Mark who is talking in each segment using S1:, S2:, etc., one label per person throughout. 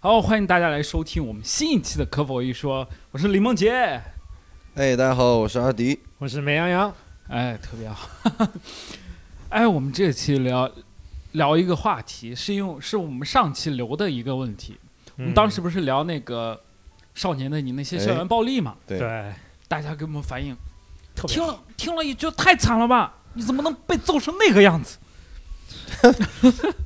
S1: 好，欢迎大家来收听我们新一期的《可否一说》，我是李梦洁，
S2: 哎，大家好，我是阿迪。
S3: 我是美羊羊，
S1: 哎，特别好。 哎，我们这期聊聊一个话题，是因为是我们上期留的一个问题。我
S3: 嗯
S1: 们当时不是聊那个少年的你那些校园暴力嘛？
S2: 对
S3: 对
S1: 大家给我们反映，
S3: 特别
S1: 听了听了也觉得太惨了吧？你怎么能被揍成那个样子？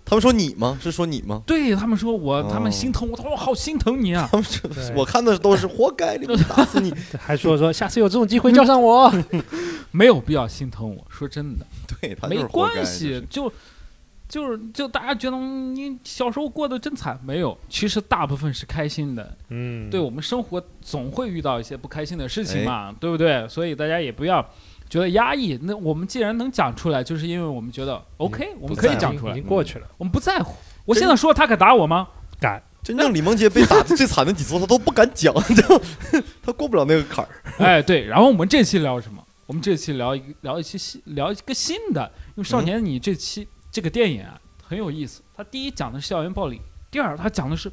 S2: 他们说你吗？是说你吗？
S1: 对他们说我，他们
S2: 哦
S1: 心疼我，他说我好心疼你啊。
S2: 他们说
S3: 对，
S2: 我看的都是活该，你们打死 你。
S3: 还说说下次有这种机会叫上我，
S1: 没有必要心疼我，说真的。
S2: 对他就
S1: 没
S2: 是活该
S1: 关系，就就是就大家觉得嗯你小时候过得真惨，没有，其实大部分是开心的。
S3: 嗯
S1: 对我们生活总会遇到一些不开心的事
S2: 哎
S1: 情嘛，对不对？所以大家也不要觉得压抑。那我们既然能讲出来，就是因为我们觉得 OK，我们可
S2: 嗯在
S1: 以
S2: 乎
S1: 讲出
S3: 已
S1: 来
S3: 经，过去了，
S1: 我们不在乎。我现在说他敢打我吗？
S3: 敢
S2: 真正李梦洁被打的最惨的几次，他都不敢讲，就 他过不了那个坎儿。
S1: 哎，对。然后我们这期聊什么？我们这期聊一个聊一期新聊一个新的，因为《少年你》这期、这个电影啊很有意思。它第一讲的是校园暴力，第二它讲的是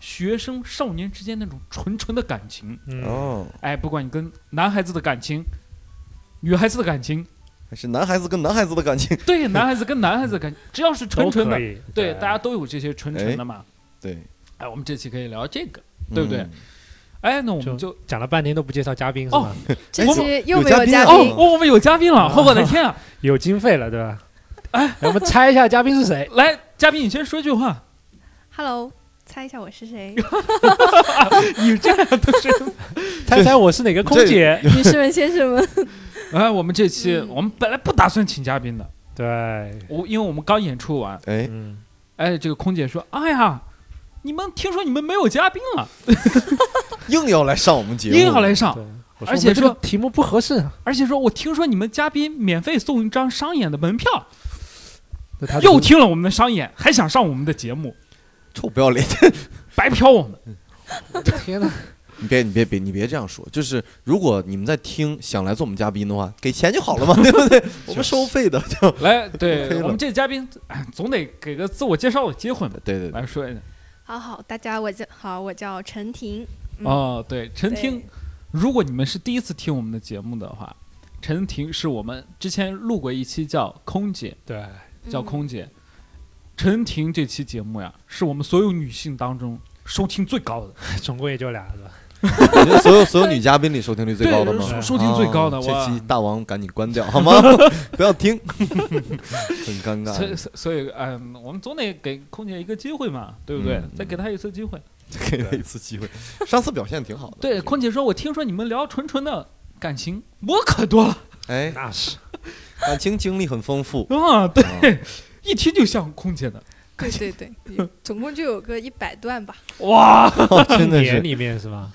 S1: 学生少年之间那种纯纯的感情。
S3: 嗯，
S2: 哦，
S1: 哎，不管你跟男孩子的感情，女孩子的感情，
S2: 还是男孩子跟男孩子的感情。
S1: 对，男孩子跟男孩子的感情，只要是纯
S3: 都
S1: 纯
S3: 可
S1: 的，
S3: 以，
S1: 对，大家都有这些纯纯的嘛。
S2: 对，
S1: 哎，我们这期可以聊这个，对不对
S2: 嗯？
S1: 哎，那我们
S3: 就
S1: 就
S3: 讲了半天都不介绍嘉宾是吗？
S4: 这
S2: 哎
S4: 期又
S2: 有
S4: 没有
S2: 嘉
S4: 嘉
S2: 宾
S4: 宾
S1: 哦，，我们有嘉宾了，
S3: 啊
S1: 哦我的天啊！
S3: 有经费了对吧？哎，我们猜一下嘉宾是 谁？
S1: 来，嘉宾你先说句话。
S4: ，Hello，猜一下我是 谁？
S1: 你这样都是
S3: 猜猜我是哪个空姐？
S4: 女士们、先生们，
S1: 哎，我们这期
S4: 嗯
S1: 我们本来不打算请嘉宾的，
S3: 对，
S1: 我因为我们刚演出完，
S2: 哎，
S3: 嗯，
S1: 哎，这个空姐说，哎呀，你们听说你们没有嘉宾了，
S2: 硬要来上我们节目，
S1: 硬要来上，
S3: 对，我说
S1: 而且
S3: 我们这个
S1: 说
S3: 题目不合适，
S1: 而且说我听说你们嘉宾免费送一张商演的门票，
S3: 那他
S1: 又听了我们的商演，还想上我们的节目，
S2: 臭不要脸！
S1: 白嫖我们。
S3: 天哪，
S2: 你别，你别，别，你别这样说。就是如果你们在听，想来做我们嘉宾的话，给钱就好 了嘛，对不对？我们收费的，就
S1: 来，
S2: 黑
S1: 对
S2: 了
S1: 我们这嘉宾，哎总得给个自我介绍的机会嘛。
S2: 对对对。
S1: 来说一下，
S4: 好好，大家我叫好，我叫陈婷，嗯
S1: 哦，对，陈
S4: 对
S1: 听，如果你们是第一次听我们的节目的话，陈婷是我们之前录过一期叫《空姐》。
S3: 对，
S1: 叫空姐。陈婷这期节目呀，是我们所有女性当中收听最高的，
S3: 总共也就俩是吧？
S2: 你 是所有所有女嘉宾里收听率最高的
S1: 对
S2: 吗？
S1: 收收听最高的
S2: 哦
S1: 哇
S2: 这期大王赶紧关 掉好吗？ 不要听， 很尴
S1: 所以
S2: 尬。
S1: 所以嗯、我们总得给空姐一个机会嘛，对不对？
S2: 嗯
S1: 再给她一次机会。
S2: 给他一次机会，上次表现挺好的。
S1: 对，空姐说，我听说你们聊纯纯的感情，我可多了
S2: 哎，
S3: 那是，
S2: 感情经历很 丰富。
S1: 啊，对，
S2: 啊
S1: 一听就像空姐的，
S4: 对对对，有总共就有个一百段吧，
S1: 哇，
S2: 哦真的
S3: 年
S2: 是。
S3: 里面是吧？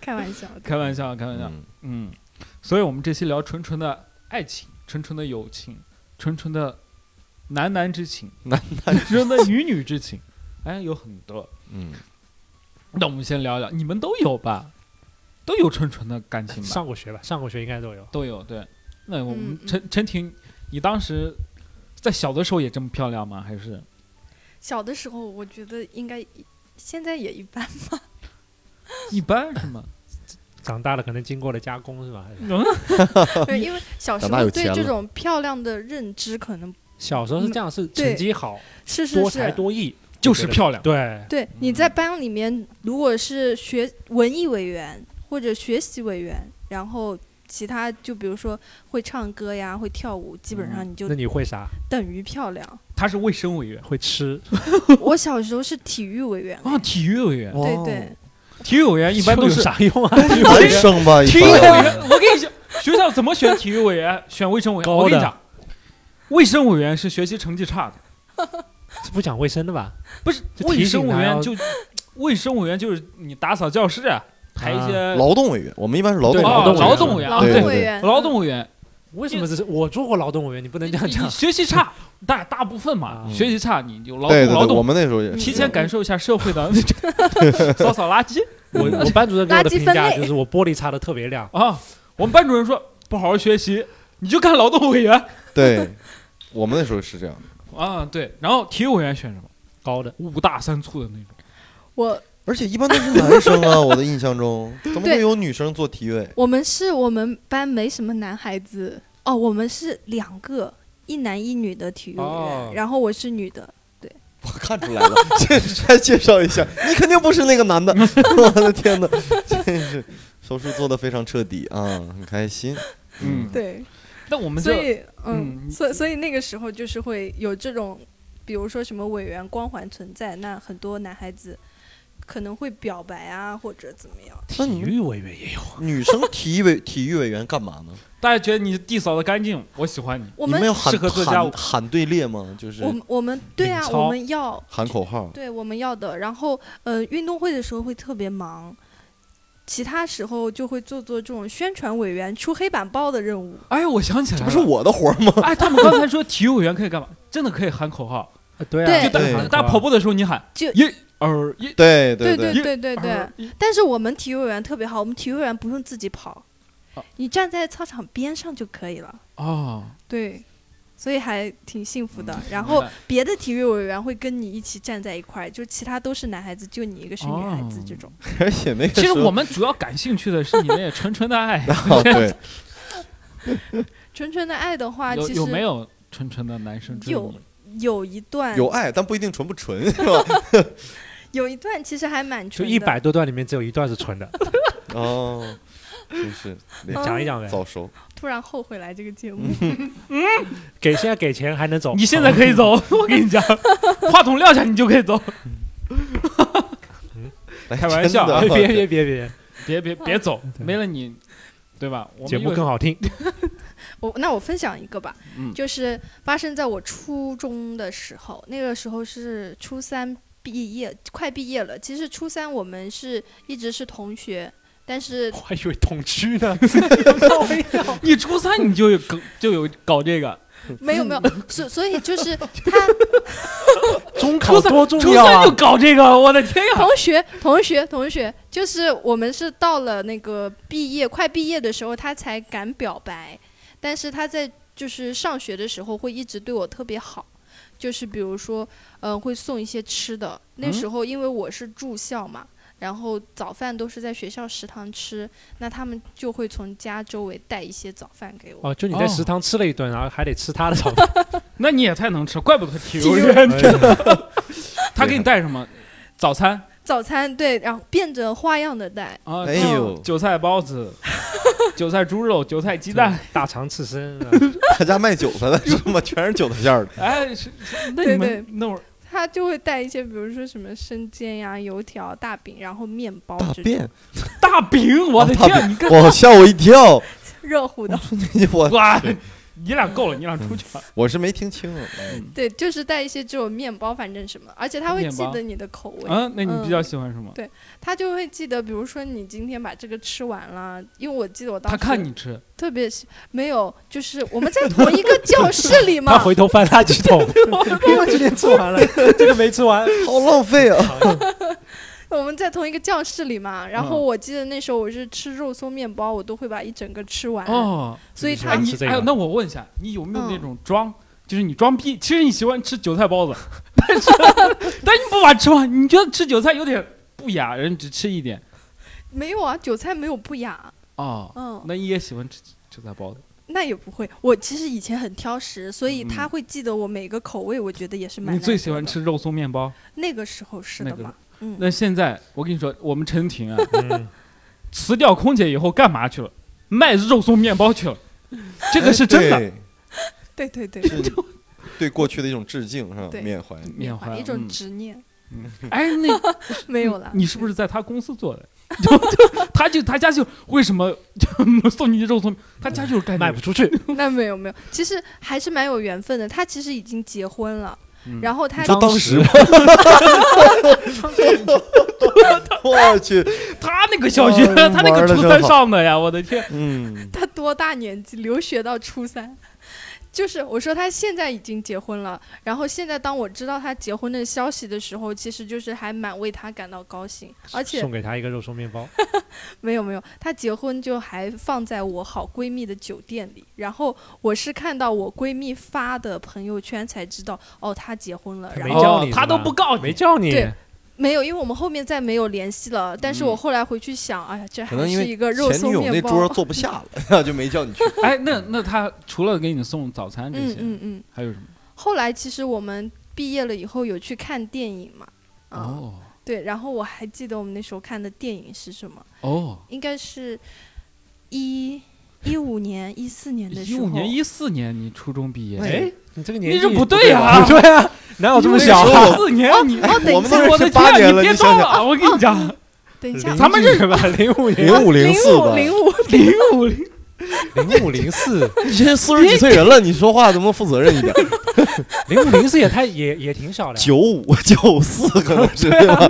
S4: 开玩笑的。
S1: 开玩笑，开玩笑，
S2: 嗯
S1: 嗯，所以我们这期聊纯纯的爱情，纯纯的友情，纯纯的男男之情，
S2: 男
S1: 男纯的女女之情，哎，有很多。
S2: 嗯，
S1: 那我们先聊聊，你们都有吧？都有纯纯的感情吧？
S3: 上过学吧？上过学应该都有。
S1: 都有，对。那我们
S4: 嗯嗯
S1: 陈陈婷，你当时在小的时候也这么漂亮吗？还是
S4: 小的时候，我觉得应该现在也一般，
S1: 一般是吗？
S3: 长大了可能经过了加工是吧？还是
S1: 嗯，
S4: 对， 因为小时
S2: 长大有
S4: 候对
S2: 钱
S4: 这
S2: 了
S4: 种漂亮的认知可能
S3: 小时候是这样，是成
S4: 对
S3: 绩好，
S4: 是是
S3: 多才
S4: 是，
S3: 多艺，
S1: 就是漂亮。
S3: 对，
S4: 对，你在班里面如果是学文艺委员或者学习委员，然后其他就比如说会唱歌呀、会跳舞，基本上你就
S3: 那你会啥？
S4: 等于漂亮。
S1: 她是卫生委员
S3: 会吃，
S4: 我小时候是体育委员，哎
S1: 啊，体育委员，
S2: 哇
S4: 对
S2: 哦
S4: 对，
S1: 体育 委员一般都是
S3: 有啥用 啊？
S1: 哦
S2: 男生吧，
S1: 体
S2: 一
S1: 育委
S2: 般
S1: 员。 我跟你讲，学校怎么选体育委员？选卫生委员。
S3: 高的
S1: 我跟你讲，卫生委员是学习成绩差的，
S3: 是不讲卫生的吧？
S1: 不是
S3: 就
S1: 卫
S3: 提
S1: 生
S3: 醒
S1: 委
S3: 他
S1: 员
S3: 要
S1: 就卫生委员就是你打扫教室啊，排一些
S2: 劳动委员，我们一般是劳
S1: 对
S2: 动委
S1: 哦
S2: 员
S1: 劳动委员
S4: 劳
S2: 对
S4: 动
S2: 对
S4: 委
S2: 对
S4: 员，
S1: 劳动委员。
S3: 为什么这是我做过劳动委员？你不能这样
S1: 你
S3: 讲
S1: 你。学习差，大大部分嘛，
S3: 嗯
S1: 学习差你就劳
S2: 对对
S1: 劳
S2: 对，我
S1: 动，
S2: 们那时候也是
S1: 提 前感受一下社会的扫扫垃圾
S3: 我我班主任给我的评
S4: 垃圾
S3: 价
S4: 分类
S3: 就是我玻璃擦的特别亮，
S1: 啊。我们班主任说不好好学习，你就干劳动委员
S2: 对，我们那时候是这样。
S1: 啊。对，然后体育委员选什么？
S3: 高的，
S1: 五大三粗的那种。
S4: 我
S2: 而且一般都是男生啊，我的印象中怎么会
S4: 对
S2: 有女生做体委？
S4: 我们是我们班没什么男孩子哦，我们是两个一男一女的体育委员，
S1: 哦
S4: 然后我是女的，
S2: 我看出来了， 这再介绍一下，你肯定不是那个男的。 我的天哪，真是手术做的非常彻底啊，很开心。
S1: 嗯，
S4: 对，
S1: 那我们
S4: 所
S1: 这
S4: 以嗯，
S1: 嗯
S4: 所以所以那个时候就是会有这种，比如说什么委员光环存在，那很多男孩子可能会表白啊，或者怎么样。
S2: 那
S3: 体
S2: 你
S3: 育委员也有，
S2: 女生体委体育委员干嘛呢？
S1: 大家觉得你地扫的干净，我喜欢你。
S4: 我
S2: 你
S4: 们
S2: 们要喊
S1: 适合做家务
S2: 喊喊队列吗？就是
S4: 我们我们对啊，
S1: 领操
S4: 我们要
S2: 喊口号。
S4: 对我们要的。然后呃，运动会的时候会特别忙，其他时候就会做做这种宣传委员出黑板报的任务。
S1: 哎，我想起来
S2: 这
S1: 了，
S2: 不是我的活儿吗？
S1: 哎，他们刚才说体育委员可以干嘛？真的可以喊口号，
S3: 啊对
S4: 对
S3: 啊，
S1: 就大
S2: 对
S1: 家大家跑步的时候你喊，
S4: 就
S1: 一二一
S2: 对对
S4: 对
S1: 对
S4: 对对对
S1: 二。一
S4: 但是我们体育委员特别好，我们体育委员不用自己跑
S1: 啊，
S4: 你站在操场边上就可以了。
S1: 哦，
S4: 对，所以还挺幸福
S1: 嗯
S4: 的。然后别的体育委员会跟你一起站在一块儿，就其他都是男孩子，就你一个是女孩子
S1: 哦
S4: 这种。
S2: 而且那个
S1: 其实
S2: 时候
S1: 我们主要感兴趣的是你那纯纯 的爱，
S2: 哦对，
S4: 纯纯的爱的话，
S1: 有
S4: 啊其实
S1: 有没有纯纯的男生追
S4: 有
S1: 你？
S4: 有一段
S2: 有爱，但不一定纯不纯， 是吧？
S4: 有一段其实还蛮
S3: 就
S4: 纯的
S3: 一百多段里面只有一段是纯的，
S2: 哦，真是
S4: 嗯
S3: 讲一讲呗。
S2: 早熟。
S4: 突然后悔来这个节目，
S3: 给现在给钱还能走？哦
S1: 你现在可以 走，我跟你讲， 话筒撂下你就可以走，
S2: 来
S1: 开玩笑啊
S2: 哎真的
S3: 别别别别，
S1: 别别别走，
S3: 对
S1: 没了你，对吧？我们
S3: 节目
S1: 一会儿
S3: 更好听。
S4: 我那我分享一个吧，
S1: 嗯
S4: 就是发生在我初中的时候，那个时候是初三毕业，快毕业了。其实初三我们是一直是同学，但是
S3: 我还以为同居 呢，
S1: 你初三你就有搞就有搞这个，
S4: 没有没有，所所以就是他
S3: 中考多重
S1: 初
S3: 要
S1: 三就
S3: 啊！
S1: 搞这个，我的天 呀！
S4: 同学，同学，同学，就是我们是到了那个毕业快毕业的时候，他才敢表白，但是他在就是上学的时候会一直对我特别好，就是比如说，嗯、会送一些吃的。那
S1: 嗯
S4: 时候因为我是住校嘛，然后早饭都是在学校食堂吃，那他们就会从家周围带一些早饭给我。
S3: 哦，就你在食堂吃了一顿，然后还得吃 他的早饭，
S1: 那你也太能吃，怪不得体育委员。 他给你带什么？早餐
S4: 早餐对，然后变着花样的带。
S1: 啊，
S2: 哎
S1: 韭
S2: 呦，
S1: 韭菜包 子、韭菜猪肉、韭菜鸡蛋。
S3: 大肠刺身啊，
S2: 他家卖韭菜的是吗？全是韭菜馅儿的。
S1: 哎，是是那
S4: 对对
S1: 你们那会儿
S4: 他就会带一些，比如说什么生煎呀、油条、大饼，然后面包
S2: 大
S4: 这种
S2: 便，
S1: 大饼，我的
S2: 大
S1: 天，你看
S2: 我吓我一跳，
S4: 热乎的。
S2: 我
S1: 哇，你俩够了，你俩出去吧。
S2: 我是没听清 啊。
S4: 对，就是带一些这种面包，反正什么，而且他会
S1: 面
S4: 记
S1: 包
S4: 得你的口味，
S1: 嗯，那你比较喜欢什么？
S4: 他就会记得，比如说你今天把这个吃完了，因为我记得我当
S1: 他
S4: 时
S1: 看你吃，
S4: 特别喜没有，就是我们在同一个教室里
S3: 他
S4: 嘛，
S3: 回头翻垃圾 桶，因为今天吃完了，这个没吃完，
S2: 好浪费啊！
S4: 我们在同一个教室里嘛，然后
S1: 嗯
S4: 我记得那时候我是吃肉松面包，我都会把一整个吃完，
S1: 哦，
S4: 所以
S3: 就是
S4: 他
S1: 哎，
S3: 想
S1: 你
S3: 吃这个
S1: 哎，那我问一下，你有没有那
S4: 嗯
S1: 种装，就是你装逼？其实你喜欢吃韭菜包子， 但是但你不把它吃完，你觉得吃韭菜有点不雅，人只吃一点
S4: 没有啊，韭菜没有不雅，
S1: 哦。
S4: 嗯，
S1: 那你也喜欢吃韭菜包子？
S4: 那也不会，我其实以前很挑食，所以他
S1: 嗯
S4: 会记得我每个口味，我觉得也是蛮
S1: 你最
S4: 难
S1: 喜
S4: 得
S1: 欢
S4: 的
S1: 吃肉松面包？
S4: 那个时候是
S1: 那
S4: 的
S1: 个
S4: 嘛，嗯，
S1: 那现在我跟你说，我们陈婷啊，
S3: 嗯，
S1: 辞掉空姐以后干嘛去了？卖肉松面包去了，这个是真的。
S4: 对对对
S2: 对，。 是对过去的一种致敬是吧？
S4: 对
S2: 缅怀。
S1: 缅怀
S4: 一种
S1: 嗯
S4: 执念，
S1: 哎，那
S4: 没有了。
S1: 你 是不是在他公司做的？ 就就他就他家就为什么 就送你肉松？他家就是干这
S3: 卖
S1: 个
S3: 不出去，
S4: 那没有没有，其实还是蛮有缘分的。他其实已经结婚了，
S1: 嗯
S4: 然后他
S2: 就 当时吧，我去，
S1: 他那个小学，
S3: 哦
S2: 哇
S1: 他那个初
S2: 玩得
S1: 三
S2: 真好
S1: 上的呀，我的天！
S2: 嗯，
S4: 他多大年纪留学到初三？ 就是我说他现在已经结婚了，然后现在当我知道他结婚的消息的时候，其实就是还蛮为他感到高兴，而且
S3: 送给她一个肉松 面包，
S4: 没有没有，她结婚就还放在我好闺蜜的酒店里，然后我是看到我闺蜜发的朋友圈才知道，哦，她结婚了，
S3: 她
S4: 然
S3: 没
S4: 后。
S3: 叫你
S1: 哦他
S3: 是吧
S1: 都不告
S3: 没
S1: 你，
S3: 叫你，
S4: 对没有，因为我们后面再没有联系了。但是我后来回去想，哎呀，这
S2: 嗯可
S4: 还
S2: 能因
S4: 是
S2: 为
S4: 一个肉
S2: 前女
S4: 松
S2: 友那
S4: 面包。
S2: 桌坐不下了， 然后就没叫你去。
S1: 哎，那那他除了给你送早餐这
S4: 嗯
S1: 些，
S4: 嗯嗯。
S1: 还有什么？
S4: 后来其实我们毕业了以后有去看电影嘛，啊、
S1: 哦
S4: 对，然后我还记得我们那时候看的电影是什么，
S1: 哦，
S4: 应该是一一五年、一四年的时
S1: 一
S4: 候。
S1: 五年、一四年你初中毕业，
S3: 哎，你这个年纪
S1: 你这不
S3: 对
S1: 对啊
S3: 吧对啊，哪有这么小？啊哎
S2: 那个时候
S1: 四年你。
S4: 哦，等
S2: 我
S4: 一
S2: 们
S4: 下
S2: 都，
S1: 我的
S2: 是
S1: 天
S2: 八
S1: 啊
S2: 年
S1: 你
S2: 了
S1: 别
S2: 你
S1: 动
S2: 想
S1: 了，我跟你讲，
S4: 啊等一下，
S1: 咱们
S3: 这个 吧，零五年、
S2: 零五零四吧，
S4: 啊零五
S1: 零五零
S3: 零五零 四、
S2: 你现在四十几岁人了，你说话能不能负责 任一点？
S3: 零五零四也太也也挺小的呀。
S2: 九五、九四可能是吧？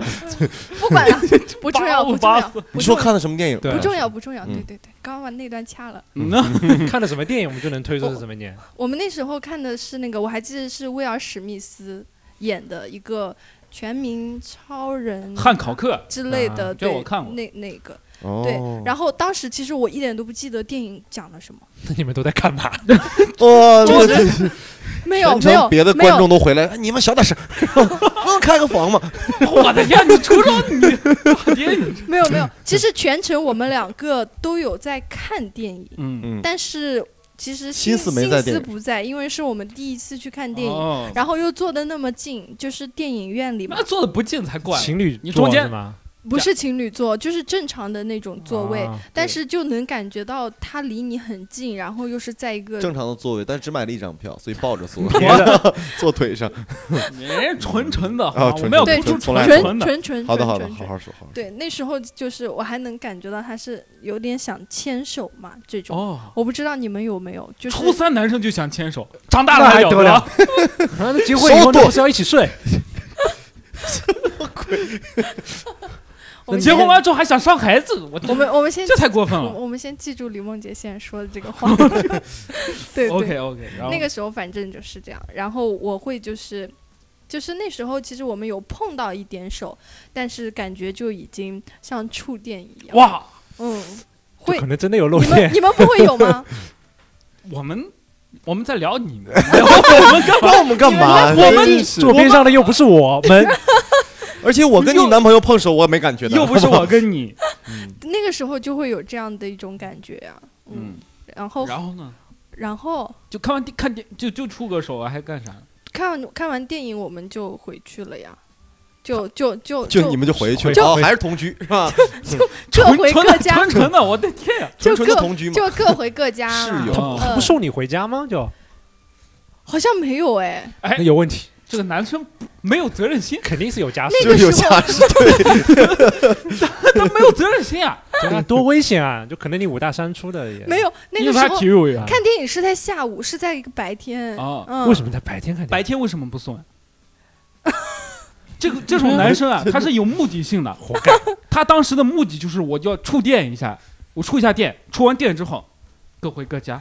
S4: 不管了，不重要，
S1: 八五
S4: 不重
S1: 八
S4: 要，
S1: 四，
S2: 你说看的什么电影？
S3: 对
S4: 不重要，不重要。
S2: 嗯
S4: 对对对，刚刚把那段掐了。
S1: 嗯呐
S3: 看的什么电影，我们就能推测是什么 年。
S4: 我们那时候看的是那个，我还记得是威尔史密斯演的一个全民超人
S1: 汉考克，
S4: 之类
S3: 啊
S4: 的，
S1: 这
S4: 对，
S1: 我看过
S4: 那那个
S2: 哦
S4: 对。然后当时其实我一点都不记得电影讲了什么，
S3: 那你们都在干嘛？
S2: 哇，这这
S4: 没有
S2: 全
S4: 没有
S2: 程别的
S4: 没有
S2: 观众都 回来，哎你们小点声， 不能开个房吗？
S1: 我的天，你初中你，我天你，
S4: 没有没有，
S2: 嗯
S4: 其实全程我们两个都有在看电影，
S1: 嗯，
S2: 嗯，
S4: 但是其实
S2: 心思没在
S4: 心
S2: 电
S4: 思
S2: 影
S4: 不在，因为是我们第一次去看电影，
S1: 哦
S4: 然后又坐的那么近，就是电影院里嘛
S1: 那，坐的不近才怪，
S3: 情侣
S1: 你
S3: 座
S1: 中间
S3: 是吗？
S4: 不是情侣座，就是正常的那种座位，
S3: 啊
S4: 但是就能感觉到他离你很近，然后又是在一个
S2: 正常的座位，但只买了一张票，所以抱着坐，
S3: 别的
S2: 坐腿上。
S1: 人家纯纯的，
S2: 啊
S1: 好吗我
S2: 纯
S1: 们要
S2: 纯
S1: 突出
S2: 纯从来
S1: 纯
S4: 纯
S1: 的，
S4: 纯纯
S2: 好的，
S4: 纯
S2: 好的，
S4: 纯
S2: 好
S4: 纯
S2: 好说，好好说。
S4: 对，那时候就是我还能感觉到他是有点想牵手嘛，这种、
S1: 哦。
S4: 我不知道你们有没有，就是
S1: 初三男生就想牵手，长大
S3: 那
S1: 了
S3: 还
S1: 有
S3: 得了？ 那结婚以后那不是要一起睡？
S4: 我们
S1: 结
S4: 先
S1: 婚完之后还想生孩子，我
S4: 我们我们先
S1: 这才过分啊
S4: 我
S1: 了。
S4: 我们先记住李梦洁现在说的这个 话，对对
S1: OK OK，然后
S4: 那个时候反正就是这样，然后我会就是。就是那时候，其实我们有碰到一点手，但是感觉就已经像触电一样。
S1: 哇，
S4: 嗯，
S3: 就
S4: 会
S3: 可能真的有露
S4: 你们
S3: 馅。
S4: 你们不会有吗？
S1: 我们我们在聊你 们，然后我们干嘛？
S2: 那我们干嘛？
S1: 我们
S2: 真是
S3: 坐边上的又不是我 们，
S2: 而且我跟你
S1: 又
S2: 男朋友碰手，我也没感觉到。
S1: 又不是 我跟 你，
S2: 嗯，
S4: 那个时候就会有这样的一种感觉啊。嗯，
S1: 嗯，
S4: 然后
S1: 然后呢？
S4: 然后
S1: 就看完电看电就就出个手啊，还干啥？
S4: 看看完电影我们就回去了呀，就就就
S2: 就你们就回去
S3: 就
S2: 了，哦，还是同居是吧？
S4: 各
S1: 纯
S4: 回
S1: 纯
S4: 各
S1: 的
S4: 家，
S1: 纯纯的，我的天呀！
S4: 就
S2: 纯纯的
S4: 各
S2: 同居嘛。
S4: 就各回各家
S2: 室
S4: 了嗯
S2: 友
S1: 啊
S3: 他不送你回家吗？就
S4: 好像没有哎，
S1: 哎
S3: 那有问题，
S1: 这个男生不没有责 任心，
S3: 肯定是有家
S4: 那
S3: 室
S4: 个
S2: 就
S4: 时候
S2: 有 家室，对，
S1: 他没有责任心啊！
S3: 对啊，多危险啊！就可能你五大三粗的也
S4: 没。有那
S1: 因
S4: 个
S1: 为
S4: 时
S1: 他
S4: 候
S1: 体育委员
S4: 看电影是在下午，是在一个白天。
S1: 啊，
S4: 嗯，
S3: 为什么在白天看电
S1: 白
S3: 影？
S1: 天为什么不送呀？啊 这个这种男 生啊，他是有目的性的，
S3: 活该！
S1: 他当时的目的就是我要触电一下，我触一下电，触完电之后，各回各家。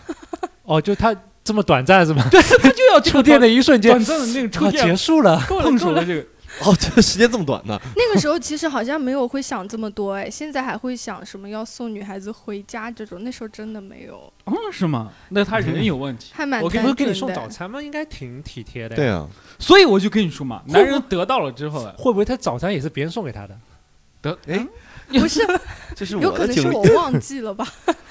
S3: 哦，就他这么短暂是 吗？
S1: 对， 他就要这
S3: 触
S1: 个
S3: 电的一瞬间
S1: 短，暂的那个触
S3: 啊结
S1: 电
S3: 束了。
S4: 够了
S1: 碰
S4: 够
S1: 手的
S4: 了？
S1: 这个，
S2: 哦，这个时间这么短呢？
S4: 那个时候其实好像没有会想这么多哎，现在还会想什么要送女孩子回家这种，那时候真的没有，
S1: 嗯，是吗？那他人有问题，
S4: 还蛮
S1: 我
S3: 给
S4: 单
S3: 不
S4: 纯
S3: 是
S4: 的。
S3: 给你送早餐吗？应该挺体贴的。
S2: 对，啊，
S1: 所以我就跟你说嘛，男人得到了之后啊，
S3: 会不会他早餐也是别人送给他的？
S1: 得
S2: 哎，
S4: 不是，
S2: 这是
S4: 有
S2: 我
S4: 可
S2: 的
S4: 能是
S2: 经
S4: 我
S2: 历。
S4: 忘记了吧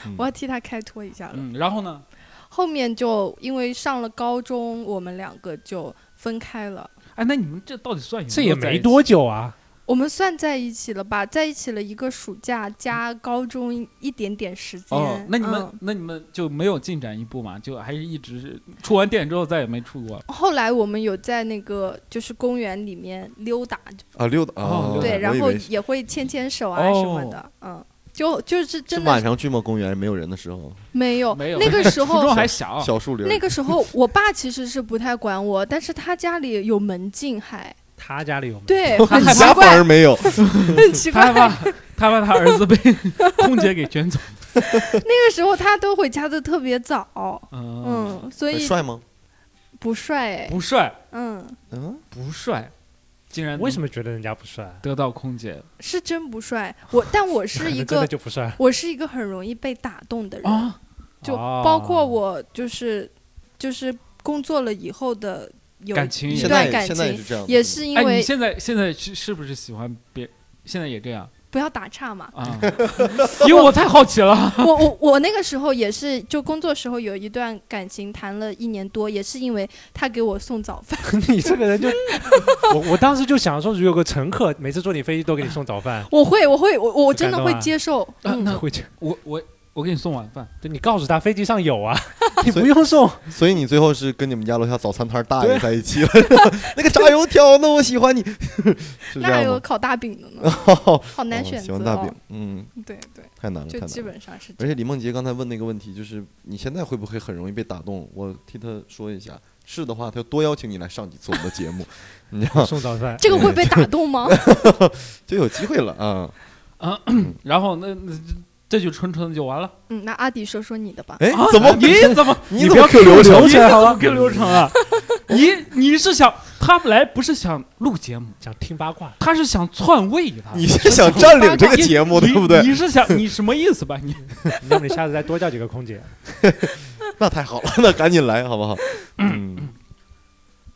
S2: 嗯，
S4: 我要替他开脱一下了。
S1: 嗯，然后呢？
S4: 后面就因为上了高中，我们两个就分开了。
S1: 哎，那你们这到底算有
S3: 这
S1: 没
S3: 也
S1: 有在一
S3: 没
S1: 起
S3: 多久啊。
S4: 我们算在一起了吧？在一起了一个暑假加高中一点点时间。
S1: 哦，那你们、
S4: 嗯
S1: 那你们就没有进展一步嘛？就还是一直是出完电之后再也没出过。
S4: 后来我们有在那个就是公园里面溜达，
S2: 啊，溜达
S1: 哦溜达
S2: 啊，我
S4: 对，
S2: 以
S4: 然后
S2: 为是
S4: 也会牵牵手啊什么的，
S1: 哦
S4: 嗯，就就是
S2: 是
S4: 真的
S2: 晚
S4: 是
S2: 上去吗？公园没有人的时候，
S4: 没有
S1: 没有
S4: 哦 那个时
S1: 初中
S4: 候。
S1: 还小，
S2: 小树林儿。
S4: 哦 那个时候，我爸其实是不太管我，但是他家里有门禁还，
S3: 他家里有没有？
S4: 对，
S2: 我
S4: 很
S2: 们
S4: 奇
S2: 家反
S4: 怪
S2: 而，没有，
S4: 很奇
S1: 他
S4: 怪
S1: 害。怕他怕他儿子被空姐给卷走。
S4: 那个时候他都回家的特别早，
S1: 嗯，
S4: 嗯，所
S2: 很
S4: 以
S2: 帅吗？
S4: 不帅哎，
S1: 不帅，
S4: 嗯，
S2: 嗯，
S1: 不帅，竟然
S3: 为什
S1: 么
S3: 么觉得人家不帅？
S1: 得到空姐
S4: 是真不帅。我但我 是一
S3: 真的
S4: 个
S3: 就不帅
S4: 我是一个很容易被打动的人，
S1: 啊？
S4: 就
S3: 哦
S4: 包括我就是就是工作了以后的有
S1: 感情
S4: 一
S1: 也
S2: 现
S4: 段
S2: 在
S4: 感
S2: 现在也是
S4: 情，
S2: 这样子，
S4: 也是因
S1: 哎，你
S4: 为
S1: 现在现在是是不是喜欢别？现在也这样。
S4: 不要打岔嘛
S1: 啊？因为我太好奇了。
S4: 我我我那个时候也是，就工作时候有一段感情谈了一年多，也是因为他给我送早饭，
S3: 你这个人就， 我我当时就想说，如果有个乘客每次坐你飞机都给你送早 饭，
S4: 我会我会我我
S3: 就
S4: 真
S3: 感
S4: 的
S3: 动
S4: 会
S3: 啊
S4: 接受。
S1: 啊
S4: 嗯
S1: 那
S3: 会这样
S1: 我我我给你送晚饭，
S3: 对你告诉他飞机上 有啊，你
S2: 所
S3: 不
S2: 以
S3: 用送。
S2: 所以你最后是跟你们家楼下早餐摊大
S4: 啊
S2: 爷在一起了， 那个炸油条呢，我喜欢你， 啊是这
S4: 那还
S2: 样
S4: 有
S2: 吗？
S4: 烤大饼的呢，
S2: 哦
S4: 好难选
S2: 喜
S4: 择
S2: 欢大饼
S4: 哦。，
S2: 嗯，
S4: 对对，
S2: 太难了，太
S4: 就
S2: 难
S4: 基
S2: 了。
S4: 本上是这
S2: 而
S4: 样。
S2: 且李梦洁刚才问那个问题，就是你现在会不会很容易被打动？我替她说一下，是的话，她多邀请你来上几次我们的节目， 你知道
S3: 送早饭，
S4: 这个 会被打动吗？
S2: 就有机会了啊。
S1: 然后那那这就纯纯的就完了。
S4: 嗯，那阿迪说说你的吧。
S2: 哎
S1: 啊，
S2: 怎么
S1: 你怎么
S2: 你
S1: 你
S2: 怎
S1: 不
S2: 么
S1: 要
S2: Q 流程
S1: 你怎么 Q 流程啊？你你是想他们来不是想录节目，
S3: 想听八卦。
S1: 他是想篡位他。
S2: 你是想占领这个节目，对不对
S1: 你？？你是想你什么意思吧？ 你
S3: 要不你下次再多叫几个空姐。
S2: 那太好了，那赶紧来好不好？嗯，？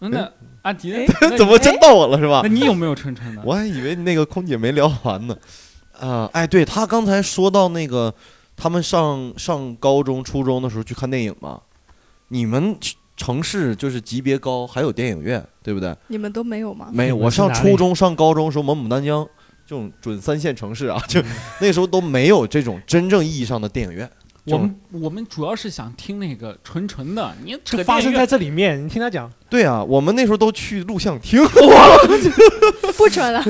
S1: 那啊阿迪呢
S4: 嗯
S2: 怎么真到我了是吧
S1: 哎那？你？那你有没有晨晨的？
S2: 我还以为那个空姐没聊完呢。啊，哎，对他刚才说到那个，他们上上高中、初中的时候去看电影嘛，你们城市就是级别高，还有电影院，对不
S3: 啊
S2: 对？
S4: 你们都没有 吗？
S2: 没有，我
S3: 是
S2: 上
S3: 哪
S2: 初
S3: 里
S2: 中、上高中的时候，我们牡丹江这种准三线城市啊，
S3: 嗯
S2: 就那时候都没有这种真正意义上的电影院。
S1: 我们我们主要是想听那个纯纯的，你扯
S3: 就发
S1: 电
S3: 生
S1: 影
S3: 在这里面，你听他讲，
S2: 对啊，我们那时候都去录像厅，
S4: 不准了。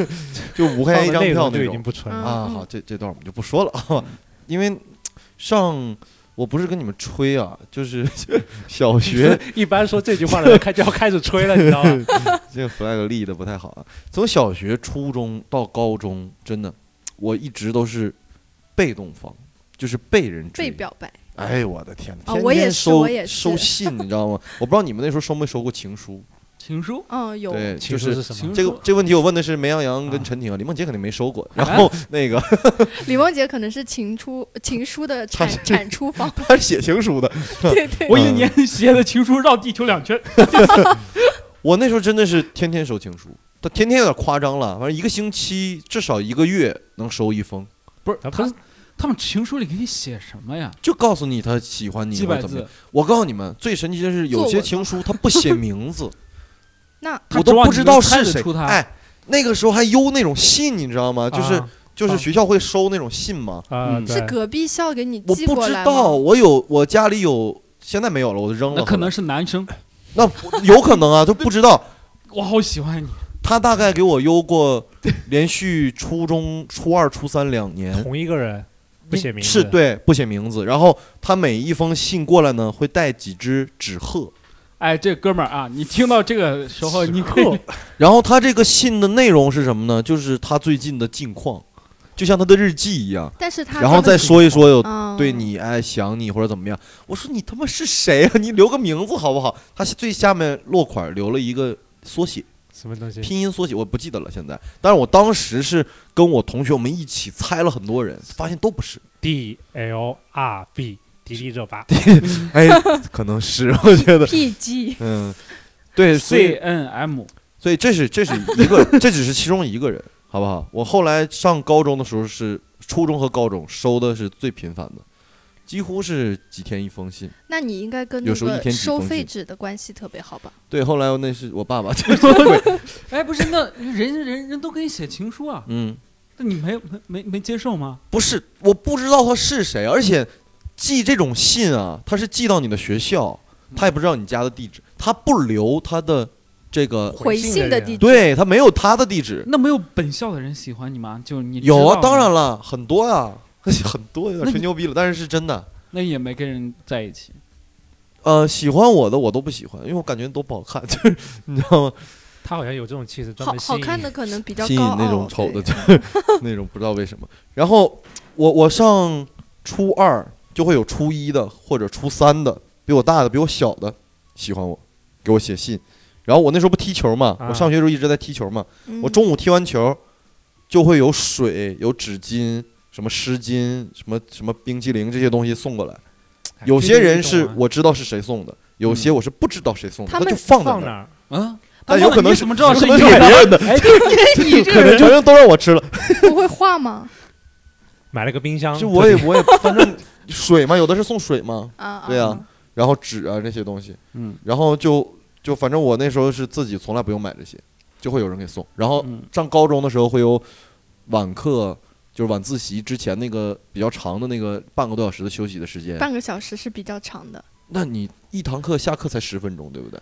S2: 就五块
S3: 放
S2: 钱一张
S3: 的内
S2: 票
S3: 容
S2: 那
S3: 就已
S2: 种
S3: 经。不纯了。
S2: 啊，
S4: 嗯
S2: 好，这这段我们就不说了啊，因为上我不是跟你们吹啊，就是 小 学
S3: 一般说这句话的人开就要 开始吹了，你知道 吗？
S2: 这个 flag 立的不太好啊。从小学、初中到高中，真的我一直都是被动方，就是被人追。
S4: 被表白，
S2: 哎，我的天哪！
S4: 啊
S2: 天
S4: 我也
S2: 天
S4: 是
S2: 收
S4: 我也
S2: 收
S4: 是
S2: 信，你知 道吗？我不知道你们那时候收没收过情书？
S1: 情书，
S4: 嗯，有
S2: 对，
S3: 情
S2: 就
S3: 书
S2: 是
S3: 是什
S1: 情
S3: 么？
S2: 这个
S1: 书
S2: 这个问题，我问的是梅洋洋跟
S3: 啊
S2: 陈婷啊，李梦洁肯定没收过。然后那个
S4: 李梦洁可能是情出情书的产
S2: 她是
S4: 产出方，
S2: 他是写情书的，
S4: 对对，
S1: 我一
S2: 嗯
S1: 年写的情书绕地球两圈。
S2: 我那时候真的是天天收情书，他天天有点夸张了，反正一个星期至少一个月能收一封，
S1: 不是
S3: 啊不
S1: 他
S3: 是
S1: 他们情书里给你写什么呀？
S2: 就告诉你他喜欢你
S1: 几
S2: 或
S1: 百
S2: 者怎么
S1: 字
S2: 样。，我告诉你们，最神奇的是有
S4: 作
S2: 些
S4: 文
S2: 情书他不写名字，
S4: 那
S1: 他
S2: 我都
S1: 指望
S2: 不
S1: 你
S2: 知
S1: 能
S2: 道
S1: 猜
S2: 是
S1: 得
S2: 谁
S1: 出。他
S2: 哎，那个时候还邮那种信，你知道吗？就是、
S3: 啊
S2: 就是
S3: 啊
S2: 学校会收那种信吗？
S3: 啊，
S2: 嗯
S3: 对
S4: 是隔壁校给你
S2: 我
S4: 寄
S2: 不
S4: 过
S2: 知
S4: 来吗
S2: 道，我有我家里有，现在没有了，我都扔了。
S1: 那可能
S2: 是
S1: 是男生，
S2: 那不有可能啊，就不知道。
S1: 我好喜欢你。
S2: 他大概给我邮过连续初中、初二、初三两年，
S3: 同一个人，不写名字
S2: 是对，不写名字。然后他每一封信过来呢，会带几只纸鹤。
S1: 哎，这哥们儿啊，你听到这个时候，你可以
S2: 然后他这个信的内容是什么呢？就是他最近的近况，就像他的日记一样，
S4: 但是他
S2: 然后再说一说有
S4: 嗯
S2: 对你哎想你或者怎么样。我说你他妈是谁啊？你留个名字好不好？他最下面落款留了一个缩写，
S3: 什么东西？
S2: 拼音缩写我不记得了现在。但是我当时是跟我同学我们一起猜了很多人，发现都不是。
S3: D L R B 迪丽热巴，
S2: 哎，可能是我觉得，
S4: PG
S2: 嗯， 对，所以
S1: C N M
S2: 所以 这是这是一个，这只是其中一个人，好不好？我后来上高中的时候是初中和高中收的是最频繁的，几乎是几天一封信。
S4: 那你应该跟
S2: 有
S4: 那
S2: 时候一
S4: 个
S2: 天几
S4: 收
S2: 封
S4: 废
S2: 信
S4: 纸的关系特别好吧？
S2: 对，后来那是我爸 爸，就是会
S1: 哎，不是，那人人人都给你写情书啊，
S2: 嗯，
S1: 那你没没没没接受吗？
S2: 不是，我不知道他是谁，而且寄这种信啊，他是寄到你的学校，他也不知道你家的地址，他不留他的这个，
S4: 回
S3: 信
S4: 信
S3: 的
S4: 的
S3: 人
S4: 地址，
S2: 对他没有他的地址，
S1: 那没有本校的人喜欢你吗？就是你
S2: 有啊，当然
S1: 了，
S2: 了，很多啊， 很多有点吹牛逼了，但是是真的。
S1: 那也没跟人在一起。
S2: 呃，喜欢我的我都不喜欢，因为我感觉都不好看， 就是你知道吗？
S3: 他好像有这种气质，专
S4: 好
S3: 门吸
S4: 好
S3: 引
S4: 看的可能比较
S2: 吸引
S4: 高傲，啊
S2: 那种丑的，
S4: 对
S2: 就是那种不知道为什么。然后我我上初二就会有初一的或者初三的，比我大的、比我小的喜欢我，给我写信。然后我那时候不踢球嘛，
S3: 啊
S2: 我上学的时候一直在踢球嘛，
S4: 嗯
S2: 我中午踢完球，就会有水、有纸巾、什么湿巾、什么什么冰激凌这些东西送过来。
S3: 哎
S2: 有些人是
S3: 啊
S2: 我知道是谁送的，有些我是不知道谁送的，
S4: 他
S2: 他
S4: 们
S2: 就放在
S3: 嗯放
S2: 那儿。
S3: 哪儿？
S1: 嗯，
S2: 但有可能
S1: 你
S2: 是
S1: 怎么 知道是
S2: 有可
S1: 你
S2: 能是别人的，
S1: 哎，对 你这个人
S2: 可能都让我吃了。
S4: 不会画吗？
S3: 买了个冰
S1: 啊
S3: 箱，
S2: 就我也 我也，反正水嘛，有的是送水嘛，
S4: 啊，
S2: 对
S4: 啊
S2: 啊，然后纸啊这些东西，
S1: 嗯
S2: 然后就就反正我那时候是自己从来不用买这些，就会有人给送。然后
S1: 嗯
S2: 上高中的时候会有晚课，就是晚自习之前那个比较长的那个半个多小时的休息的时间。
S4: 半个小时是比较长的。
S2: 那你一堂课下课才十分钟，对不对？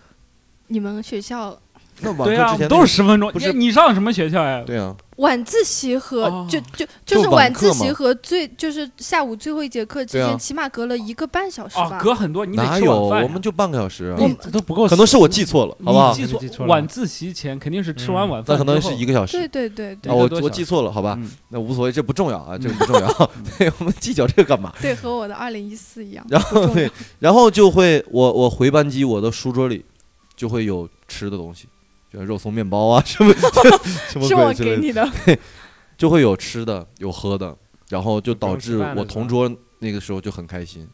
S4: 你们学校
S2: 那晚
S1: 对
S2: 课
S1: 啊
S2: 之前，
S1: 都是十分钟。
S2: 不是
S1: 你你上什么学校呀？
S2: 对啊，
S4: 晚自习和、
S1: 哦
S4: 就就就是
S2: 就晚
S4: 晚
S2: 课嘛
S4: 自习和最就是下午最后一节课之
S2: 对啊
S4: 间，起码隔了一个半小时吧。
S1: 啊，隔很多，你得
S2: 哪
S1: 吃
S2: 有？
S1: 晚饭呀。
S2: 我们就半个小时啊，
S3: 你这都不够，
S2: 可能是我记错了，好不好
S1: 你？
S3: 你
S1: 记错
S3: 记错
S1: 了
S3: 了
S1: 晚自习前肯定是吃完
S3: 嗯
S1: 晚饭
S2: 那
S1: 之
S2: 可
S1: 后，
S2: 能是一个小时。
S4: 对对对对
S2: 啊，
S1: 一个
S2: 我
S1: 多
S2: 我
S1: 小
S2: 记错了，好吧，
S1: 嗯
S2: 那无所谓，这不重要啊，这个不重要， 对，我们计较这个干嘛？
S4: 对，和我的二零一四一样。
S2: 然后
S4: 不重要
S2: 对，然后就会我我回班级，我的书桌里就会有吃的东西，就肉松面包啊什么什么
S4: 是我
S2: 鬼之
S4: 给
S2: 类的，
S4: 你的，
S2: 就会有吃的有喝的，然后就导致
S3: 不用吃饭了
S2: 我同桌那个时候就很开心。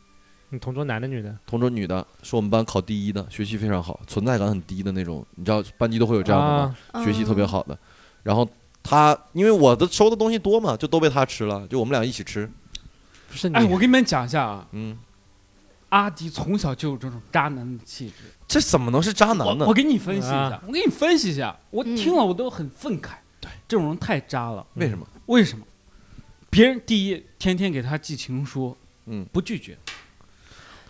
S3: 你同桌男的女的，
S2: 同桌女的是我们班考第一的，学习非常好，存在感很低的那种，你知道班级都会有这样的吗？
S3: 啊
S2: 学习特别
S4: 嗯。
S2: 好的，然后他因为我的收的东西多嘛，就都被他吃了，就我们俩一起吃，
S3: 不是你
S1: 哎，我跟你们讲一下啊，
S2: 嗯，
S1: 阿迪从小就有这种渣男的气质。
S2: 这怎么能是渣男呢
S1: 我我？给你分析一下
S3: 啊，
S1: 我给你分析一下，我
S4: 嗯
S1: 听了我都很愤慨。对，这种人太渣了。
S2: 为什么？
S1: 为什么？别人第一天天给他寄情书，
S2: 嗯
S1: 不拒绝，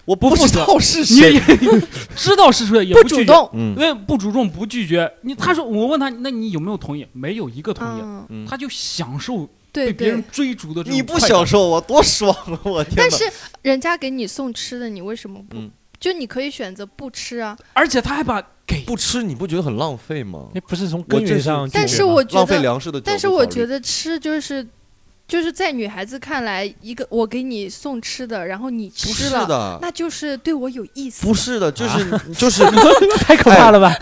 S2: 我不
S1: 负
S2: 知
S1: 责
S2: 道是
S1: 你也
S2: 谁，
S1: 知道是谁也
S4: 不
S1: 拒
S4: 主
S1: 绝，
S4: 动，
S2: 嗯
S1: 那不主动不拒绝。你他说我问他，那你有没有同意？没有一个同意，
S4: 嗯，
S2: 嗯，
S1: 他就享受
S4: 对
S1: 被别人
S4: 对。
S1: 追逐的这种
S2: 你不
S1: 快感
S2: 享受我多爽啊！我天
S4: 但
S2: 哪！
S4: 是人家给你送吃的，你为什么不？
S2: 嗯
S4: 就你可以选择不吃啊。
S1: 而且他还把给
S2: 不吃你不觉得很浪费吗？
S3: 哎那不是从根源上
S2: 我
S3: 拒绝吗，
S4: 但是我觉
S2: 啊浪费
S4: 得，
S2: 粮食的角度考虑。
S4: 但是我觉得吃就是。就是在女孩子看来，一个我给你送吃的，然后你
S2: 不
S4: 吃
S2: 是
S4: 了，
S2: 的，
S4: 那就是啊对我有意思。
S2: 不是的，就是 就是，
S3: 太可怕了吧？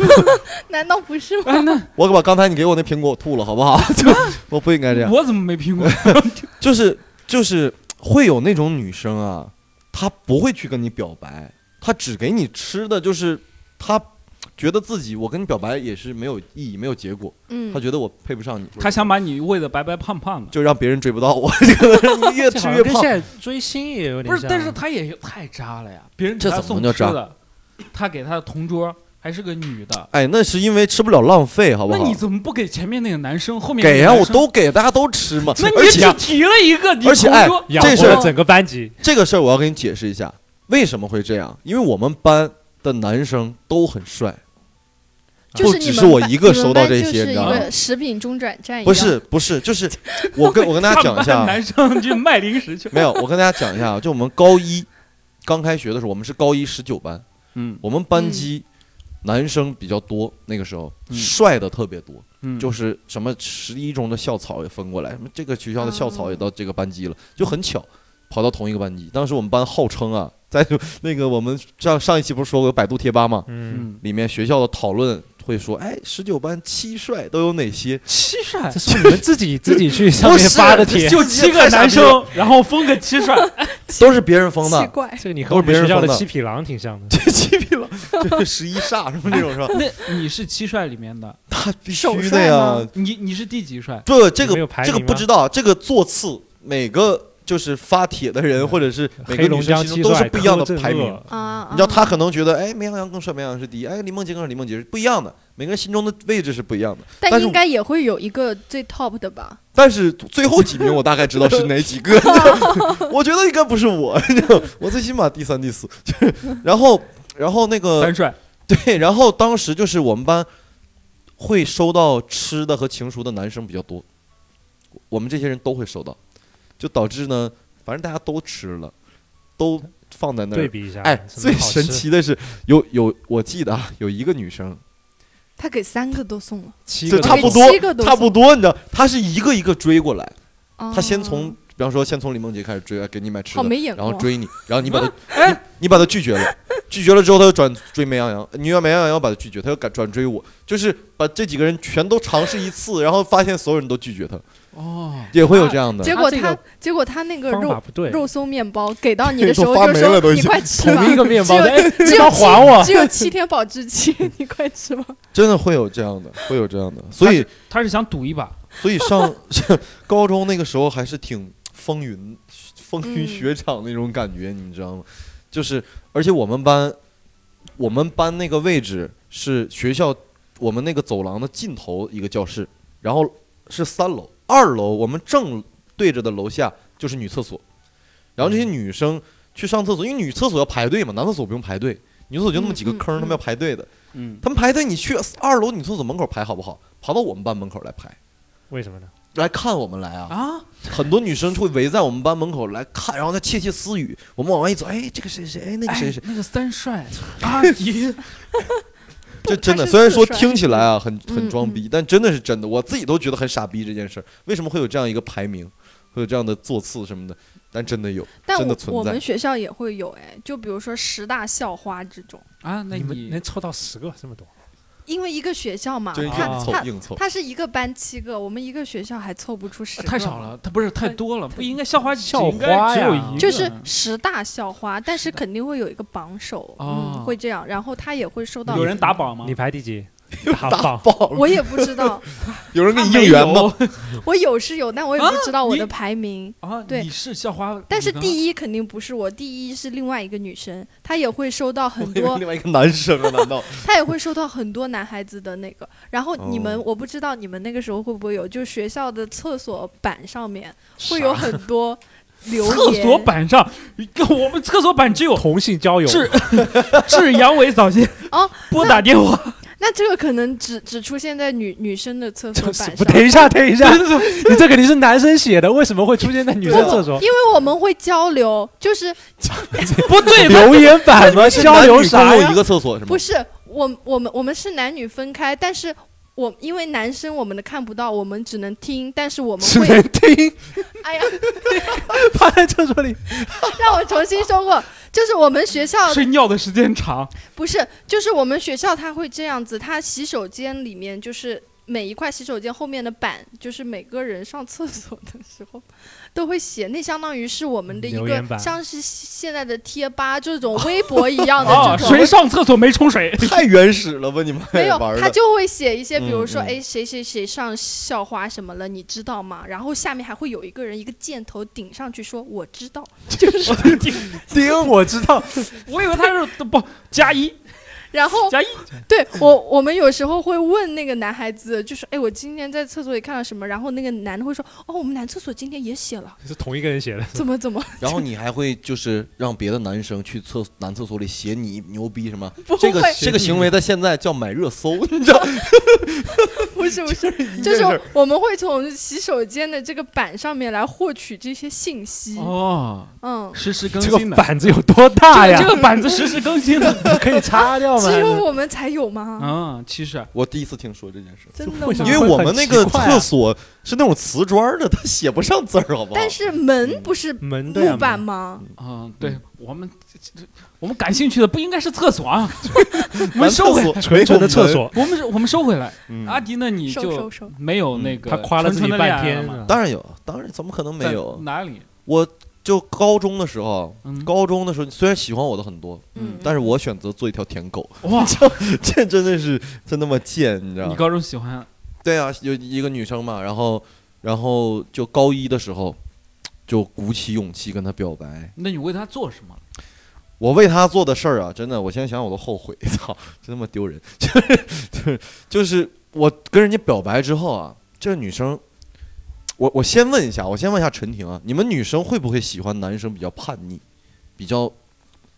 S4: 难道不是吗？
S1: 哎，那
S2: 我把刚才你给我那苹果我吐了，好 不好？就我不应哎该这样，
S1: 我怎么没评估？
S2: 就是就是会有那种女生啊，她不会去跟你表白，她只给你吃的，就是她觉得自己我跟你表白也是没有意义、没有结果，
S4: 嗯
S2: 她，觉得我配不上你，
S1: 他想把你喂得白白胖胖的，
S2: 就让别人追不到我，可能越吃
S3: 这好像
S2: 越
S3: 跟
S2: 胖
S3: 现。在追星也有点
S1: 不是？
S3: 像
S1: 但是他也太渣了呀！别人
S2: 这
S1: 给他
S2: 怎么
S1: 送
S2: 叫
S1: 吃
S2: 渣
S1: 的，他给他的同桌还是个女的，
S2: 哎，那是因为吃不了浪费，好不
S1: 那
S2: 好？
S1: 你怎么不给前面那个男生，后面那个
S2: 给呀、
S1: 男
S2: 我
S1: 生
S2: 都给，大家都吃嘛。
S1: 那
S2: 而
S1: 你
S2: 且
S1: 只提了一个，你
S2: 而且
S1: 同
S2: 哎
S1: 桌
S3: 养
S2: 这
S3: 活
S4: 事
S3: 了
S4: 儿
S3: 整个班级，
S2: 这个事儿我要给你解释一下，为什么会这样？因为我们班的男生都很帅，
S4: 就
S2: 不
S4: 你
S2: 只
S4: 们
S2: 是我一个
S4: 班
S2: 收到这些，
S4: 你
S2: 你
S4: 们
S2: 知道
S4: 班就是一
S2: 吗？
S4: 个食品中转站一样。
S2: 不是不是，就是我跟我跟大家讲一
S1: 他们班
S2: 下啊，。
S1: 男生去卖零食去
S2: 没有，我跟大家讲一下啊，就我们高一刚开学的时候，我们是高一十九班，
S1: 嗯
S2: 我们班级男生比较多，那个时候
S1: 嗯
S2: 帅的特别多，
S1: 嗯
S2: 就是什么十一中的校草也分过来，什么这个学校的校草也到这个班级了，就很巧跑到同一个班级。当时我们班号称啊，在那个我们上上一期不是说过有百度贴吧吗？
S3: 嗯，
S1: 嗯，
S2: 里面学校的讨论会说，哎，十九班七帅都有哪些？
S1: 七帅
S3: 这是你们自己自己去上
S2: 不
S3: 面
S2: 是
S3: 发的帖，
S1: 就七个男生， 然后封个七帅，
S2: 都是别人封
S4: 奇
S2: 的，
S4: 怪，
S3: 这个你和
S2: 都是
S3: 我们
S2: 别人
S3: 学校的
S2: 封的
S3: 七匹狼挺像的。
S2: 这七匹狼，这十一煞什么这种是吧？
S1: 那你是七帅里面的，
S2: 那必
S4: 手
S2: 须的
S4: 帅
S2: 呀
S4: 吗！
S1: 你你是第几帅？
S2: 这这
S3: 没
S2: 个
S3: 有排
S2: 这个
S3: 名吗
S2: 不知道，这个座次每个就是发帖的人或者是每
S3: 黑
S2: 个
S3: 龙
S2: 女生
S3: 江
S2: 心
S3: 七
S2: 中都
S3: 帅
S2: 是不一样的
S3: 柯震
S2: 排名
S3: 恶。
S4: 啊啊！
S2: 你知道他可能觉得，哎，梅阳洋更帅，梅阳洋是第一，哎，林梦洁更帅，林梦洁是不一样的，每个人心中的位置是不一样的。但
S4: 但
S2: 是
S4: 应该也会有一个最 top 的吧？
S2: 但是最后几名我大概知道是哪几个，我觉得应该不是我， 我最起码第三、第四。 就是然后，然后那个
S1: 三帅，
S2: 对，然后当时就是我们班会收到吃的和情书的男生比较多，我们这些人都会收到，就导致呢，反正大家都吃了，都放在那
S3: 对
S2: 儿。
S3: 比一下，
S2: 哎，
S3: 什么
S2: 最
S3: 好吃
S2: 神奇的是，有有我记得啊，有一个女生，
S4: 他给三个都送了，
S3: 七
S2: 就
S3: 个
S2: 差不
S4: 给
S2: 多
S4: 七个，都
S2: 差不多，你知道，她是一个一个追过来，她
S4: 他
S2: 先从比方说先从李梦洁开始追，哎给你买吃
S4: 哦好
S2: 的，
S4: 哦没眼
S2: 然后
S4: 光
S2: 追你，然后你把他，哎，你把他拒绝了，拒绝了之后他又转追美羊羊，你要美羊羊要把他拒绝，他又敢转追我，就是把这几个人全都尝试一次，然后发现所有人都拒绝他，
S1: 哦，
S2: 也会有这样的。
S4: 结果
S1: 这
S4: 他、
S1: 个
S4: 结果他那个
S3: 方法
S4: 肉
S3: 不对，
S4: 肉松面包给到你 的时候
S2: 都发
S4: 就
S2: 霉了
S4: 说
S2: 都已
S4: 你
S2: 经
S4: 快吃吧
S3: 同，一个面包，
S4: 只有
S3: 哎，
S4: 只
S3: 这
S4: 有
S3: 包还我，
S4: 只有 七天保质期， 你快吃吧。
S2: 真的会有这样的，会有这样的。所以，
S1: 他是想赌一把，
S2: 所以上 高中那个时候还是挺风云风云
S4: 嗯
S2: 学长那种感觉，你们知道吗？就是，而且我们班，我们班那个位置是学校我们那个走廊的尽头一个教室，然后是三楼，二楼我们正对着的楼下就是女厕所，然后
S4: 嗯
S2: 这些女生去上厕所，因为女厕所要排队嘛，男厕所不用排队，女厕所就那么几个
S4: 嗯嗯
S2: 坑，他们
S4: 嗯
S2: 要排队的。
S5: 嗯，
S2: 他们排队，你去二楼女厕所门口排好不好？跑到我们班门口来排，
S3: 为什么呢？
S2: 来看我们来啊！
S1: 啊，
S2: 很多女生会围在我们班门口来看，然后再窃窃私语。我们往外一走，哎，这个谁谁，哎，那个谁谁，
S1: 那个三 帅啊阿姨，
S2: 这真的。
S4: 他是
S2: 虽然说
S4: 四川
S2: 听起来啊很很
S4: 嗯
S2: 装逼，但真的是真的，我自己都觉得很傻逼这件事儿。为什么会有这样一个排名，会有这样的座次什么的？但真的有，
S4: 但
S2: 真的
S4: 我
S2: 存
S4: 我
S2: 在
S4: 们学校也会有哎，就比如说十大校花这种，
S1: 啊，那
S3: 你们
S1: 你
S3: 能凑到十个这么多？
S4: 因为一个学校嘛，
S2: 就是硬
S4: 他
S2: 凑
S4: 他
S2: 硬凑。
S4: 他是一个班七个，我们一个学校还凑不出十个，
S1: 太少。了，他不是太多了，不应该校花只
S3: 校
S1: 应该
S3: 花
S1: 只有
S3: 呀
S1: 一个，
S4: 就是十大校花，但是肯定会有一个榜首，
S1: 哦
S4: 嗯，会这样，然后他也会收到。
S1: 有人打榜吗
S3: 你？排第几？打 榜
S2: 爆了，
S4: 我也不知 道，
S2: 有人给
S1: 他
S2: 你
S1: 没
S2: 应援
S1: 有
S2: 吗？
S4: 我有是有，但我也不知道我的
S1: 你
S4: 排名。
S1: 啊，
S4: 对
S1: 你是校花，
S4: 但是
S1: 一
S4: 第一肯定不是我，第一是另外一个女生，她也会收到 很
S2: 我以为
S4: 多，
S2: 另外一个男生啊？难道？
S4: 她也会收到很多男孩子的那个。然后你们，
S2: 哦
S4: 我不知道你们那个时候会不会有，就是学校的厕所板上面会有很多留言。
S1: 厕所板上，我们厕所板只有
S3: 同性交友，
S1: 致 致阳痿早泄
S4: 哦，
S1: 拨打电话，
S4: 那这个可能只只出现在女女生的厕所
S3: 这
S4: 板上。
S3: 是不？等一下，等一下，你这肯定是男生写的，为什么会出现在女生厕所？
S4: 因为我们会交流，就是
S1: 不对，
S3: 留言
S1: 哎
S3: 板吗？交流啥
S2: 男女共用
S3: 呀
S2: 一？个厕所是吗？
S4: 不是我我们我们是男女分开，但是我因为男生我们的看不到，我们只能听，但是我们
S3: 只
S4: 会
S3: 能听，
S4: 哎呀，
S3: 趴在厕所里。
S4: 让我重新说过，就是我们学校
S1: 睡尿的时间长，
S4: 不是，就是我们学校它会这样子，它洗手间里面就是每一块洗手间后面的板，就是每个人上厕所的时候都会写，那相当于是我们的一
S3: 留言
S4: 个
S3: 板
S4: 像是现在的贴吧这种
S2: 哦
S4: 微博一样的
S1: 啊，
S4: 这种。
S1: 谁上厕所没冲 水？
S2: 太原始了吧？你们
S4: 没有
S2: 玩儿，的
S4: 他就会写一些，比如
S2: 嗯
S4: 说，
S2: 嗯
S4: 哎、谁谁谁上校花什么了，你知道吗？然后下面还会有一个人一个箭头顶上去说，我知道，就是，
S3: 丁，我知道，
S1: 我以为他是不加一
S4: 然后
S1: 加一，
S4: 对我，我们有时候会问那个男孩子，就说：“哎，我今天在厕所里看到什么？”然后那个男的会说：“哦，我们男厕所今天也写了，
S3: 是同一个人写的。
S4: 怎么怎么。
S2: 然后你还会就是让别的男生去厕男厕所里写你牛逼什么？
S4: 不
S2: 这个
S4: 会
S2: 这个行为在现在叫买热搜，你知道？”
S4: 不是不是， 就
S2: 件事
S4: 是
S2: 儿
S4: 我们会从洗手间的这个板上面来获取这些信息。
S1: 哦，
S4: 嗯，
S1: 实时更
S3: 这个
S1: 新的。
S3: 板子有多大呀
S1: 这？个板子实时更新的
S3: 可以擦掉吗？
S4: 只有我们才有吗？
S1: 啊，其实
S2: 我第一次听说这件事，
S4: 真的
S3: 为什
S4: 吗
S2: 因
S3: 么？
S2: 为我们那个
S3: 会很奇怪啊
S2: 厕所是那种瓷砖儿的，它写不上字儿，好不好？
S4: 但是门不是
S3: 门对啊
S4: 木板吗？
S1: 啊，
S3: 嗯
S1: 对我们 我们感兴趣的不应该是厕所 啊，我
S2: 男
S1: 们收
S2: 厕
S1: 回，
S2: 所
S3: 纯纯的厕，所，啊
S1: 我们是我们收回来。
S2: 嗯
S1: 阿迪，那你
S4: 收
S1: 就
S4: 收收
S1: 没有那个
S3: 嗯他夸了自己
S1: 纯纯的恋爱
S3: 半天啊
S1: 吗
S3: 呢。
S2: 当然有，当然怎么可能没
S1: 在
S2: 有？
S1: 哪里？
S2: 我就高中的时候，
S1: 嗯，
S2: 高中的时候虽然喜欢我的很多，
S4: 嗯，
S2: 但是我选择做一条舔狗，
S1: 哇，
S2: 这真的是真他妈贱，你知道
S1: 你
S2: 吗？
S1: 高中喜欢
S2: 对啊，有一个女生嘛，然后然后就高一的时候，就鼓起勇气跟她表白。
S1: 那你为他做什么了？
S2: 我为她做的事儿啊，真的，我现在想想我都后悔， 操，真他妈丢人。 就是就是我跟人家表白之后啊，这个女生，我我先问一下，我先问一下陈婷啊，你们女生会不会喜欢男生比较叛逆，比较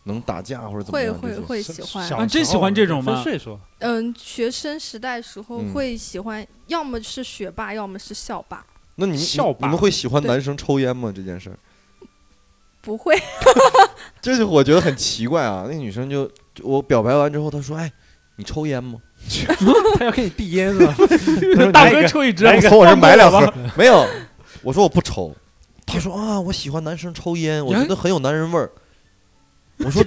S2: 能打架或者怎么
S4: 会
S2: 样？
S4: 会
S2: 这种
S4: 会喜欢。
S1: 啊真喜欢这种吗
S3: 分岁数，
S4: 嗯，学生时代时候
S2: 嗯
S4: 会喜欢，要么是学霸，要么是校霸。
S2: 那你们
S3: 校
S2: 你
S3: 霸
S2: 你们会喜欢
S4: 对
S2: 男生抽烟吗？这件事儿，
S4: 不会，
S2: 就是我觉得很奇怪啊。那女生就就我表白完之后，她说：“哎，你抽烟吗？”
S3: 他要给你递烟是吧？
S1: 大哥抽一支，
S2: 然后从我这买两盒，没有。我说我不抽，他说啊，我喜欢男生抽烟，我
S1: 哎
S2: 觉得很有男人味儿。我说，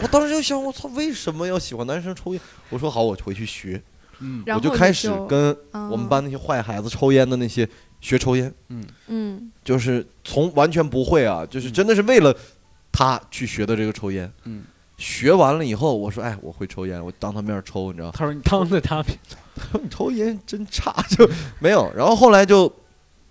S2: 我当时就想，我操，为什么要喜欢男生抽烟？我说好，我回去学，
S1: 嗯
S4: 然
S2: 我
S4: 后
S2: 就
S4: 你
S2: 开始
S4: 就嗯
S2: 跟我
S4: 我
S2: 们班那些坏孩子抽烟的那些学抽烟，
S4: 嗯
S2: 就是从完全不会啊，就是真的是为了他去学的这个抽烟。
S1: 嗯，
S2: 学完了以后，我说哎，我会抽烟，我当他面抽，你知道吗？
S1: 他说你
S3: 当着他面，
S2: 你抽烟真差， 就没有。然后后来就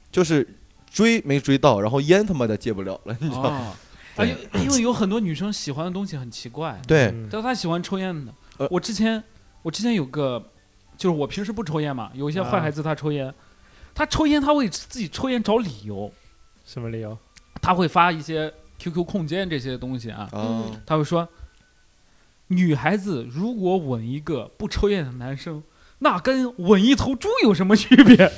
S2: 就是追没追到，然后烟他妈的戒不了了，你知道吗？
S1: 啊，哎呦， 因为有很多女生喜欢的东西很奇怪，啊
S2: 对，
S3: 嗯
S1: 但她喜欢抽烟的
S2: 呃。
S1: 我之前我之前有个，就是我平时不抽烟嘛，有一些
S3: 啊
S1: 坏孩子他抽烟，他抽烟他会自己抽烟找理由，
S3: 什么理由？
S1: 他会发一些 QQ 空间这些东西啊，
S2: 啊，
S4: 嗯
S1: 他会说，女孩子如果吻一个不抽烟的男生，那跟吻一头猪有什么区别？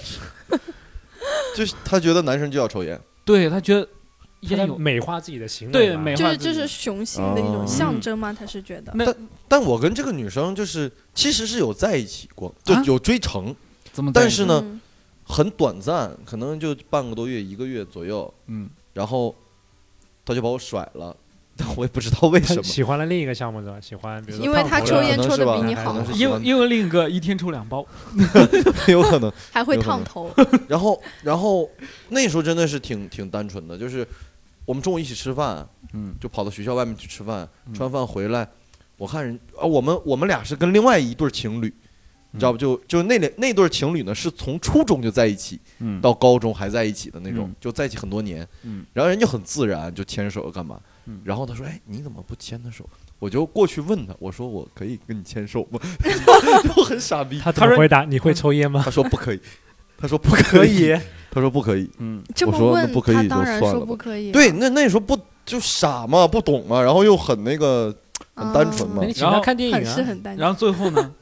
S2: 就是他觉得男生就要抽烟，
S1: 对他觉得
S3: 他
S1: 烟有
S3: 美化自己的行为嘛，
S1: 对美
S4: 就是
S1: 化自己
S4: 就是雄性的一
S2: 哦
S4: 种象征嘛，他是觉得
S1: 那
S2: 但我跟这个女生就是其实是有在一起过，就
S1: 啊
S2: 有追成，
S1: 怎么在意？
S2: 但是呢
S4: 嗯
S2: 很短暂，可能就半个多月、一个月左右，
S1: 嗯，
S2: 然后他就把我甩了，但我也不知道为
S3: 他
S2: 什么。
S3: 喜欢了另一个项目是吧？喜欢，比如说啊
S4: 因为
S3: 胖
S4: 他
S3: 虎
S4: 抽
S3: 了
S4: 烟抽的比你
S2: 可
S4: 好
S2: 能，是喜
S1: 因为
S2: 欢，
S1: 因为另一个一天抽两包，
S2: 有可能。
S4: 还会
S2: 有可
S4: 烫
S2: 能
S4: 头。
S2: 然后，然后那时候真的是挺挺单纯的，就是我们中午一起吃饭，
S1: 嗯
S2: 就跑到学校外面去吃饭，
S1: 嗯
S2: 吃完饭回来，我看人啊，我们我们俩是跟另外一对情侣，
S1: 嗯
S2: 你知道不？就就那那那对情侣呢，是从初中就在一起，
S1: 嗯
S2: 到高中还在一起的那种
S1: 嗯，
S2: 就在一起很多年。
S1: 嗯
S2: 然后人家很自然就牵手干嘛
S1: 嗯？
S2: 然后他说：“哎，你怎么不牵他手？”我就过去问他，我说：“我可以跟你牵手吗？” 我很傻逼。
S3: 他怎
S1: 他
S3: 么
S1: 说
S3: 回答？你
S4: 嗯
S3: 会抽 烟吗？
S2: 他说不 可以，他说不可以，，他说不可以。
S1: 嗯，
S4: 这么
S2: 我说那
S4: 问
S2: 不可以
S4: 他
S2: 就
S4: 当然
S2: 算
S4: 说
S2: 了
S4: 不可以。
S2: 对，那那时候不就傻嘛，不懂嘛，然后又很那个，
S4: 嗯，
S2: 很单纯嘛
S3: 那你请
S1: 然
S3: 他
S1: 后
S3: 看电影
S4: 很是
S3: 啊。
S4: 很
S2: 嗯
S4: 单纯。
S1: 然后最后 呢，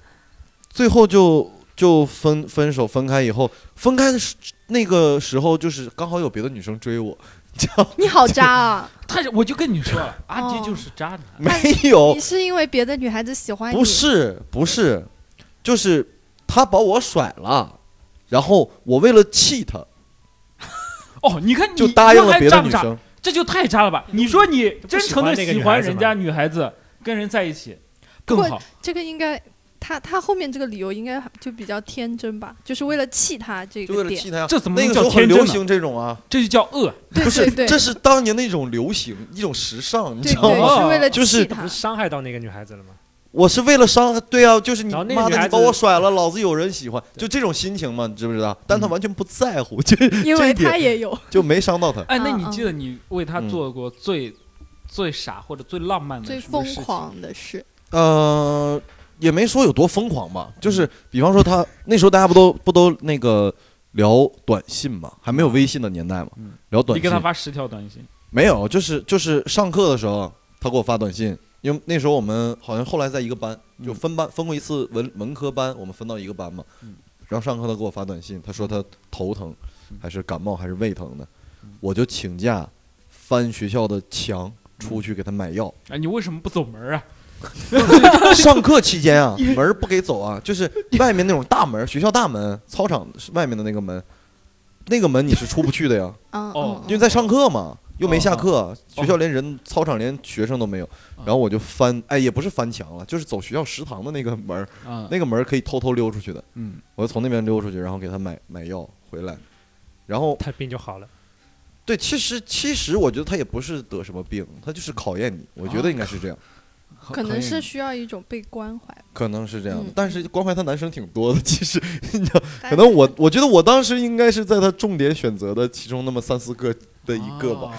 S2: 最后就就分分手分开以后，分开的时那个时候就是刚好有别的女生追我，你知道吗
S4: 你好渣啊！
S1: 他是我就跟你说了，阿
S4: 哦
S1: 迪就是渣男，
S2: 没有
S4: 哎你，是因为别的女孩子喜欢你？
S2: 哦不是不是，就是他把我甩了，然后我为了气他，
S1: 哦，你看你
S2: 就答应
S1: 人
S2: 了
S1: 还
S2: 别
S1: 渣
S2: 的
S1: 不
S2: 女
S1: 渣，
S2: 生。嗯
S1: 这就太渣了吧？你说你真诚的
S3: 不喜欢那个
S1: 喜
S3: 女孩
S1: 欢
S3: 子
S1: 人家女孩子，跟人在一起
S4: 不
S1: 更
S4: 过
S1: 好，
S4: 这个应该，他他后面这个理由应该就比较天真吧，就是为了气他这
S2: 就为
S4: 个
S2: 了
S4: 点
S2: 气。他呀。
S1: 这怎么
S2: 那
S1: 能
S2: 个时
S1: 叫
S2: 候
S1: 天
S2: 很
S1: 真呢？
S2: 流行这种啊，
S1: 这就叫恶，
S4: 对
S2: 不是，
S4: 对对
S2: 这是当年的一种流行，一种时尚，你
S4: 对
S2: 知道
S1: 哦
S2: 吗？
S4: 对，是为了
S2: 就是
S4: 气
S3: 不
S4: 他
S3: 是。伤害到那个女孩子了吗？
S2: 我是为了伤害，对啊，就是你
S3: 然后那个
S2: 妈
S3: 女
S2: 的，
S3: 孩
S2: 你
S3: 子
S2: 把我甩了，老子有人喜欢，就这种心情嘛，你知不知道？但他完全不在乎， 就
S4: 因
S2: 这一
S4: 为
S2: 点
S4: 他也有，
S2: 就没伤到他。
S1: 哎，那
S4: 嗯
S1: 你
S4: 嗯
S1: 记得你为他做过最、最傻或者最浪漫的
S4: 最
S1: 什么
S4: 疯
S1: 事情？
S4: 狂的事，
S2: 呃，也没说有多疯狂吧，就是比方说他那时候大家不都不都那个聊短信嘛，还没有微信的年代嘛
S1: 嗯，
S2: 聊短
S1: 你给
S2: 信
S1: 他发十条短信，
S2: 没有，就是就是上课的时候他给我发短信，因为那时候我们好像后来在一个班，就
S1: 嗯
S2: 分班分过一次文文科班，我们分到一个班嘛
S1: 嗯，
S2: 然后上课他给我发短信，他说他头疼
S1: 嗯，
S2: 还是感冒还是胃疼的
S1: 嗯，
S2: 我就请假翻学校的墙。出去给他买 药。
S1: 哎，你为什么不走门啊？
S2: 上课期间啊，门儿不给走啊，就是外面那种大门，学校大门，操场外面的那个门，那个门你是出不去的呀，
S4: 嗯，
S1: 哦
S4: 嗯
S2: 因为在上课嘛，又没下课，
S1: 哦
S2: 学校连人、操场连学生都没有。
S1: 哦
S2: 然后我就翻，哎，也不是翻墙了，就是走学校食堂的那个门儿，
S1: 啊，
S2: 那个门儿可以偷偷溜出去的。
S1: 嗯，
S2: 我就从那边溜出去，然后给他买买药回来。然后
S3: 他病就好了。
S2: 对，其实其实我觉得他也不是得什么病，他就是考验你，我觉得应该是这样，
S1: 哦
S4: 可能
S1: 以
S4: 是需要一种被关怀。
S2: 可能是这样的
S4: 嗯。
S2: 但是关怀他男生挺多的，其实你知道，可
S4: 但
S2: 能我我觉得我当时应该是在他重点选择的其中那么三四个的一个吧，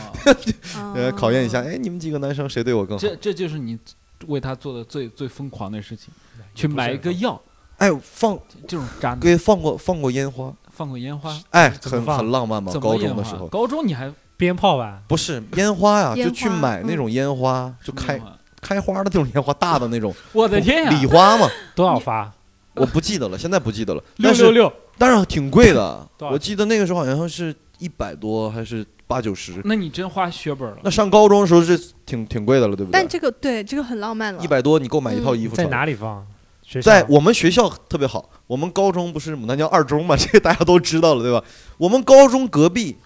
S1: 哦
S2: 呃，考验一下，
S4: 嗯
S2: 哎，你们几个男生谁对我 更好？
S1: 这这就是你为他做的最最疯狂的事情，
S3: 也
S1: 去
S3: 不是
S1: 买一
S3: 很
S1: 个
S3: 好
S1: 药，
S2: 哎，放
S1: 这种渣男
S2: 给放过放过烟花，
S1: 放过烟花，
S2: 哎，
S3: 怎么
S2: 很
S3: 放
S2: 很浪漫嘛。
S1: 怎么
S2: 高
S1: 烟
S2: 中的
S1: 花
S2: 时候
S1: 高中你还
S3: 鞭炮吧，
S2: 不是烟花呀，
S4: 烟
S2: 就去
S4: 花
S2: 买那
S4: 嗯
S2: 种烟花，
S1: 什
S2: 就
S1: 么
S2: 开
S1: 烟花嗯
S2: 开花的那种烟花，大的那种
S1: 我的天呀
S2: 礼，花嘛，
S3: 多少发？
S2: 我不记得了，现在不记得了，
S1: 六
S2: 但
S1: 六
S2: 是
S1: 六，
S2: 但是挺贵的，
S3: 多少
S2: 我记得那个时候好像是一百多还是八九十，
S1: 那你真花血本了
S2: 那。上高中的时候是挺挺贵的了，对不
S4: 但
S2: 对？
S4: 这个对这个很浪漫了
S2: 一。百多你购买一套
S4: 嗯
S2: 衣服
S3: 在
S2: 穿，
S3: 哪里放？学校
S2: 在我们学校特别好，我们高中不是牡丹江二中嘛，这个大家都知道了，对吧？我们高中隔壁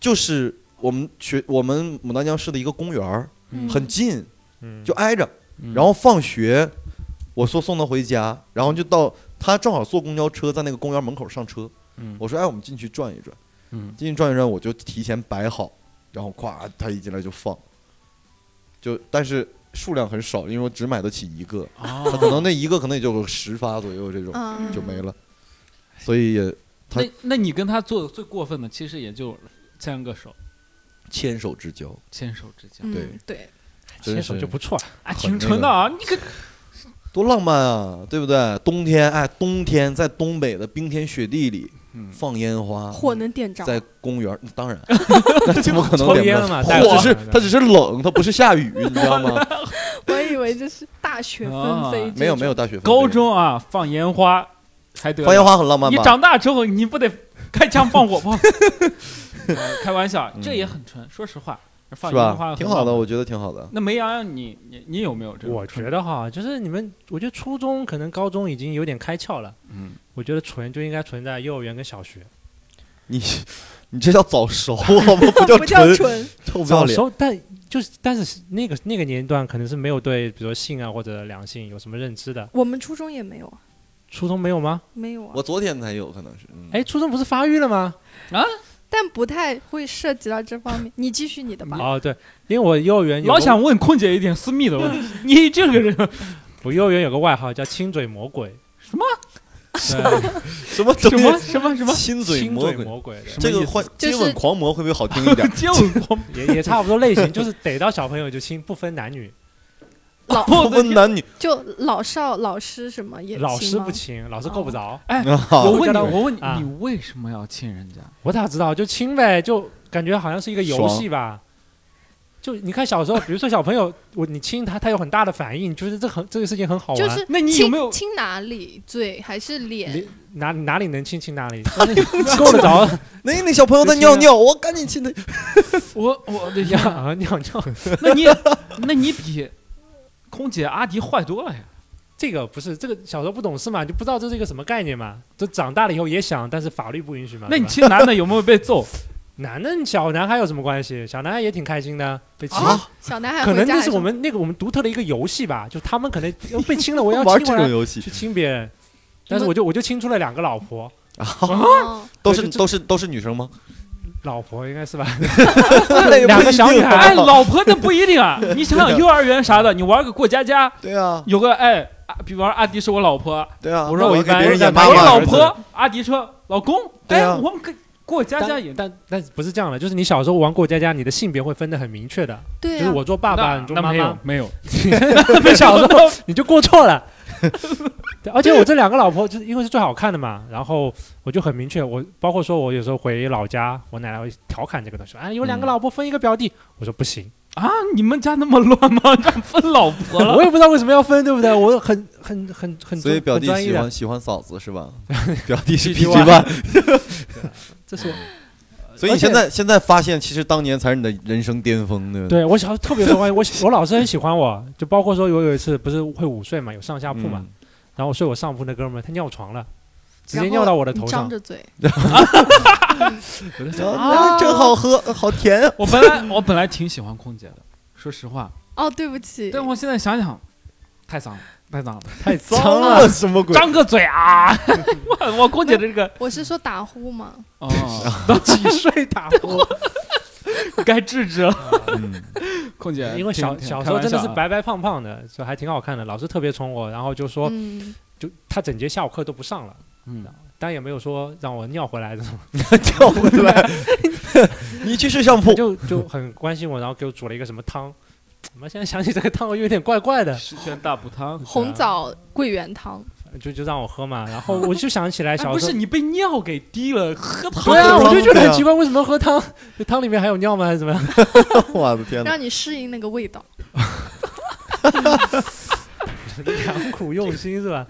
S2: 就是我们学我们牡丹江市的一个公园儿，
S1: 嗯
S2: 很近，
S3: 嗯，
S2: 就挨着。
S1: 嗯
S2: 然后放学，我说送他回家，然后就到他正好坐公交车在那个公园门口上车。
S1: 嗯
S2: 我说：“哎，我们进去转一转。”
S1: 嗯
S2: 进去转一转，我就提前摆好，然后咵，他一进来就放，就但是数量很少，因为我只买得起一个，
S1: 啊
S2: 他可能那一个可能也就有十发左右这种
S4: 嗯，
S2: 就没了，所以也他
S1: 那那你跟他做的最过分的，其实也就牵个手，
S2: 牵手之交，
S1: 牵手之间
S4: 嗯
S2: 对
S4: 对，
S2: 真
S3: 牵手
S2: 是
S3: 就不错，
S1: 啊，
S2: 很
S1: 挺
S2: 那
S1: 纯
S2: 个
S1: 的啊，你可
S2: 多浪漫啊，对不对？冬天哎，冬天在东北的冰天雪地里
S1: 嗯
S2: 放烟花，
S4: 火能点着，
S2: 啊在公园儿，当然，那怎么可能
S3: 抽
S2: 点不
S3: 烟
S2: 着
S3: 了嘛带
S2: 火
S3: 着
S2: 是
S3: 嘛
S2: 它只是冷，它不是下雨，你知道吗？
S4: 我以为这是大雪纷飞
S1: 啊，
S2: 没有没有，，大雪纷飞
S1: 高中啊放烟花还得了
S2: 放烟花很浪漫
S1: 你
S2: 吧？
S1: 长大之后你不得开枪放 火炮？呃开玩笑，这也很纯，说实话，放
S2: 嗯是
S1: 烟
S2: 吧
S1: 花？
S2: 挺好的，
S1: 很浪漫。
S2: 我觉得挺好的。
S1: 那梅洋洋，你你你有没有这种
S3: 我
S1: 纯？
S3: 觉得哈，就是你们，我觉得初中可能高中已经有点开窍了，
S1: 嗯，
S3: 我觉得纯就应该存在幼儿园跟小学。
S2: 你你这叫早熟，好吗？ 不叫
S4: 不叫
S2: 纯，
S4: 纯，
S2: 臭不要
S3: 早
S2: 脸。
S3: 熟，但就是但是那个那个年龄段可能是没有对，比如说性啊或者两性有什么认知的。
S4: 我们初中也没有啊，
S3: 初中没有吗？
S4: 没有啊
S2: 我，昨天才有，可能是。嗯
S3: 哎，初中不是发育了吗？
S4: 但不太会涉及到这方面。你继续你的吧，
S3: 哦，对，因为我幼儿园有
S1: 老
S3: 个
S1: 想问空姐一点私密的问题，你这个人
S3: 我幼儿园有个外号叫亲嘴魔鬼。
S1: 什么
S3: 对？
S2: 什么
S1: 什么什么什么
S2: 亲嘴
S3: 亲
S2: 魔
S3: 嘴
S2: 鬼？
S3: 魔鬼？对
S2: 这
S1: 什么
S2: 个
S1: 意思？
S2: 换
S4: 就
S2: 接吻
S4: 是
S2: 狂魔会不会好听一 点
S1: 接吻狂魔
S3: 也也差不多类型，就是逮到小朋友就亲，不分男女。
S4: 老
S2: 不分男女
S4: 就老少老师什么也
S3: 老师
S4: 行吗
S3: 不亲，老师够不着，
S1: 我
S2: 啊！
S1: 问你，
S3: 啊
S1: 我问你，
S3: 啊
S1: 你为什么要亲人家？
S3: 我咋知道？就亲呗，就感觉好像是一个游戏吧。就你看小时候，比如说小朋友，我你亲他，他有很大的反应，就是这很这个事情很好玩。
S4: 就是
S1: 那你有
S4: 亲
S1: 没有
S4: 亲哪里？嘴还是脸？
S3: 你哪哪里能亲 亲哪里，但是你够得着
S2: 那那小朋友在尿尿，我赶紧亲他。
S1: 我我的
S3: 呀
S1: 呀，
S3: 啊 尿尿，
S1: 那你那你比空姐阿迪坏多了呀。
S3: 这个不是这个小时候不懂事嘛，就不知道这是一个什么概念嘛。就长大了以后也想，但是法律不允许嘛。
S1: 那你
S3: 啊对
S1: 亲
S3: 吧
S1: 男的有没有被揍？
S3: 男的小男孩有什么关系？小男孩也挺开心的，被亲。
S2: 啊
S4: 小男孩
S3: 可
S4: 回
S3: 能
S4: 家
S3: 那
S4: 哦还
S3: 是我们那个我们独特的一个游戏吧，就他们可能要被亲 了，我也要
S2: 玩
S3: 亲
S2: 这
S3: 我
S2: 种
S3: 来
S2: 游戏
S3: 去亲别人，但是我就我就亲出了两个老婆，
S4: 什
S2: 啊，
S4: 么哦
S2: 都
S3: 对
S2: 是
S3: 就
S2: 都是都是女生吗？
S3: 老婆应该是吧？
S2: 那也不
S3: 两个
S2: 一
S3: 小
S2: 定啊
S3: 女
S2: 吧
S1: 哎，老婆那不一定 啊。你想想幼儿园啥的，你玩个过家家，
S2: 对啊
S1: 有个哎，啊比方说阿迪是我老婆，
S2: 对啊。
S3: 我
S2: 那
S3: 说
S2: 我
S3: 我
S2: 要
S3: 一
S2: 给
S3: 般
S2: 别人
S3: 在
S2: 演
S3: 买
S2: 妈
S1: 我
S3: 个
S2: 妈
S1: 老
S2: 儿子
S1: 婆，阿迪说老公，
S2: 对
S1: 哎，
S2: 啊
S1: 我们跟过家家也。
S3: 但但不是这样的，就是你小时候玩过家家，你的性别会分得很明确的，
S4: 对
S3: 就是
S4: 啊，
S3: 我做爸爸，你做
S1: 那
S3: 妈
S1: 没有
S3: 妈，
S1: 没 有，
S3: 你小
S1: 哦
S3: 时候你就过错 了。对而且我这两个老婆就是因为是最好看的嘛，然后我就很明确，我包括说我有时候回老家，我奶奶会调侃这个东西，哎，有两个
S2: 嗯
S3: 老婆分一个表弟，我说不行。
S1: 啊，你们家那么乱吗？让分老婆 了
S3: 我也不知道为什么要分，对不对？我很很很很
S2: 所以表弟
S3: 很专
S2: 喜
S3: 一的，
S2: 欢喜欢嫂子是吧？表弟是
S3: PG
S2: PG
S3: One
S2: 万，
S3: 这是我
S2: 所以
S3: 而
S2: 你
S3: 且
S2: 现在现在发现，其实当年才是你的人生巅峰，对不嗯对？
S3: 对我小时候特别受欢迎，我喜我老师很喜欢我，就包括说我有一次不是会午睡嘛，有上下铺嘛，
S2: 嗯
S3: 然后睡我上铺那哥们儿他尿床了，直
S4: 然
S3: 接
S4: 后
S3: 尿到我的
S4: 你
S3: 头
S4: 张
S3: 上，
S4: 着嘴，
S2: 啊，真好喝，好甜 啊！
S1: 我本来我本来挺喜欢空姐的，说实 话，
S4: 哦，对不起，
S1: 但我现在想想，太脏了，太脏了，
S3: 太
S2: 脏了，什么鬼？
S1: 张个嘴啊！ 我我空姐的这个
S4: 我是说打呼嘛，
S1: 哦，
S3: 都几岁 打呼？
S1: 该制止了。
S2: 嗯
S1: 空姐，
S3: 因为小
S1: 呃挺
S3: 小时候真的
S1: 挺开玩
S3: 是，
S1: 笑啊
S3: 白白胖胖的，就还挺好看的，老师特别宠我，然后就说
S4: 嗯，
S3: 就他整节下午课都不上了，
S1: 嗯，
S3: 但也没有说让我尿回来这种。
S2: 跳回来， 你去睡上铺。
S3: 就就很关心我，然后给我煮了一个什么汤。怎么现在想起这个汤，我有点怪怪的，
S1: 十全大补汤。
S4: 红枣桂圆汤，
S3: 就就让我喝嘛。然后我就想起来
S1: 哎，
S3: 小
S1: 不
S3: 时候
S1: 是，你被尿给滴了，喝汤
S3: 对啊，我就觉得
S2: 对
S3: 很
S2: 啊
S3: 奇怪，为什么要喝汤？这汤里面还有尿吗？还是怎么样？
S2: 我的天哪！
S4: 让你适应那个味道。
S3: 良苦用心是吧？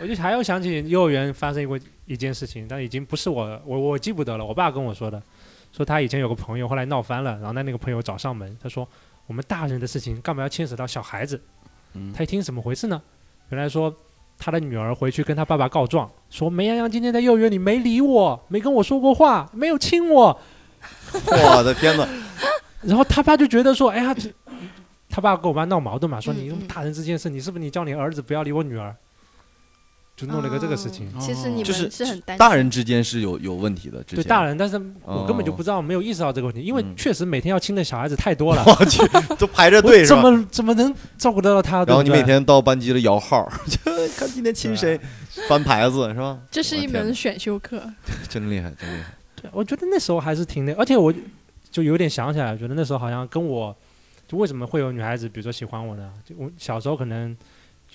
S3: 我就还要想起幼儿园发生过一件事情，但已经不是我我我记不得了，我爸跟我说的，说他以前有个朋友后来闹翻了，然后那那个朋友找上门，他说我们大人的事情干嘛要牵扯到小孩子？
S1: 嗯
S3: 他一听怎么回事呢？原来说他的女儿回去跟他爸爸告状，说梅洋洋今天在幼儿园里没理我，没跟我说过话，没有亲我，
S2: 我的天哪！
S3: 然后他爸就觉得说，哎呀，这他爸跟我妈闹矛盾嘛，说
S4: 嗯
S3: 你这么
S4: 嗯
S3: 大人这件事，你是不是你叫你儿子不要理我女儿，就弄了一个这个事情。
S4: 哦其实你
S2: 就
S4: 们
S2: 是
S4: 是很担心，
S2: 大人之间是有有问题的，之
S3: 对
S2: 前
S3: 大人，但是我根本就不知道，没有意识到这个问题，因为
S2: 嗯
S3: 确实每天要亲的小孩子 太多了，
S2: 我去都排着队
S3: 我
S2: 是
S3: 怎
S2: 吧？
S3: 么怎么能照顾得到他？对
S2: 然后
S3: 不
S2: 你
S3: 对
S2: 每天到班级里摇号， 就看今天亲谁，翻牌子是吧？
S4: 这是
S2: 我
S4: 一
S2: 天
S4: 门选修课。
S2: 真厉害，真厉害。
S3: 对，我觉得那时候还是挺那，而且我就有点想起来，我觉得那时候好像跟我就为什么会有女孩子，比如说喜欢我呢？就我小时候可能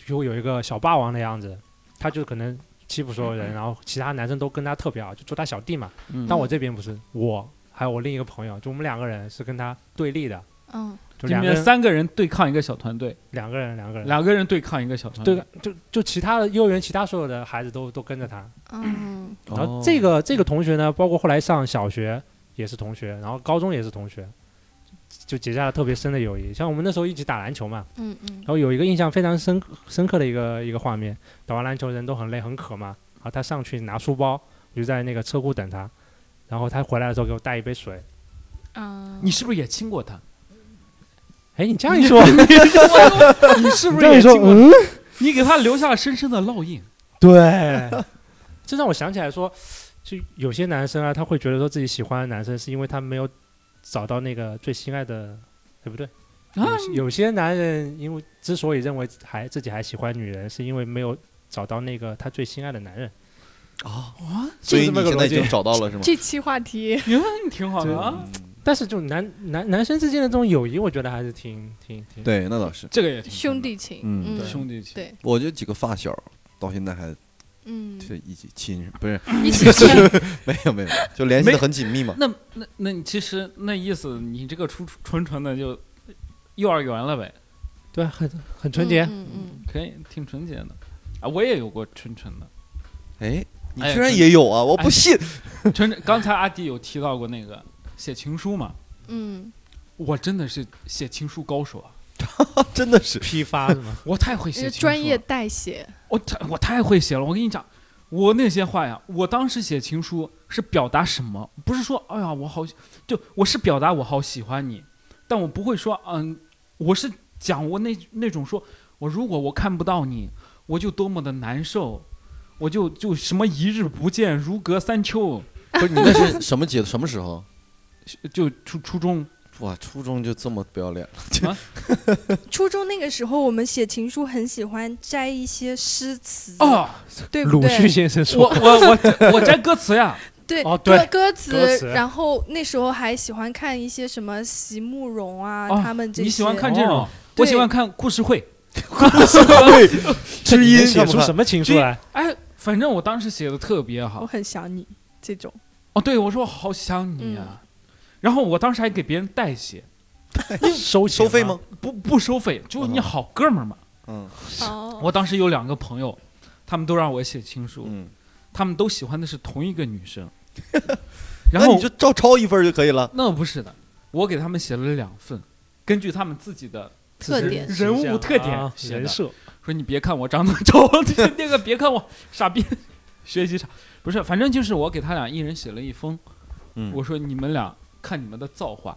S3: 就会有一个小霸王的样子，他就可能欺负所有 人，然后其他男生都跟他特别好，就做他小弟嘛。
S1: 嗯
S3: 但我这边不是，我还有我另一个朋友，就我们两个人是跟他对立的，
S4: 嗯，
S3: 就
S1: 你
S3: 两个
S1: 们
S3: 人
S1: 三个人对抗一个小团队，
S3: 两个人两个人。
S1: 两个人对抗一个小团队
S3: 对，，就就其他的幼儿园其他所有的孩子都都跟着他，
S4: 嗯，
S3: 然
S2: 哦
S3: 后这个、这个同学呢，包括后来上小学也是同学，然后高中也是同学，就结下了特别深的友谊。像我们那时候一起打篮球嘛，
S4: 嗯嗯
S3: 然后有一个印象非常深深刻的一个一个画面，打完篮球人都很累很渴嘛，然后他上去拿书包，我就在那个车库等他，然后他回来的时候给我带一杯水。
S4: 啊，
S1: 你是不是也亲过他？
S3: 哎，你这样一说，你
S1: 你是不 是
S3: 这样一
S1: 也
S3: 说，
S1: 亲过他？
S3: 嗯，
S1: 你给他留下了深深的烙印。
S3: 对， 这让我想起来说，就有些男生啊，他会觉得说自己喜欢的男生是因为他没有找到那个最心爱的，对不对？
S1: 啊
S3: 有些有些男人因为之所以认为还自己还喜欢女人，是因为没有找到那个他最心爱的男人。
S2: 啊，
S1: 哇，
S2: 所以
S3: 这么
S2: 你
S3: 个
S2: 现在已
S3: 逻辑
S2: 经找到了是吗？
S4: 嗯这期话题，
S1: 你看挺好的啊，
S3: 但是就男男男生之间的这种友谊，我觉得还是挺挺挺。
S2: 对，那倒是。
S1: 这个也挺
S4: 兄弟情，
S2: 嗯
S4: 嗯，
S1: 兄弟情。
S4: 对
S2: 我就几个发小，到现在还
S4: 嗯，
S2: 是一起亲，不是
S4: 一起见，
S2: 没有没有，就联系的很紧密嘛。
S1: 那那那你其实那意思，你这个纯纯纯的就幼儿园了呗，
S3: 对啊，很很纯洁。
S4: 嗯嗯
S1: 可以挺纯洁的啊。我也有过纯纯的，
S2: 哎，你
S1: 哎呀
S2: 居然也有啊！我
S1: 哎
S2: 不信。
S1: 纯纯。刚才阿迪有提到过那个写情书嘛，
S4: 嗯
S1: 我真的是写情书高手啊，
S2: 真的是
S3: 批发是吗？
S1: 我太会写
S4: 嗯，
S1: 情书了
S4: 专业，代写，
S1: 我太我太会写了。我跟你讲，我那些话呀，我当时写情书是表达什么？不是说哎呀我好喜，就我是表达我好喜欢你，但我不会说嗯，我是讲我那那种说，我如果我看不到你，我就多么的难受，我就就什么一日不见如隔三秋，
S2: 不是你那是什么节？什么时候？
S1: 就初初中
S2: 哇，初中就这么不要脸了？
S4: 初中那个时候，我们写情书很喜欢摘一些诗词，
S1: 哦，
S4: 对不
S3: 鲁迅
S4: 对？
S3: 先生
S1: 我
S3: 说，
S1: 我我我摘歌词呀，
S4: 对，
S3: 哦
S4: 歌
S3: 对
S4: 歌
S3: 歌
S4: 词
S3: 词，
S4: 然后那时候还喜欢看一些什么席慕容啊，
S1: 哦
S4: 他们 这些。
S1: 你喜欢看这种
S3: 哦？
S1: 我
S4: 对
S1: 喜欢看故事 会。
S2: 对，
S3: 这
S2: 知
S3: 你能
S2: 音
S3: 写
S2: 看不
S3: 出什
S2: 看？
S3: 么情书来？
S1: 哎，反正我当时写的特别好
S4: 我。很想你这种，
S1: 哦，对，我说我好想你啊。
S4: 嗯
S1: 然后我当时还给别人代写，
S3: 收钱
S2: 收费吗？？
S1: 不不收费，就是你
S2: 嗯
S1: 好哥们儿嘛。
S2: 嗯
S4: 哦
S1: 我当时有两个朋友，他们都让我写情书，
S2: 嗯，
S1: 他们都喜欢的是同一个女 生。然
S2: 那
S1: 后
S2: 你就照抄一份就可以了。
S1: 那不是的，我给他们写了两份，根据他们自己的
S4: 特点
S1: 人物特点
S3: 啊
S1: 写的
S3: 人设。
S1: 说你别看我长得 丑，那个别看我傻逼， 学习傻，不是，反正就是我给他俩一人写了一封，
S2: 嗯
S1: 我说你们俩看你们的造化，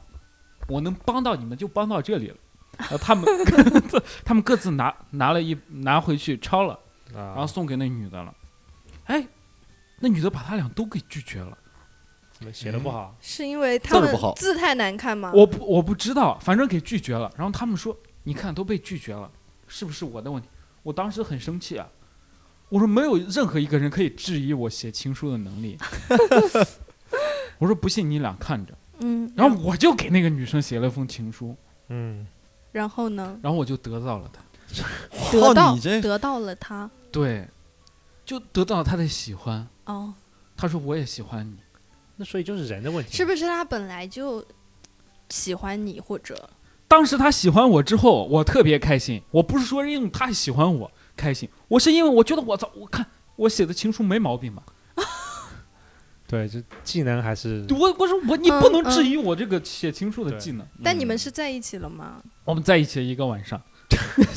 S1: 我能帮到你们就帮到这里了。然后他们 他们各自拿拿了一拿回去抄了，然后
S3: 啊，
S1: 送给那女的了。哎，那女的把他俩都给拒绝了。
S3: 怎么写的不好？
S4: 是因为
S2: 字
S4: 他
S2: 儿
S4: 们
S2: 不好
S4: 字太难看吗？
S1: 我不我不知道，反正给拒绝了。然后他们说，你看都被拒绝了，是不是我的问题？我当时很生气啊，我说没有任何一个人可以质疑我写情书的能力。我说不信你俩看着，
S4: 嗯，
S1: 然后我就给那个女生写了封情书，
S3: 嗯，
S4: 然后呢？
S1: 然后我就得到了她，
S4: 得
S2: 哇，
S4: 到
S2: 你这
S4: 得到了他
S1: 对，就得到了她的喜欢。
S4: 哦，
S1: 她说我也喜欢你，
S3: 那所以就是人的问题。
S4: 是不是他本来就喜欢你，或者
S1: 当时他喜欢我之后，我特别开心。我不是说因为他喜欢我开心，我是因为我觉得我操，我看我写的情书没毛病吧？
S3: 对，这技能还是
S1: 我我说我你不能
S4: 嗯
S1: 质疑我这个写情书的技能。
S2: 嗯
S4: 但你们是在一起了 吗？
S1: 我们在一起一个晚上，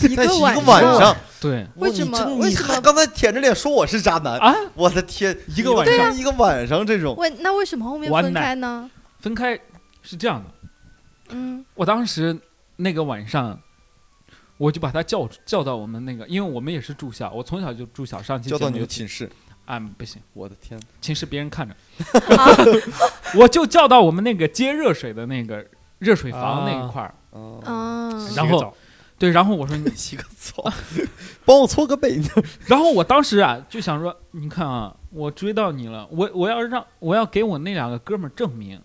S2: 一
S4: 个
S2: 一个
S4: 晚
S2: 晚
S4: 上
S2: 上，
S1: 对
S2: 哇
S4: 为什
S2: 你
S4: 么
S2: 真
S4: 为
S2: 你
S4: 什
S2: 还
S4: 么
S2: 刚才舔着脸说我是渣男，
S1: 啊，
S2: 我的天，
S1: 一个晚上
S2: 一个晚上这种，
S4: 为那为什么后面
S1: 完
S4: 分
S1: 奶
S4: 开呢？
S1: 分开是这样的，
S4: 嗯
S1: 我当时那个晚上，我就把他叫叫到我们那个，因为我们也是住校，我从小就住校。上期
S2: 叫
S1: 节
S2: 到
S1: 目
S2: 你
S1: 有
S2: 的寝室，
S1: 啊，不行，
S2: 我的天，
S1: 寝室别人看着，
S4: 啊，
S1: 我就叫到我们那个接热水的那个热水房那一块儿。
S2: 啊，
S4: 嗯
S1: 然后对，然后我说你，
S2: 洗个澡， 帮我搓个背，
S1: 然后我当时啊就想说，你看啊，我追到你了，我我要让我要给我那两个哥们儿证明，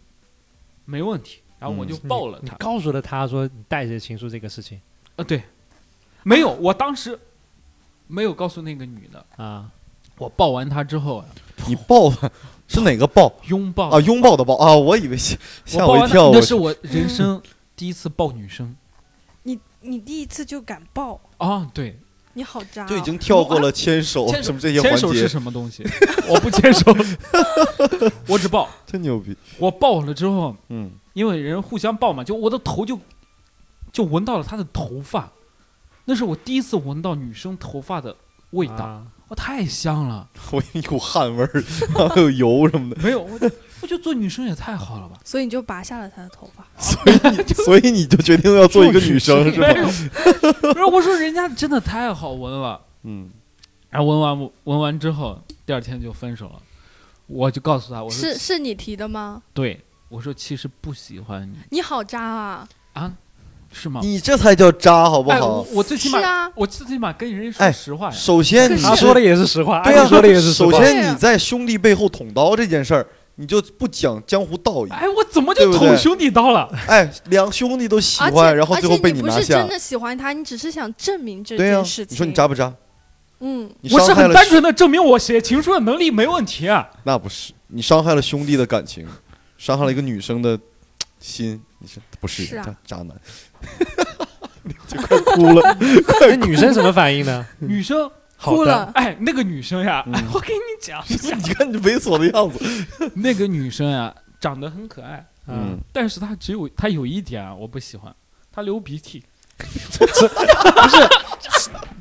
S1: 没问题。然后我
S2: 嗯
S1: 就抱了
S3: 你
S1: 他，
S3: 告诉了他说你带着情书这个事情
S1: 啊，对，没有，我当时没有告诉那个女的。
S3: 啊，
S1: 我抱完她之后啊，
S2: 你抱吧， 是哪个抱
S1: 拥抱
S2: 啊？拥抱的抱啊，我以为吓吓
S1: 哦抱
S2: 我
S1: 完
S2: 一
S1: 她
S2: 跳，
S1: 那
S2: 我
S1: 是我人 生第一次抱女生
S4: 你你第一次就敢抱，
S1: 啊，对，
S4: 你好渣、哦，
S2: 就已经跳过了牵手
S1: 牵手
S2: 什么这些
S1: 牵
S2: 环
S1: 手是
S2: 节，
S1: 什么东西？我不牵 手，我只抱。
S2: 真牛逼，
S1: 我抱了之后，
S2: 嗯，
S1: 因为人互相抱嘛，就我的头就就闻到了她的头发，那是我第一次闻到女生头发的味道，
S3: 啊
S1: 我太香了。
S2: 我一股汗味儿， 还有油什么的，
S1: 没有，我就我觉得做女生也太好了吧？
S4: 所以你就拔下了他的头发。
S2: 所以你就决定要做一个女生是
S1: 没
S2: 吧？
S1: 有，不是我说人家真的太好闻了。
S2: 嗯，
S1: 然后闻完我闻完之后，第二天就分手了。我就告诉他，我说
S4: 是是你提的吗？
S1: 对，我说其实不喜欢你，
S4: 你好渣啊！
S1: 是吗？
S2: 你这才叫渣好不
S1: 哎，我
S2: 好？
S1: 我最起
S4: 是
S1: 码，
S4: 啊，
S1: 我最起码跟人家说
S2: 哎
S1: 实话呀。
S2: 首先你
S4: 可是
S3: 他
S2: 是
S3: 说的也是实话，
S2: 对
S3: 呀、
S2: 呀、
S3: 说的也是实
S2: 首
S3: 话。
S4: 对
S2: 先
S4: 呀
S2: 你在兄弟背后捅刀这件事儿，你就不讲江湖道义。
S1: 哎，我怎么
S2: 对
S1: 就
S2: 不对
S1: 捅兄弟刀了？
S2: 哎，两兄弟都喜
S4: 而且
S2: 欢，然后最后
S4: 而
S2: 被
S4: 且你不
S2: 拿
S4: 是
S2: 下
S4: 真。的喜欢他，你只是想证明这
S2: 对呀、啊
S4: 件事情。
S2: 你说你渣不渣？
S4: 嗯，
S2: 你
S1: 我
S2: 伤
S1: 是
S2: 害
S1: 很
S2: 了
S1: 单纯的证明我写情书的能力没问题 啊。
S2: 那不是你伤害了兄弟的感情，伤害了一个女生的心。你是不是
S4: 是啊
S2: 渣渣男？就快哭了，
S3: 那女生什么反应呢？
S1: 女生，
S4: 哭了。
S1: 哎，那个女生呀，
S2: 嗯
S1: 我跟你讲，
S2: 你看你猥琐的样子。
S1: 那个女生呀，长得很可爱，
S3: 嗯，
S1: 但是她只有她有一点啊，我不喜欢，她流鼻涕。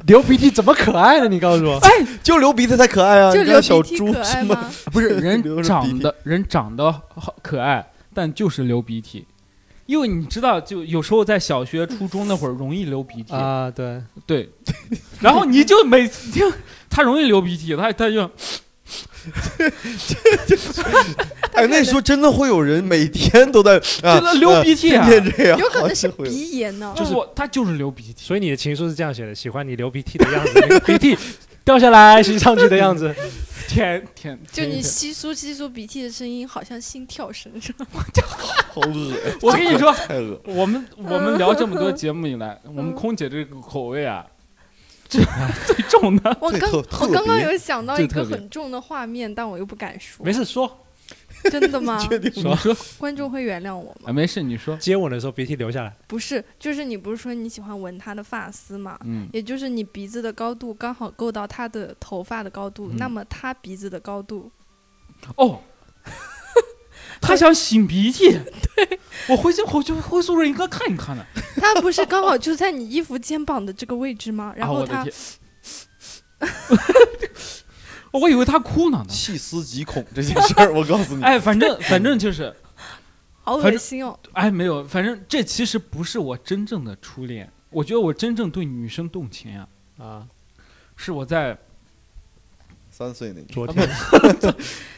S3: 流鼻涕怎么可爱呢？你告诉我，
S2: 就流鼻涕才可爱啊！
S4: 就
S2: 你看
S4: 流
S2: 小
S4: 鼻涕
S2: 猪
S4: 可
S2: 什
S4: 爱
S2: 么？
S4: 吗？
S1: 不是
S2: 啊 流
S1: 人
S2: 着
S1: 长
S2: 鼻
S1: 得人长得好可爱，但就是流鼻涕。因为你知道，就有时候在小学、初中那会儿容易流鼻涕，
S3: 啊，对，
S1: 对， 然后你就每次就他容易流鼻涕，他他就
S2: 哎，那时候真的会有人每天都在啊
S1: 这个流鼻涕
S2: 天
S1: 啊，
S2: 天这样，
S4: 有可能是
S2: 真会有
S4: 鼻炎呢。哦
S1: 就是我他就是流鼻涕，
S3: 所以你的情书是这样写的：喜欢你流鼻涕的样子，那个鼻涕 掉下来吸上去的样子。
S1: 舔舔
S4: 就
S1: 舔一
S4: 你
S1: 舔
S4: 稀疏稀疏鼻涕的声音，好像心跳声是吧？
S2: 好恶
S1: 我跟你说，
S2: 太恶。
S1: 我们我们聊这么多节目以 来，我们空姐这个口味啊，这 最重的
S4: 我
S2: 这
S4: 刚
S2: 特
S4: 我
S2: 特
S4: 刚刚
S2: 别
S4: 有想到
S1: 这
S4: 一个
S1: 特别
S4: 很重的画面，但我又不敢说
S3: 没。事说，
S4: 真的 吗？
S2: 确定
S1: 你说
S4: 观众会原谅我吗？
S1: 啊，没事，你说，
S3: 接吻的时候鼻涕流下来。
S4: 不是，就是你不是说你喜欢闻他的发丝吗？
S1: 嗯，
S4: 也就是你鼻子的高度刚好够到他的头发的高度，
S1: 嗯
S4: 那么他鼻子的高度，
S1: 哦，他想擤鼻涕，对，我回去回去回宿舍应该看一看的，
S4: 他不是刚好就在你衣服肩膀的这个位置吗？然
S1: 啊，
S4: 后
S1: 我的
S4: 他
S1: 天， 我以为他哭呢呢，
S2: 细思极恐这件事儿，我告诉你，
S1: 哎，反正反正就是。
S4: 好
S1: 反
S4: 恶
S1: 正
S4: 心哦，
S1: 哎，没有，反正这其实不是我真正的初恋。我觉得我真正对女生动情呀、
S3: 啊，
S1: 是我在
S2: 三岁那年，
S3: 昨天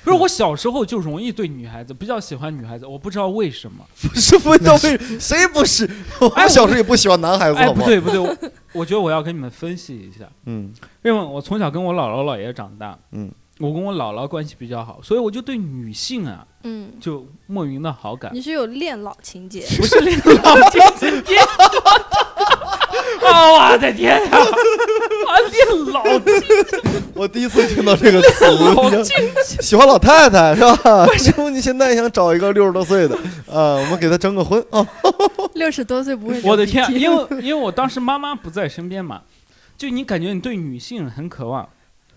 S1: 不是我小时候就容易对女孩子比较喜欢女孩子，我不知道为什么。
S2: 不是不知道为谁不是，
S1: 哎
S2: 我
S1: 我
S2: 小时候也不喜欢男孩子，
S1: 哎，
S2: 好
S1: 不
S2: 吗？
S1: 对不对，我 我觉得我要跟你们分析一下，
S2: 嗯
S1: 因为我从小跟我姥姥姥爷长大，
S2: 嗯，
S1: 我跟我姥姥关系比较好，所以我就对女性啊
S4: 嗯，
S1: 就莫名的好感
S4: 你。是有恋老情 节，
S1: 不是领导姐姐爹，啊！我的天呀、啊，练老
S2: 我第一次听到这个词，
S1: 老
S2: 你
S1: 劲
S2: 就喜欢老太太是吧？师傅，你现在想找一个六十多岁的啊，我们给他征个婚啊？
S4: 六十多岁不会流
S1: 我的
S4: 鼻
S1: 天啊，
S4: 涕
S1: 因为因为我当时妈妈不在身边嘛，就你感觉你对女性很渴望，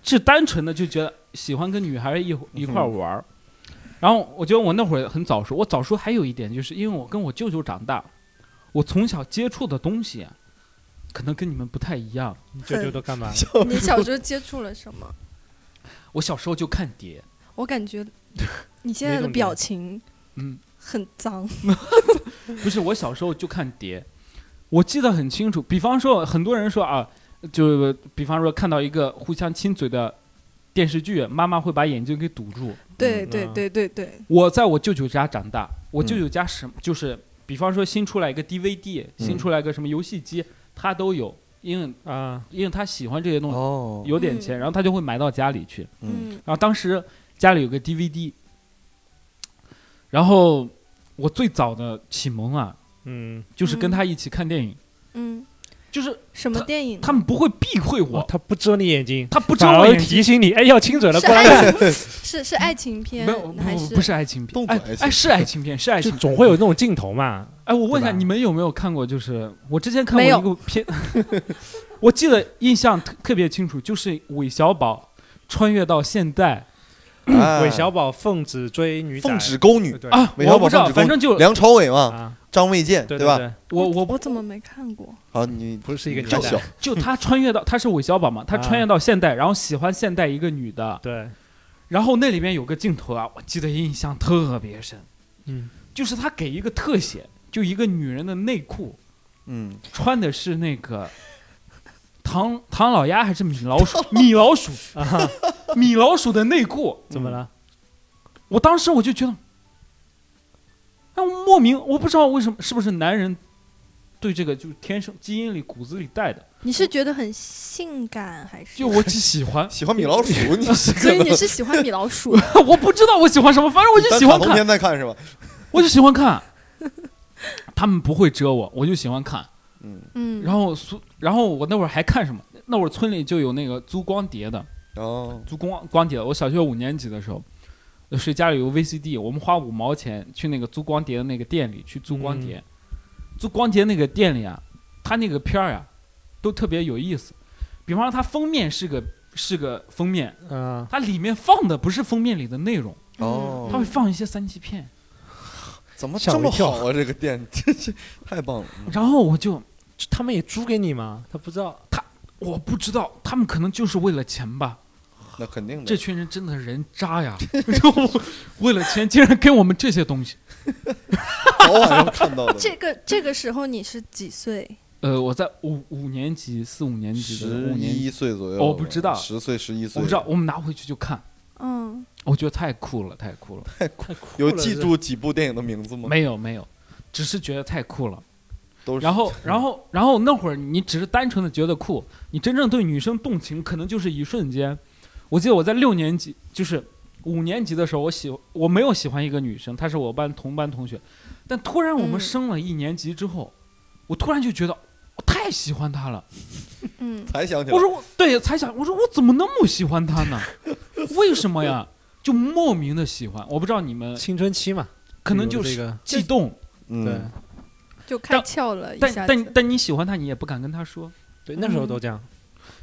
S1: 是单纯的就觉得喜欢跟女孩一一块儿玩儿。然后我觉得我那会儿很早熟，我早熟还有一点就是因为我跟我舅舅长大，我从小接触的东西啊，可能跟你们不太一样。
S3: 你 舅舅都干嘛了？
S4: 你小时候接触了什么？
S1: 我小时候就看碟，
S4: 我感觉你现在
S3: 没
S4: 的
S3: 动静
S4: 表情
S1: 嗯，
S4: 很脏。
S1: 不是我小时候就看碟，我记得很清楚。比方说，很多人说啊，就比方说看到一个互相亲嘴的电视剧，妈妈会把眼睛给堵住。
S4: 对
S3: 嗯
S4: 对
S3: 啊
S4: 对对对，
S1: 我在我舅舅家长大，我
S2: 嗯
S1: 舅舅家什么、就是，比方说新出来一个 DVD，新
S2: 嗯
S1: 出来个什么游戏机，他都有，因为
S3: 啊，
S1: 因为他喜欢这些东西，
S2: 哦，
S1: 有点钱，然后他就会买到家里去。
S2: 嗯
S1: 然后当时家里有个 DVD，然后我最早的启蒙啊，
S3: 嗯，
S1: 就是跟
S4: 嗯
S1: 他一起看电影，
S4: 嗯，
S1: 就是
S4: 什么电影呢？
S1: 他们不会避讳我，
S3: 哦他不遮你眼睛，
S1: 他不
S3: 反
S1: 招我
S3: 而
S1: 眼睛
S3: 提。醒你，哎，要亲嘴了，
S4: 是
S3: 过来
S4: 爱
S3: 看，
S4: 情， 是是爱情片
S1: 没有，
S4: 还
S1: 不
S4: 是
S1: 不是爱情片，
S2: 动作
S1: 哎
S2: 爱情
S1: 哎是爱情片，是爱 情
S3: 就
S1: 片。
S3: 总会有那种镜头嘛。
S1: 哎，我问一下，
S3: 对吧
S1: 你们有没有看过？就是我之前看过
S4: 没有
S1: 一个片， 我记得印象特特别清楚，就是韦小宝穿越到现代
S2: 哎
S3: 韦小宝奉旨追女仔，
S2: 奉旨勾女，
S3: 对
S1: 啊，
S2: 韦小
S1: 我
S2: 宝
S1: 不知道，
S2: 正直公
S1: 反正就
S2: 梁朝伟嘛，
S3: 啊，
S2: 张卫健
S3: 对
S2: 吧？
S3: 对，
S1: 我我不
S4: 我怎么没看过？
S2: 好，你不
S3: 是一个
S2: 你
S3: 年
S2: 太
S3: 代
S2: 小，
S1: 就他穿越到他是韦小宝嘛，他
S3: 啊
S1: 穿越到现代，然后喜欢现代一个女的，
S3: 对，
S1: 然后那里面有个镜头啊，我记得印象特别深，
S3: 嗯，
S1: 就是他给一个特写，就一个女人的内裤
S2: 嗯，，
S1: 穿的是那个唐唐老鸭还是米老 鼠？米老鼠
S3: 啊，
S1: 米老鼠的内裤，
S3: 怎么了？
S1: 我当时我就觉得，哎，我莫名我不知道为什么，是不是男人对这个就是天生基因里骨子里带的？
S4: 你是觉得很性感还是？
S1: 就我只喜 欢
S2: 喜欢米老鼠，你是
S4: 所
S2: 可
S4: 以
S2: 能
S4: 你是喜欢米老鼠？
S1: 我不知道我喜欢什么，反正我就喜欢
S2: 当卡通
S1: 看，
S2: 片在看是吧？
S1: 我就喜欢看。他们不会遮我，我就喜欢看。
S2: 嗯，
S4: 嗯，
S1: 然后苏，然后我那会儿还看什么？那会儿村里就有那个租光碟的，
S2: 哦，
S1: 租光光碟的。我小学五年级的时候，呃是家里有个 VCD，我们花五毛钱去那个租光碟的那个店里去租光碟。租光碟那个店里啊，它那个片儿啊，都特别有意思。比方说，它封面是个是个封面，
S3: 嗯，
S1: 它里面放的不是封面里的内容，
S4: 嗯
S2: 哦
S1: 它会放一些三级片。
S2: 怎么
S3: 吓
S2: 这
S3: 我一
S2: 么
S3: 跳
S2: 好啊？这个店 真是太棒了。嗯
S1: 然后我就
S3: 他们也租给你嘛，他不知道，
S1: 我不知道，他们可能就是为了钱吧。
S2: 那肯定的，
S1: 这群人真的人渣呀！ 就为了钱，竟然给我们这些东西。
S2: 早晚要看到的。
S4: 这个这个时候你是几岁？
S1: 呃，我在五五年级、四五年级的时候
S2: 十
S1: 五年级，
S2: 一岁左右吧，
S1: 哦我不知道
S2: 十岁、十一
S1: 我
S2: 岁，
S1: 不知道，我们拿回去就看，
S4: 嗯，
S1: 我觉得太酷了，太酷了。
S3: 太酷
S2: 有
S3: 了
S2: 记，住几部电影的名字吗？
S1: 没有没有，只是觉得太酷了。
S2: 都是。
S1: 然 后然后然后那会儿你只是单纯的觉得酷，你真正对女生动情可能就是一瞬间。我记得我在六年级，就是五年级的时候，我喜我没有喜欢一个女生，她是我班同班同学，但突然我们
S4: 嗯
S1: 升了一年级之后，我突然就觉得我太喜欢她了。
S4: 嗯
S2: 才想起来，
S1: 我说我对才想，我说我怎么那么喜欢她呢？为什么呀？就莫名的喜欢，我不知道你们
S3: 青春期嘛，
S1: 可能
S3: 有
S1: 就
S3: 这
S1: 是
S3: 个，
S1: 悸动，
S3: 对
S2: 嗯，
S4: 就开窍了一
S1: 但
S4: 下
S1: 但
S4: 子。
S1: 但你喜欢她，你也不敢跟她说，
S3: 对，那时候都这样，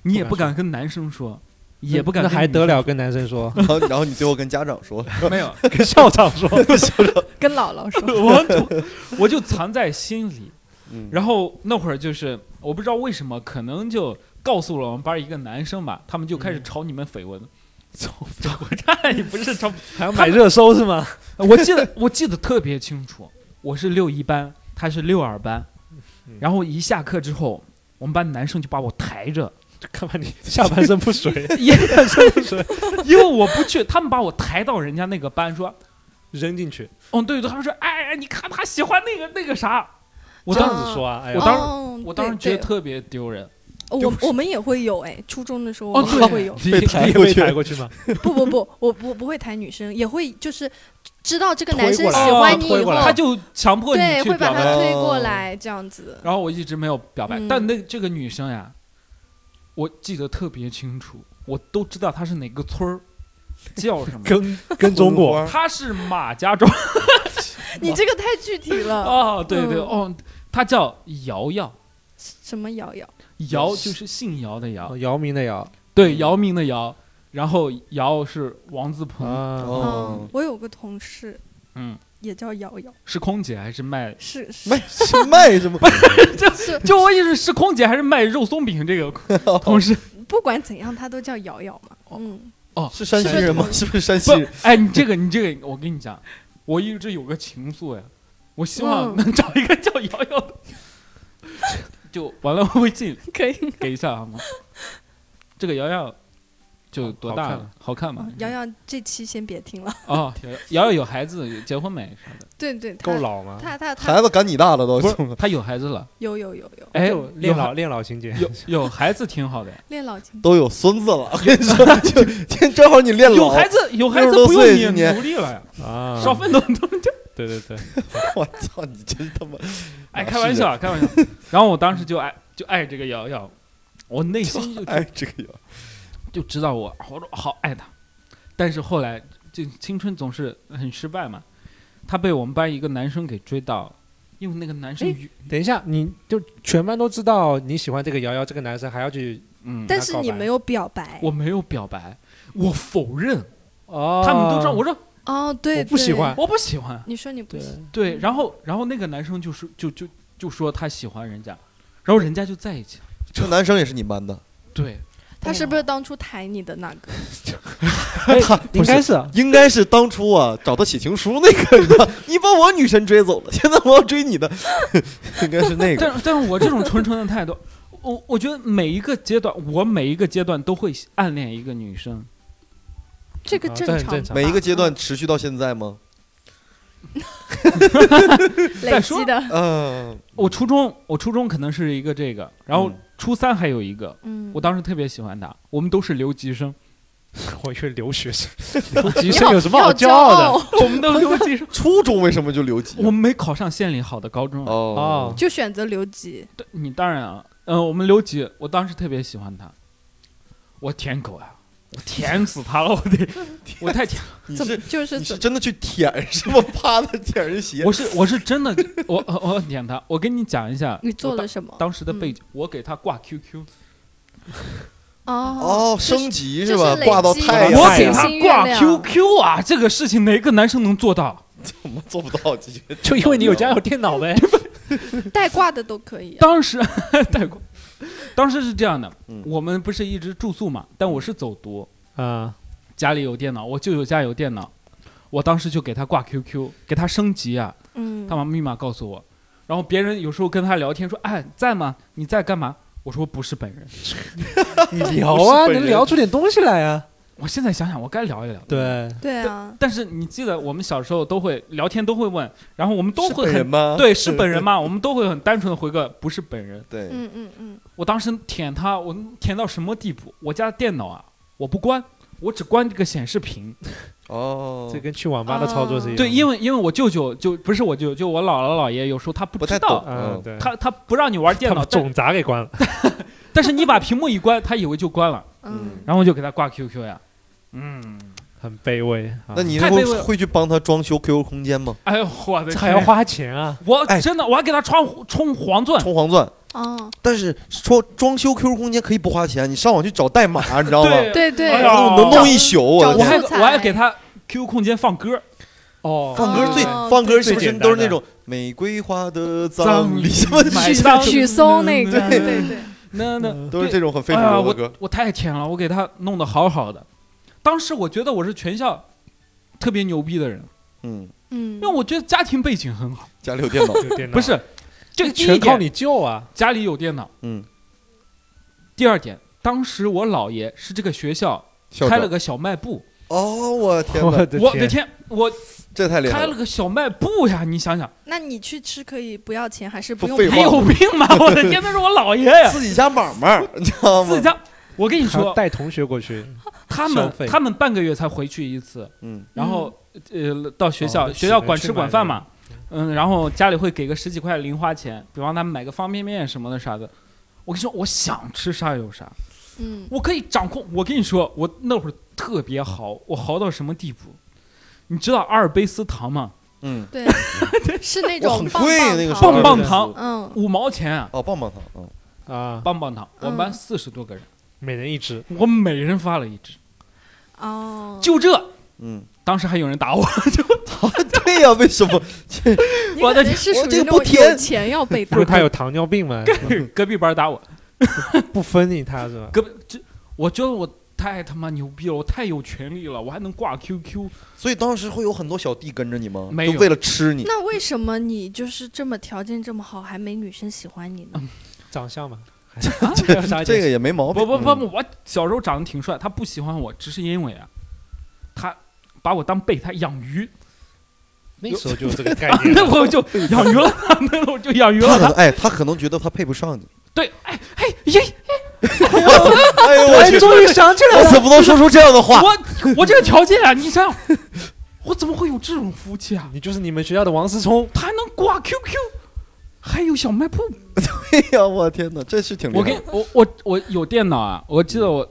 S1: 你
S3: 不
S1: 也
S3: 敢
S1: 不敢跟男生说，也
S3: 那
S1: 不敢
S3: 那
S1: 跟
S3: 还
S1: 女生
S3: 得了？跟男生 说，
S2: 然后然后你最后跟家长 说，
S1: 没有，
S3: 跟校长说，
S4: 跟姥姥说，
S1: 我就我就藏在心里。
S2: 嗯，
S1: 然后那会儿就是我不知道为什么，可能就告诉了我们班一个男生吧，他们就开始
S3: 嗯
S1: 炒你们绯闻。炒绯闻，你不是炒？
S3: 还要买热搜是吗？
S1: 我记得我记得特别清楚，我是六一班，他是六二班，
S3: 嗯
S1: 然后一下课之后，我们班男生就把我抬着，
S3: 看把你下半身不 遂，
S1: 因为
S3: 身不遂
S1: 因为我不去，他们把我抬到人家那个班说，
S3: 扔进去，
S1: 哦对对，他们说，哎，你看他喜欢那个那个啥，我
S3: 这
S1: 当
S3: 样
S1: 时
S3: 子说啊，哎 呀
S1: 我当时
S4: 时
S1: 我当时觉得特别丢人。
S4: 哦我我们也会有哎，初中的时候我
S1: 哦
S4: 们
S1: 对
S4: 也会有，
S2: 被抬
S3: 你
S2: 过
S3: 会
S2: 去
S3: 抬，过去吗？
S4: 不不不，我不不会抬女生，也会就是知道这个
S3: 推
S4: 男生
S3: 过来
S4: 喜
S1: 哦
S4: 欢你
S3: 推
S4: 以
S3: 过
S4: 后，
S3: 来
S1: 他就强迫你
S4: 对
S1: 去
S4: 会把
S1: 表白，
S4: 他推
S2: 哦
S4: 过来这样子。
S1: 然后我一直没有表白，
S4: 嗯
S1: 但那这个女生呀，我记得特别清楚，我都知道她是哪个村儿，叫什么。
S3: 跟跟中国，
S2: 花，
S1: 她是马家庄
S4: 你这个太具体了，
S1: 哦，对对、
S4: 嗯
S1: 哦，她叫瑶瑶，
S4: 什么瑶瑶？
S1: 瑶就是姓姚的姚，
S3: 哦 姚明的姚
S1: 对，姚明的姚，然后姚是王字鹏，
S3: 啊，
S4: 嗯
S2: 哦，，
S4: 我有个同事
S1: 嗯，
S4: 也叫瑶瑶，
S1: 是空姐还是 卖？
S4: 是是
S2: 卖是卖什么？
S4: 是，
S1: 就我一直是空姐还是卖肉松饼这个 同事
S4: 不管怎样他都叫
S1: 哦
S4: 瑶瑶嘛。嗯，
S2: 是山西人吗？是不是山西
S1: 不
S2: 人？，
S1: 哎，你这个你这个，我跟你讲，我一直有个情愫呀，我希望能找一个叫瑶瑶的。嗯 就完了，微信
S4: 可以。
S1: 给一下好吗？这个瑶瑶就多大了？好看吗？
S4: 洋洋哦这期先别听了，
S1: 哦，瑶瑶瑶瑶有孩子，有结婚没啥的？
S4: 对对，他
S3: 够老吗？
S4: 他他他
S2: 孩子赶你大了都。
S1: 不是，她有孩子了。
S4: 有有有有
S1: 哎，
S3: 就
S1: 有
S3: 恋老
S1: 孩
S3: 恋老情节，
S1: 有有孩子挺好的，
S4: 练老经，
S2: 都有孙子了，我跟你说，就今正好你 练
S1: 有
S2: 老，
S1: 孩子有孩子
S2: 60
S1: 不用
S2: 岁今
S1: 你
S2: 年
S1: 努力了呀，
S3: 啊，
S1: 少奋斗都就
S3: 对对对，
S2: 我操，你真他 妈，
S1: 哎，
S2: 啊
S1: 开玩笑，啊，开玩笑。然后我当时就爱就爱这个瑶瑶，我内心就
S2: 哎，这个有，
S1: 就知道我好好爱她，但是后来就青春总是很失败嘛，她被我们班一个男生给追到，因为那个男生
S3: 哎
S1: 与
S3: 等一下，你就全班都知道你喜欢这个瑶瑶这个男生，还要去
S1: 嗯，
S4: 但是你没有表白
S1: 我没有表白，我否认，
S3: 哦，
S1: 他们都知道，我说
S4: 哦，对，
S3: 我不喜
S4: 对
S3: 欢
S1: 我不喜欢，
S4: 你说你不
S3: 对
S4: 喜，
S3: 嗯
S1: 对，然后然后那个男生就说就就就说他喜欢人家，然后人家就在一起了，
S2: 这个男生也是你们班的，
S1: 对，
S4: 他是不是当初抬你的那个？
S3: 哎
S2: 他
S3: 应该是
S2: 应该是当初啊找他写情书那个人 吧，你把我女神追走了，现在我要追你的， 应该是那个。
S1: 但但是我这种纯纯的态度，我我觉得每一个阶段，我每一个阶段都会暗恋一个女
S3: 嗯
S1: 生，
S4: 这个
S3: 啊这
S4: 正
S3: 很
S4: 常吧，
S3: 正常
S2: 每一个阶段持续到现在 吗？
S4: 累
S1: 再说
S4: 积的，
S2: 嗯，
S1: 我初中我初中可能是一个这个，然后
S2: 嗯
S1: 初三还有一个，
S4: 嗯，
S1: 我当时特别喜欢她，我们都是留级 生，
S3: 我以为留学 生，留级生有什么
S4: 要
S3: 好
S4: 骄
S3: 傲的？？
S1: 我们都是留级生，
S2: 初中为什么就留级？
S1: 我们没考上县里好的高中啊，
S2: 哦
S3: 哦，
S4: 就选择留级，
S1: 对你当然啊，嗯、我们留级，我当时特别喜欢她，我舔狗啊，我舔死她了，我 得，我太舔，
S2: 你
S4: 怎么
S2: 是
S4: 就是
S2: 你是
S4: 怎
S2: 真的去舔是吗？趴着舔人鞋
S1: 我，是我是真的，我我我舔她，我跟你讲一下，
S4: 你做
S1: 我
S4: 了
S1: 当
S4: 什么？
S1: 当时的背景，我给她挂 QQ，
S4: 哦
S2: 哦，升级是
S4: 这
S2: 吧？
S4: 是累积
S2: 挂到哎太阳，
S1: 我给
S4: 日
S1: 她
S4: 新月
S1: 挂
S4: 亮
S1: QQ 啊，这个事情哪个男生能做到？
S2: 我们做不到，这些
S3: 就因为你有家有电 脑呗，
S4: 带挂的都可以啊，
S1: 当时带过，当时是这样的，
S2: 嗯
S1: 我们不是一直住宿嘛，但我是走读，
S3: 啊，
S1: 家里有电脑，我舅舅家有电脑，我当时就给他挂 QQ，给他升级啊，
S4: 嗯
S1: 他，把密码告诉我，然后别人有时候跟他聊天说：“哎，在吗？你在干嘛？”我说：“不是本人。
S3: 你聊啊，
S2: 不是本人
S3: 能聊出点东西来啊，”
S1: 我现在想想，我该聊一聊。。
S3: 对，
S4: 对啊，
S1: 但是你记得我们小时候都会聊天，都会问，然后我们都
S2: 是
S1: 会
S2: 本人
S1: 很
S2: 吗？
S1: 对是本 人吗？我们都会很单纯的回个不是本人。
S2: 对，
S4: 嗯嗯嗯，
S1: 我当时舔他，我舔到什么地步？我家电脑啊，我不关，我只关这个显示屏。
S2: 哦，
S3: 这跟去网吧的操哦作是一样的，
S2: 啊
S1: 对，因为因为我舅舅就不是我舅舅，就我姥姥姥爷有时候他不
S2: 不
S1: 知
S2: 太
S1: 道
S2: 懂，
S3: 嗯，对，
S1: 他他不让你玩电
S3: 他
S1: 脑，
S3: 把
S1: 但
S3: 总闸给关了，
S1: 但是你把屏幕一关，他以为就关了，
S4: 嗯，
S1: 然后我就给他挂 QQ 呀。嗯，
S3: 很卑微啊。
S2: 那你
S1: 太
S2: 会
S1: 卑微了
S2: 会去帮他装修 QQ 空间吗？
S1: 哎呦我的
S3: 这
S1: 天，
S3: 还要花钱啊？
S1: 我
S2: 哎
S1: 真的我还给他充充黄钻，
S2: 充黄钻，
S4: 哦，
S2: 但是说装修 QQ 空间可以不花钱，你上网去找 代码，你知道吗？
S1: 对
S4: 对对
S1: 哎，呀
S2: 哦能弄一宿，我的
S1: 我
S4: 找
S2: 天！
S1: 还
S4: 素材
S1: 我还给他 QQ 空间放歌，
S3: 哦，
S2: 放歌最
S4: 哦
S2: 放歌
S4: 对
S2: 是不
S3: 最
S2: 是
S3: 简单
S2: 都是那
S3: 的，
S2: 种玫瑰花的葬礼？什么
S1: 买
S2: 是
S1: 单
S4: 许嵩那个，对对，对，
S1: 那那
S2: 嗯都是这种很非主
S1: 哎呀，
S2: 流的
S1: 我
S2: 歌。
S1: 我太甜了，我给他弄得好好的。当时我觉得我是全校特别牛逼的人，
S2: 嗯，
S4: 嗯
S1: 因为，我觉得家庭背景很好，
S2: 家里有 电脑
S3: 有电脑
S1: 不是，这第一
S3: 全靠
S1: 点，
S3: 你救啊！
S1: 家里有电脑。
S2: 嗯，
S1: 第二点，当时我姥爷是这个学校
S2: 校
S1: 开
S2: 长
S1: 了个小卖部，
S2: 哦，我天
S3: 我
S2: 哪，
S3: 的
S1: 我的天，我
S2: 这太厉害
S1: 开
S2: 了
S1: 了！个小卖部呀！你想想，
S4: 那你去吃可以不要钱，还是不用
S2: 不废
S4: 赔
S2: 话
S1: 没有病吧？我的天，那是我姥爷哎呀！
S2: 自己家买卖， 你知道
S1: 自己
S2: 吗？
S1: 家，我跟你
S3: 还要
S1: 说，
S3: 带同学过 去，
S1: 他
S3: 消
S1: 们
S3: 费
S1: 他们半个月才回去一次，
S2: 嗯，
S1: 然后呃到学校，
S3: 哦
S1: 学校
S3: 去
S1: 管
S3: 去
S1: 吃管饭嘛，嗯，然后家里会给个十几块零花钱，比方他们买个方便面什么的啥的。我跟你说，我想吃啥有啥，
S4: 嗯，
S1: 我可以掌控。我跟你说，我那会儿特别豪，我豪到什么地步？你知道阿尔卑斯糖吗？
S2: 嗯，
S4: 对，是那
S2: 哇
S4: 种
S2: 很
S4: 棒
S2: 贵那个
S4: 糖
S1: 棒棒
S2: 时
S1: 糖
S2: 候
S4: 嗯，
S1: 五毛钱啊！
S2: 哦，棒棒糖，嗯，
S3: 啊，
S1: 棒棒糖，我们班
S4: 嗯
S1: 四十多个人，
S3: 每人一只，
S1: 我每人发了一支，
S4: 哦，
S1: 就这。
S2: 嗯，
S1: 当时还有人打我，
S2: 对呀，为什么？
S4: 你
S1: 我
S4: 可
S1: 的
S4: 能是
S2: 我
S4: 属
S2: 这
S4: 于
S2: 个
S4: 那
S2: 不
S4: 种
S2: 甜
S4: 有钱要被打
S3: 不，是他有糖尿病吗？
S1: 隔壁班打我，
S3: 不分你他是吧？
S1: 隔壁这，我觉得我太太他妈牛逼了，我太有权利了，我还能挂 QQ。
S2: 所以当时会有很多小弟跟着你吗？
S1: 没有
S2: 就为了吃你。
S4: 那为什么你就是这么条件这么好，还没女生喜欢你呢？
S3: 长相嘛，
S1: 啊
S3: 还有啥
S2: 这个也没毛病。
S1: 不不
S2: 嗯
S1: 不，我小时候长得挺帅，他不喜欢我，只是因为啊，他把我当备胎养 鱼，
S3: 那时候就有这个 概念
S1: 那
S3: 了。
S1: 我就养鱼了， 那我就养鱼了。
S2: 他可能
S1: 他
S2: 哎，他可能觉得他配不上你。
S1: 对，哎哎耶，
S2: 哎呦我
S3: 哎，
S2: 去，
S3: 终于想起 来
S2: 我
S3: 了，
S2: 怎么能说出这样的话？
S1: 我我这个条件啊，你想想， 我怎么会有这种福气啊？
S3: 你就是你们学校的王思聪，
S1: 他还能挂 QQ，还有小卖铺。
S2: 哎呀，我天哪，这是挺厉
S1: 我
S2: 害
S1: 跟
S2: 的。
S1: 我我我有电脑啊，我记得我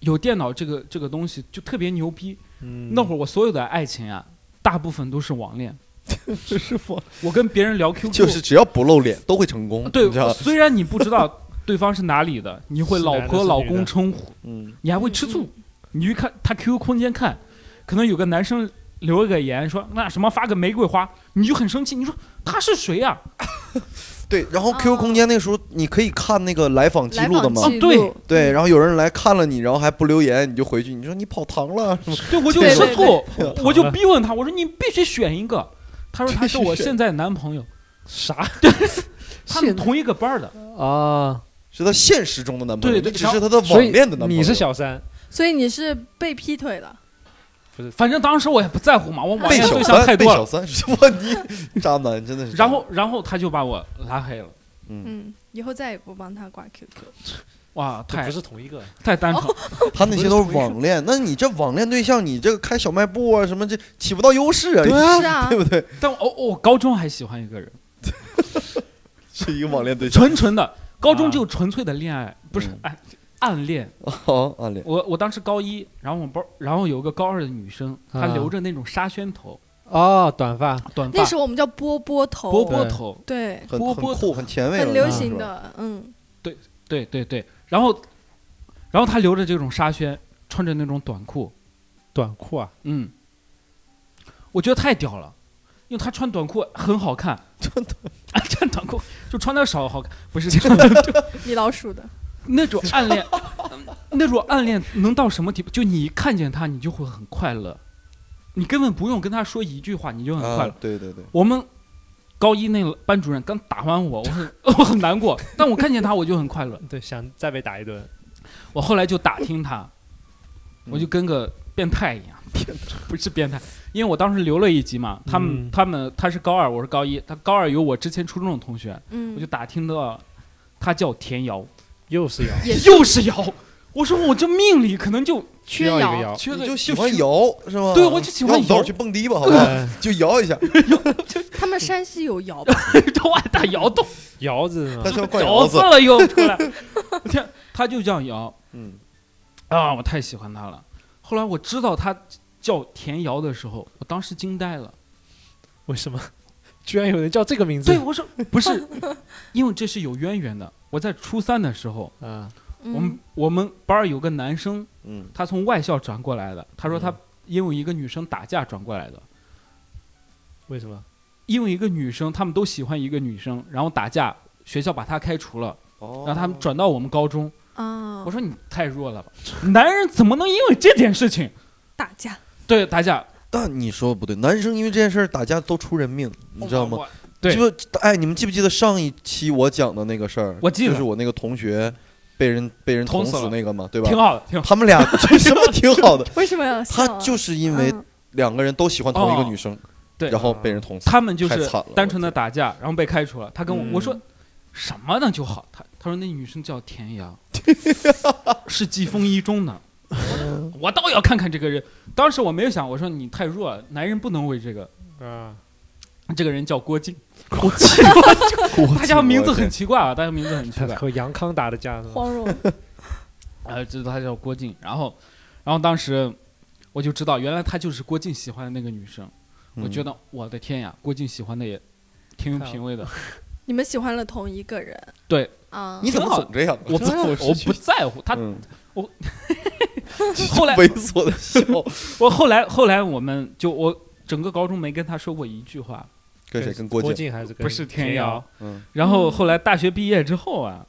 S1: 有电脑这个这个东西就特别牛逼。
S3: 嗯
S1: 那会儿我所有的爱情啊，大部分都是网恋。
S2: 是我，
S1: 我跟别人聊 QQ，
S2: 就是只要不露脸都会成功，
S1: 对
S2: 你知道，吧？
S1: 虽然你不知道对方是哪里的，你会
S3: 是
S1: 老
S3: 男的
S1: 婆
S3: 是
S1: 老
S3: 女
S1: 公
S3: 的
S1: 称呼，
S2: 嗯，
S1: 你还会吃醋。你去看他 QQ 空间看，可能有个男生留了个言说那什么发个玫瑰花，你就很生气，你说他是谁啊呀、
S2: 对。然后
S4: 啊
S2: QQ 空间那时候你可以看那个来访记
S4: 来
S2: 录的
S4: 访
S2: 嘛，
S4: 记
S1: 哦
S4: 录，嗯
S1: 对
S2: 对。然后有人来看了你，然后还不留言，你就回去，你说你跑堂了，是吗
S1: 对，我就
S4: 对
S1: 吃
S4: 对
S1: 醋，
S3: 对
S1: 我就逼问他，我说你必须选一个。他说他是我
S2: 必须选
S1: 现在 男朋友，
S3: 啥
S1: 他们同一个班儿的。
S3: 啊？
S2: 是他现实中的男朋友，
S1: 对
S2: 这
S1: 对
S2: 只是他的网
S3: 所以
S2: 恋的男朋友。
S3: 你是小三，
S4: 所以你是被劈腿了。
S1: 反正当时我也不在乎嘛，我网
S2: 被
S1: 恋
S2: 小
S1: 对象
S2: 三，
S1: 太
S2: 被
S1: 多
S2: 小
S1: 了。
S2: 三， 我你渣男真的是渣
S1: 然
S2: 男。
S1: 后，然后他就把我拉黑了。
S2: 嗯，
S4: 嗯，以后再也不帮他挂 QQ。
S1: 哇，
S3: 这
S1: 太
S3: 不是同一个。
S1: 太单
S4: 哦
S1: 纯了。
S2: 他那些都是网恋，那你这网恋对象，你这个开小卖部啊什么这起不到优势啊，
S4: 是啊
S2: 对，不对？
S1: 但我我高中还喜欢一个人，
S2: 是一个网恋对象。
S1: 纯纯的，高中
S3: 啊
S1: 就纯粹的恋爱，不是
S2: 嗯
S1: 哎暗恋。
S2: 哦，暗恋。
S1: 我我当时高一，然后我班，然后有个高二的女生，她
S3: 啊
S1: 留着那种沙宣头、
S3: 哦，短发，
S1: 短
S4: 那
S1: 发
S4: 时、候我们叫波波头，
S1: 波波头，
S4: 对，
S2: 很
S1: 波
S2: 很
S1: 波
S2: 酷，很前卫了，
S4: 很流
S2: 哎那时
S4: 行
S2: 候。
S4: 的，嗯，
S1: 对对对。然后，然后她留着这种沙宣，穿着那种短裤，
S3: 短裤啊，
S1: 嗯，我觉得太屌了，因为她穿短裤很好看，
S2: 穿短
S1: 啊，穿短裤就穿点少好看，不 是这样的，就
S4: 米老鼠的，
S1: 那种暗恋，那种暗恋能到什么地步？就你看见他，你就会很快乐，你根本不用跟他说一句话，你就很嗯快乐。
S2: 啊，对对对，
S1: 我们高一那个班主任刚打完我，我很 我很难过，但我看见他我就很快乐。
S3: 对，想再被打一顿，
S1: 我后来就打听他，
S2: 嗯
S1: 我就跟个变态一样，不是变态，因为我当时留了一集嘛，他们、
S3: 嗯
S1: 他们他是高二，我是高一，他高二有我之前初中的同学，我就
S4: 嗯，
S1: 打听到他叫田瑶，
S3: 又是摇，
S4: 也是
S1: 又是瑶。我说我这命里可能就
S3: 需
S4: 缺
S3: 要一个
S4: 氧，
S3: 摇。
S1: 缺
S2: 你
S1: 个
S2: 就喜
S1: 是
S2: 欢摇是吗？
S1: 对我就喜欢
S2: 要不早
S1: 摇
S2: 去蹦迪吧，好不好？就摇 一下，
S4: 他们山西有摇吧？
S1: 这外大摇动，
S3: 摇子嘛
S2: 他，是要灌
S1: 摇
S2: 摇
S1: 死
S2: 子。
S1: 了又出来。我天，他就这样摇
S2: 嗯，
S1: 啊！我太喜欢他了。后来我知道他叫田瑶的时候，我当时惊呆了。
S3: 为什么？居然有人叫这个名字？
S1: 对，我说 不是，因为这是有渊源的。我在初三的时候，
S3: 啊，
S1: 我们
S4: 嗯，
S1: 我们班儿有个男生，
S2: 嗯，
S1: 他从外校转过来的。他说他
S3: 嗯
S1: 因为一个女生打架转过来的，
S3: 为什么？
S1: 因为一个女生，他们都喜欢一个女生，然后打架，学校把他开除了，
S2: 哦
S1: 让他们转到我们高中。
S4: 啊
S1: 我，说你太弱 了吧，男人怎么能因为这点事情
S4: 打架，
S1: 对打架？
S2: 但你说不对，男生因为这件事儿打架都出人命，你知道吗？
S1: 哦我？对
S2: 就哎，你们记不记得上一期我讲的那个事儿？
S1: 我记得
S2: 就是我那个同学被人被人
S1: 捅
S2: 捅
S1: 死了
S2: 死那个嘛，对
S1: 我
S2: 吧
S1: 挺？好的，挺好。
S2: 他们俩 这什么挺好的？
S4: 为什么要 笑
S2: 他
S4: 啊？
S2: 就是因为
S4: 嗯
S2: 两个人都喜欢同一个
S1: 哦
S2: 女生，
S1: 对哦
S2: 然后被人捅死。
S1: 他们就
S2: 太
S1: 是
S2: 惨了
S1: 单纯的打架，然后被开除了。他跟我
S4: 嗯
S1: 我说什么呢就好，他他说那女生叫田 阳，是季风一中的。
S2: 嗯
S1: 我倒要看看这个人。当时我没有想，我说你太弱了，男人不能为这个。
S3: 啊，
S1: 这个人叫郭靖，
S2: 我去，
S1: 大家名字很奇怪啊，大家名字很奇
S3: 他
S1: 怪。
S3: 和杨康打的架是吗？
S4: 黄蓉，
S1: 呃，知道他叫郭靖，然后，然后当时我就知道，原来他就是郭靖喜欢的那个女生。
S2: 嗯
S1: 我觉得我的天呀，郭靖喜欢的也挺有
S3: 看
S1: 品味的。
S4: 你们喜欢了同一个人？
S1: 对
S4: 啊，
S2: 嗯你怎么
S1: 挺好
S2: 总这样呢？
S1: 我不
S2: 真的
S1: 我
S2: 是
S1: 不在乎他。
S2: 嗯
S1: 我后来
S2: 猥琐的 笑，
S1: 我后来后来我们就我整个高中没跟他说过一句话，
S2: 跟谁？跟郭
S3: 郭
S2: 靖？
S3: 靖还是跟
S1: 不是天
S3: 瑶
S1: 瑶？。
S2: 嗯，
S1: 然后后来大学毕业之后啊，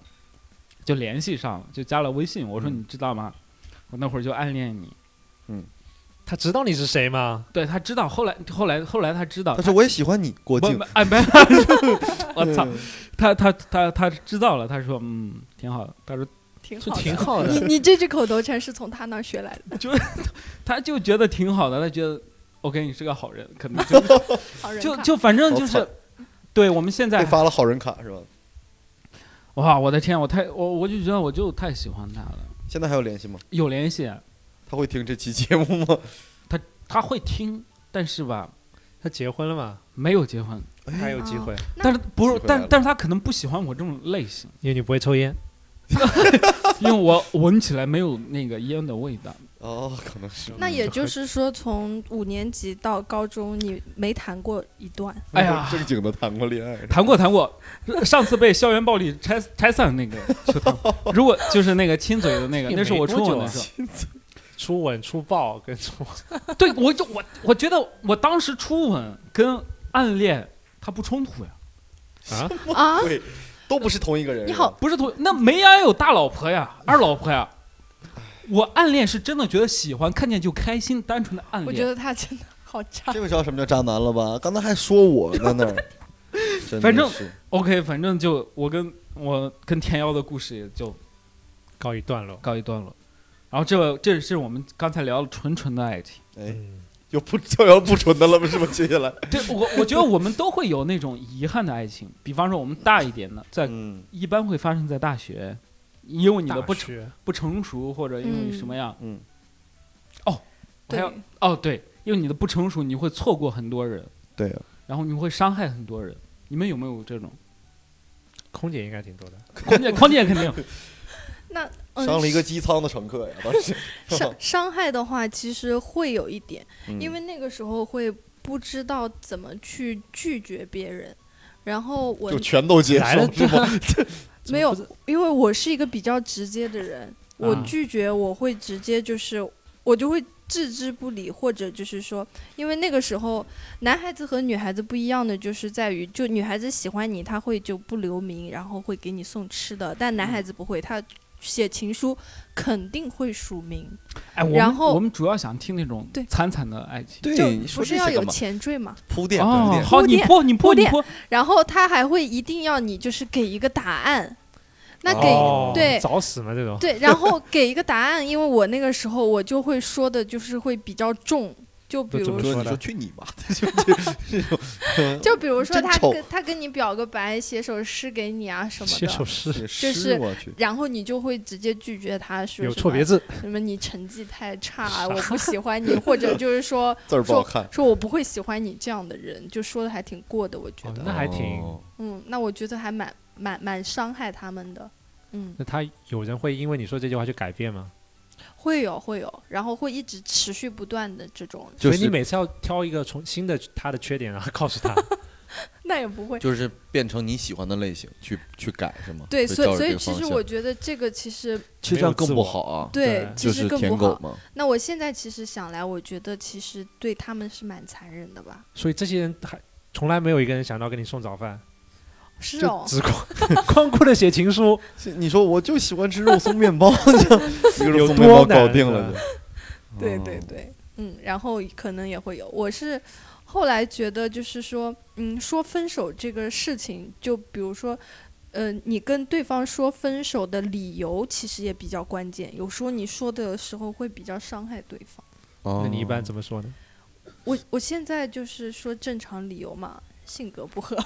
S1: 就联系上了，就加了微信。我说你知道吗？我那会儿就暗恋你。
S3: 他知道你是谁吗？
S1: 对他知道，后来后来后来他知道，
S2: 但是我也嗯喜欢你，郭
S1: 不
S2: 靖
S1: 不。哎没， 我操，他他他他知道了，他说嗯挺好的，他说
S4: 挺
S3: 是
S4: 好的。
S3: 挺好
S4: 你
S3: 的，
S4: 你这句口头禅是从他那儿学来的？
S1: 他就觉得挺好的，他觉得我跟你是个好人，可能真的
S4: 好人
S1: 就
S4: 卡
S1: 就反正就
S2: 好
S1: 是，对我们现在
S2: 被发了好人卡是吧？
S1: 哇我的天，我太我我就觉得我就太喜欢他了，
S2: 现在还有联系吗？
S1: 有联系，
S2: 他会听这期节目吗？
S1: 他会听，但是吧
S3: 他结婚了嘛？
S1: 没有结婚，
S2: 哎
S3: 还有机会，
S4: 那
S1: 但是不是
S2: 机会来
S1: 但
S2: 了
S1: 但是他可能不喜欢我这种类型，
S3: 因为你不会抽烟。
S1: 因为 我闻起来没有那个烟的味道，
S2: 哦，可能是。
S4: 那也就是说，从五年级到高中，你没谈过一段，
S1: 哎呀
S2: 正经的谈过恋爱。
S1: 谈过谈过，上次被校园暴力拆拆散那个去谈过，如果就是那个亲嘴的那个，
S3: 也
S1: 那是
S3: 没
S1: 我
S3: 多
S1: 初
S3: 久
S1: 吻的
S3: 啊
S1: 时候。
S3: 初吻、初抱跟初
S1: 对我就我我觉得我当时初吻跟暗恋它不冲突呀，
S3: 啊，
S4: 啊，
S2: 对，都不是同一个人。
S4: 你好
S2: 是吧，
S1: 不是同那梅安有大老婆呀，二老婆呀。我暗恋是真的觉得喜欢，看见就开心，单纯的暗
S4: 我觉
S1: 恋。
S4: 得他真的好 渣。
S2: 这个知道什么叫渣男了吧？刚才还说我在 那儿，真的
S1: 反正嗯
S2: 是
S1: OK，反正就我跟我跟天妖的故事也就
S3: 告一段落。
S1: 告一段落。然后这这是我们刚才聊的纯纯的爱情。
S2: 哎，
S3: 嗯，
S2: 又不逍遥不纯的了，不是吗？接下来，
S1: 对我我觉得我们都会有那种遗憾的爱情，比方说我们大一点的，在
S2: 嗯
S1: 一般会发生在大学，因为你的不成
S3: 学
S1: 不成熟或者因为什么样，
S2: 嗯，
S1: 还
S4: 对
S1: 有，哦，对，因为你的不成熟，你会错过很多人，
S2: 对啊，
S1: 然后你会伤害很多人。你们有没有这 种？
S3: 空姐应该挺多的。
S1: 空姐，空姐肯 定有。
S4: 那
S2: 伤了一个
S4: 嗯
S2: 机舱的乘客呀，当 时。
S4: 伤伤害的话，其实会有一点，
S2: 嗯
S4: 因为那个时候会不知道怎么去拒绝别人。然后我
S2: 就全都接
S3: 来了
S2: 受是吗？
S4: 没有，因为我是一个比较直接的人，我
S1: 啊
S4: 拒绝我会直接就是我就会置之不理，或者就是说，因为那个时候男孩子和女孩子不一样的就是在于，就女孩子喜欢你，她会就不留名，然后会给你送吃的，但男
S2: 嗯
S4: 孩子不会，他写情书肯定会署名，
S1: 哎，我们
S4: 然后
S1: 我们主要想听那种
S4: 对
S1: 惨惨的爱情。
S4: 就
S2: 你
S4: 不
S2: 说
S4: 是
S2: 这
S4: 要
S2: 些
S4: 有
S2: 干嘛？
S4: 前缀嘛。
S2: 铺垫铺
S1: 哦，
S2: 垫，
S1: 好，你
S4: 铺
S1: 破，你
S4: 铺
S1: 破，你
S4: 垫
S1: 破。
S4: 然后他还会一定要你就是给一个答
S2: 哦
S4: 案，那给、
S3: 哦
S4: 对
S3: 找死嘛这 种。
S4: 对，然后给一个答案，因为我那个时候我就会说的，就是会比较重，就比
S3: 那怎
S4: 如
S3: 么
S2: 说
S4: 说，
S2: 你
S3: 说
S2: 说
S3: 的
S2: 去你吧， 就就 这种嗯
S4: 就比如说
S2: 真
S4: 他
S2: 丑
S4: 跟他跟你表个白，写首诗给你啊什
S3: 写
S4: 么
S3: 首
S4: 的，
S3: 诗
S2: 也
S4: 是
S2: 我去，
S4: 然后你就会直接拒绝他，说
S3: 有
S4: 什
S3: 错
S4: 么
S3: 别字，
S4: 什么你成绩太差，我不喜欢你，或者就是说
S2: 字儿不好看。
S4: 说我不会喜欢你这样的人，就说的还挺过的，我觉
S3: 哦
S4: 得，
S3: 那还挺
S2: 哦
S4: 嗯，那我觉得还蛮蛮蛮伤害他们的，嗯，
S3: 那他有人会因为你说这句话去改变吗？
S4: 会有会有，然后会一直持续不断的这种，
S2: 就
S3: 所以你
S2: 是
S3: 每次要挑一个从新的他的缺点，然后告诉他。
S4: 那也不会。
S2: 就是变成你喜欢的类型去去改是吗？
S4: 对，
S2: 会
S4: 所
S2: 照
S4: 以
S2: 着
S4: 所
S2: 这
S4: 以
S2: 个
S4: 其
S2: 方
S4: 实
S2: 向
S4: 我觉得这个其实
S2: 其实这样更不好啊，
S4: 对
S3: 对，
S4: 其
S2: 就
S4: 实
S2: 是
S4: 更
S2: 舔
S4: 不
S2: 狗
S4: 好。
S2: 嘛。
S4: 那我现在其实想来，我觉得其实对他们是蛮残忍的吧？
S3: 所以这些人还从来没有一个人想到给你送早饭，
S4: 是
S3: 就
S4: 哦，
S3: 只光 光顾着写情书。
S2: 是你说我就喜欢吃肉松面 包， 就一个肉松面包
S3: 有多难啊
S2: 搞定了
S3: 是
S2: 就。
S4: 对对对，嗯，然后可能也会有。我是后来觉得，就是说，嗯，说分手这个事情，就比如说。呃，你跟对方说分手的理由其实也比较关键，有时候你说的时候会比较伤害对方。
S2: 哦
S3: 那你一般怎么说呢？
S4: 我我现在就是说正常理由嘛，性格不合。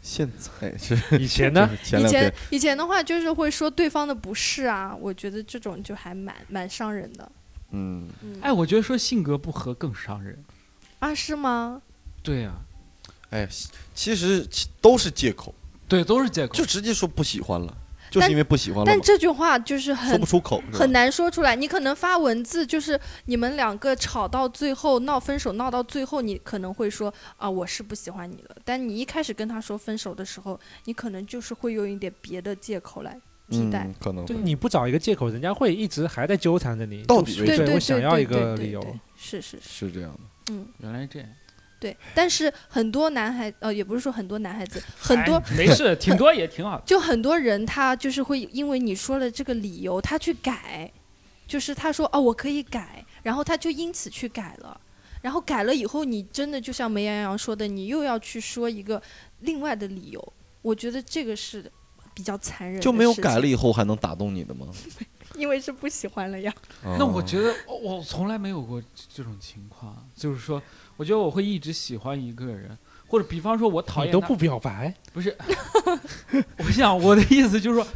S2: 现在是
S3: 以前呢？
S2: 就是前
S4: 以
S2: 两
S4: 前
S2: 天
S4: 以前的话就是会说对方的不是啊，我觉得这种就还蛮蛮伤人的。
S2: 嗯，
S4: 嗯，
S1: 哎，我觉得说性格不合更伤人。
S4: 啊是吗？
S1: 对啊呀，
S2: 哎，其实其都是借口，
S1: 对，都是借口
S2: 就。直接说不喜欢了，就是
S4: 但
S2: 因为不喜欢了
S4: 但
S2: 嘛，
S4: 这句话就是
S2: 说
S4: 很
S2: 不出口，是吧
S4: 很难说出来。你可能发文字，就是你们两个吵到最后闹分手，闹到最后，你可能会说啊我是不喜欢你了。但你一开始跟他说分手的时候，你可能就是会用一点别的借口来替代。
S2: 嗯，可能
S3: 就你不找一个借口，人家会一直还在纠缠着你。
S2: 到底
S3: 就
S2: 为
S4: 对
S2: 什
S3: 对
S2: 么
S4: 对对
S3: 我想
S4: 对
S3: 要一
S4: 对
S3: 个
S4: 对
S3: 理由。
S4: 对是是是，
S2: 是这样的，
S4: 嗯。
S1: 原来这样。
S4: 对，但是很多男孩，呃，也不是说很多男孩子，很多、
S1: 哎没 事，挺多也挺好的。
S4: 就很多人他就是会因为你说了这个理由，他去改，就是他说哦，我可以改，然后他就因此去改了，然后改了以后，你真的就像梅艳洋说的，你又要去说一个另外的理由，我觉得这个是比较残忍的事
S2: 就
S4: 情，
S2: 没有改了以后还能打动你的吗？
S4: 因为是不喜欢 了呀。
S1: 那我觉得哦我从来没有过这这种情况，就是说，我觉得我会一直喜欢一个人，或者比方说我讨
S3: 你
S1: 厌
S3: 都
S1: 他
S3: 不表白，
S1: 不是，我想我的意思就是说，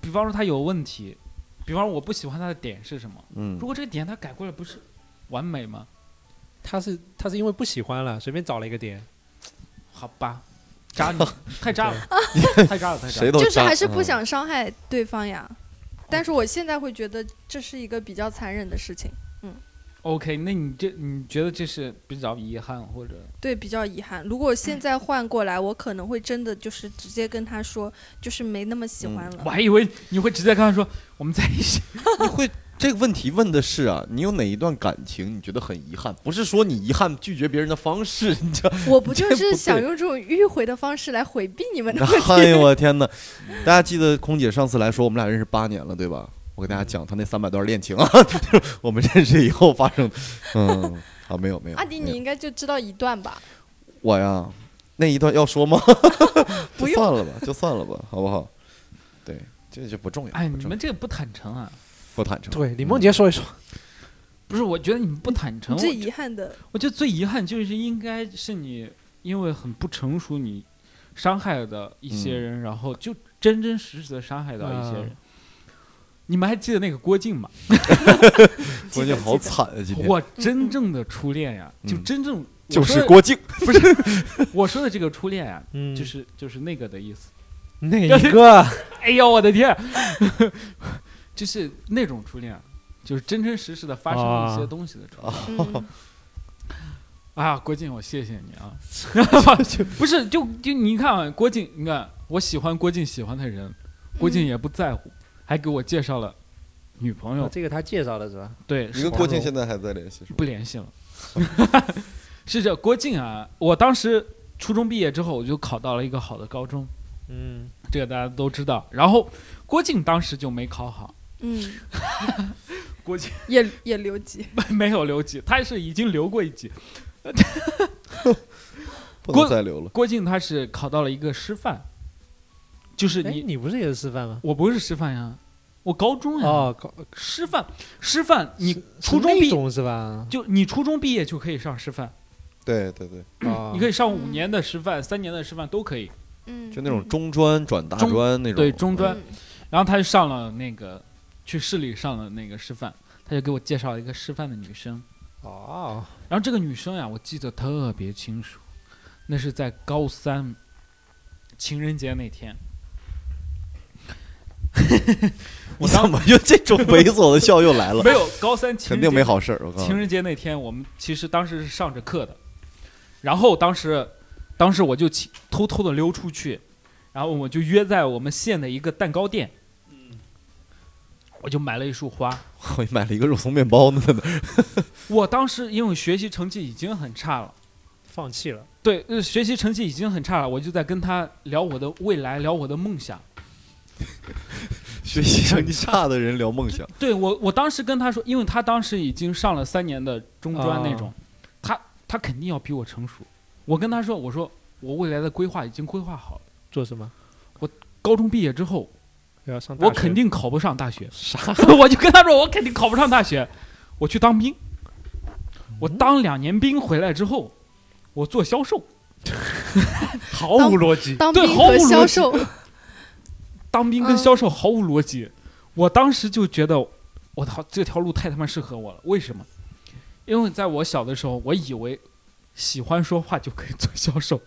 S1: 比方说他有问题，比方说我不喜欢他的点是什么？
S2: 嗯
S1: 如，果这个点他改过来不是完美吗？
S3: 他是他是因为不喜欢了，随便找了一个点，
S1: 好 吧，渣女太渣了，太渣了，太渣
S2: 谁
S1: 了。
S2: 都
S4: 就是
S2: 渣
S4: 还是不
S2: 嗯
S4: 想伤害对方呀。但是我现在会觉得这是一个比较残忍的事情，
S1: OK，那你这你觉得这是比较遗憾或者
S4: 对，比较遗憾。如果现
S1: 嗯
S4: 在换过来，我可能会真的就是直接跟他说，就是没那么喜
S2: 嗯
S4: 欢了。
S1: 我还以为你会直接跟他说我们在一 起。
S2: 你会这个问题问的是啊，你有哪一段感情你觉得很遗憾？不是说你遗憾拒绝别人的方式，你知道？
S4: 我不就
S2: 这不
S4: 是
S2: 对
S4: 想用这种迂回的方式来回避你 们的
S2: 哎呦我天哪！大家记得空姐上次来说我们俩认识八年了，对吧？我给大家讲她那三百段恋情啊， 就是我们认识以后发生的。嗯，啊，没有没有。
S4: 阿迪，
S2: 没
S4: 你
S2: 有
S4: 应该就知道一段吧？
S2: 我呀，那一段要 说吗？
S4: 不
S2: 就
S4: 用
S2: 算了吧，就算了吧，好不好？对，这就不重要。
S1: 哎，
S2: 不
S1: 你
S2: 重
S1: 们
S2: 要
S1: 这个不坦诚啊！
S2: 不坦诚。嗯
S3: 对，李梦洁说一说，
S1: 不是，我觉得你们不坦诚。
S4: 最
S1: 我
S4: 遗憾的，
S1: 我觉得最遗憾就是应该是你因为很不成熟，你伤害的一些
S2: 嗯
S1: 人，然后就真真实实的伤害到一些
S3: 啊
S1: 人。你们还记得那个郭靖吗？
S2: 郭靖好惨啊，今天
S1: 我真正的初恋呀，
S2: 嗯
S1: 就真正
S2: 就
S1: 我说
S2: 是
S1: 的
S2: 郭靖。
S1: 我说的这个初恋呀，
S3: 嗯，
S1: 就是就是那个的意思。
S3: 哪 一个？
S1: 哎呦我的天， 就是那种初恋，啊就是真真实实的发生了一些
S3: 啊
S1: 东西的初恋。
S4: 嗯，
S1: 啊，郭靖，我谢谢你 啊！不是，就就你看啊，郭靖，你看我喜欢郭靖喜欢的人，
S4: 嗯
S1: 郭靖也不在乎，还给我介绍了女朋友。
S3: 这个他介绍的是吧？
S1: 对，
S2: 你
S1: 是
S2: 跟郭靖
S3: 我
S2: 现在还在联系是
S1: 不
S2: 吧？
S1: 联系了。 是这郭靖啊，我当时初中毕业之后，我就考到了一个好的高中，
S3: 嗯，
S1: 这个大家都知道。然后郭靖当时就没考好，
S4: 嗯，
S1: 郭靖
S4: 也也留 级。
S1: 没有留级，他是已经留过一级。
S2: 不能
S1: 郭
S2: 再留了。
S1: 郭靖他是考到了一个师范，就是
S3: 哎，
S1: 你
S3: 你不是也是师范吗？
S1: 我不是师范呀，我高中呀。
S3: 哦，高
S1: 师范，师范，你
S3: 是
S1: 初中
S3: 那
S1: 毕
S3: 种是吧？
S1: 就你初中毕业就可以上师范，
S2: 对对对，
S3: 哦
S1: 你可以上五
S4: 嗯
S1: 年的师范、三年的师范都可以。
S4: 嗯，
S2: 就那种中专转大专那种。
S1: 对中专
S4: 嗯，
S1: 然后他就上了那个，去市里上了那个师范，他就给我介绍了一个师范的女生。
S3: 哦，
S1: 然后这个女生呀，我记得特别清楚，那是在高三情人节那天。
S2: 你怎么就这种猥琐的笑又来了？
S1: 没有高三情
S2: 肯
S1: 人节
S2: 定没好事儿，我告诉
S1: 情
S2: 你。
S1: 人节那天，我们其实当时是上着课的，然后当时，当时我就起偷偷的溜出去，然后我就约在我们县的一个蛋糕店，
S2: 嗯
S1: 我就买了一束花。
S2: 我买了一个肉松面包呢，在那儿
S1: 我当时因为学习成绩已经很差了，
S3: 放弃了，
S1: 对，呃学习成绩已经很差了，我就在跟他聊我的未来，聊我的梦想。
S2: 学习成绩差的人聊梦想。
S1: 对我，我当时跟他说，因为他当时已经上了三年的中专那种，
S4: 哦
S1: 他他肯定要比我成熟。我跟他说，我说我未来的规划已经规划好了。
S3: 做什么？
S1: 高中毕业之后，
S3: 要上大
S1: 我
S3: 学
S1: 肯定考不上大 学。啥？我就跟他说，我肯定考不上大学，我去当兵。我
S4: 嗯
S1: 当两年兵回来之后，我做销 售，
S3: 毫无逻辑。
S4: 当
S1: 对
S4: 兵
S1: 毫无
S4: 和销
S1: 逻辑
S4: 售，
S1: 当兵跟
S4: 嗯
S1: 销售毫无逻辑。我当时就觉得，我操，这条路太他妈适合我了。为什么？因为在我小的时候，我以为喜欢说话就可以做销售。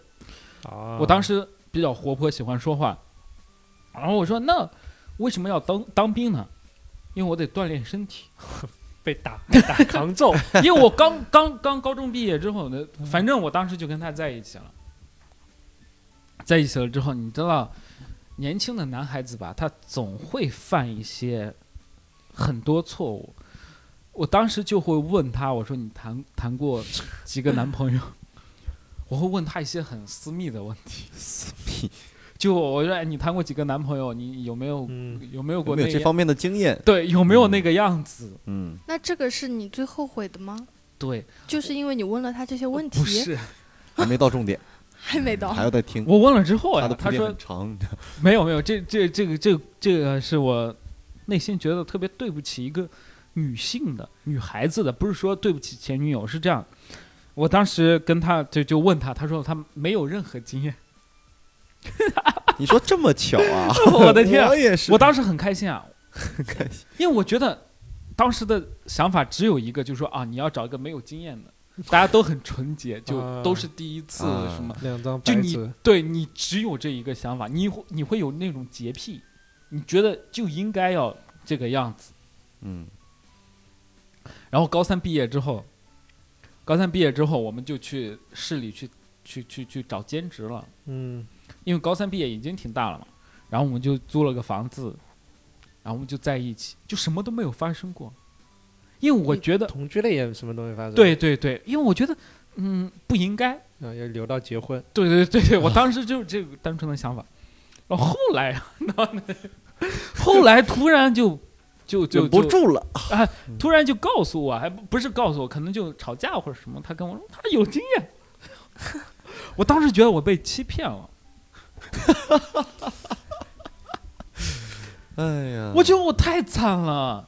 S3: 哦
S1: 我当时比较活泼，喜欢说话。然后我说，那为什么要当当兵呢？因为我得锻炼身体。
S3: 被打被打 扛揍，
S1: 因为我刚刚刚高中毕业之后呢，反正我当时就跟他在一起了，在一起了之后，你知道，年轻的男孩子吧，他总会犯一些很多错误。我当时就会问他，我说你谈谈过 几个男朋友？我会问他一些很私密的问题，
S2: 私密，
S1: 就我说，哎，你谈过几个男朋友？你有没有、
S3: 嗯
S1: 有没有
S2: 有
S1: 过
S2: 没
S1: 那
S2: 有这
S1: 个？
S2: 方面的经验？
S1: 对，有没有那个样子？
S2: 嗯，
S4: 那这个是你最后悔的吗？
S1: 对，
S4: 就是因为你问了他这些问
S1: 呃不
S4: 题，
S1: 是，
S2: 还没到重 点，
S4: 还没到
S2: 还。要再听。
S1: 哦我问了之后
S2: 他
S1: 呀
S2: 的，铺
S1: 他
S2: 垫
S1: 说
S2: 很长，
S1: 没有没有，这这这个这个这个是我内心觉得特别对不起一个女性的女孩子的，不是说对不起前女友，是这样。我当时跟他就就问他，他说他没有任何经验。
S2: 你说这么巧啊？
S1: 我的天啊
S2: 我也是，
S1: 我当时很开心啊，
S2: 很开心。
S1: 因为我觉得当时的想法只有一个，就是说啊，你要找一个没有经验的，大家都很纯洁，就
S3: 啊
S1: 都是第一次
S2: 啊
S1: 什么，
S3: 两张
S1: 就
S3: 白
S1: 你
S3: 纸，
S1: 对你只有这一个想法，你会你会有那种洁癖，你觉得就应该要这个样子。
S2: 嗯，
S1: 然后高三毕业之后，高三毕业之后，我们就去市里去去去去找兼职了，
S3: 嗯，
S1: 因为高三毕业已经挺大了嘛。然后我们就租了个房子，然后我们就在一起，就什么都没有发生过。因为我觉得，
S3: 同居了也什么东西发生，
S1: 对，对对，因为我觉得，嗯，不应该。
S3: 啊，要留到结婚，
S1: 对对对对，我
S2: 啊
S1: 当时就是这个单纯的想法。然后后来啊，后来突然就就就
S2: 忍不
S1: 就
S2: 住了，
S1: 突然就告诉我，还不不是告诉我，可能就吵架或者什么，他跟我说他有经验， 我当时觉得我被欺骗了，
S2: 哎呀，
S1: 我觉得我太惨了，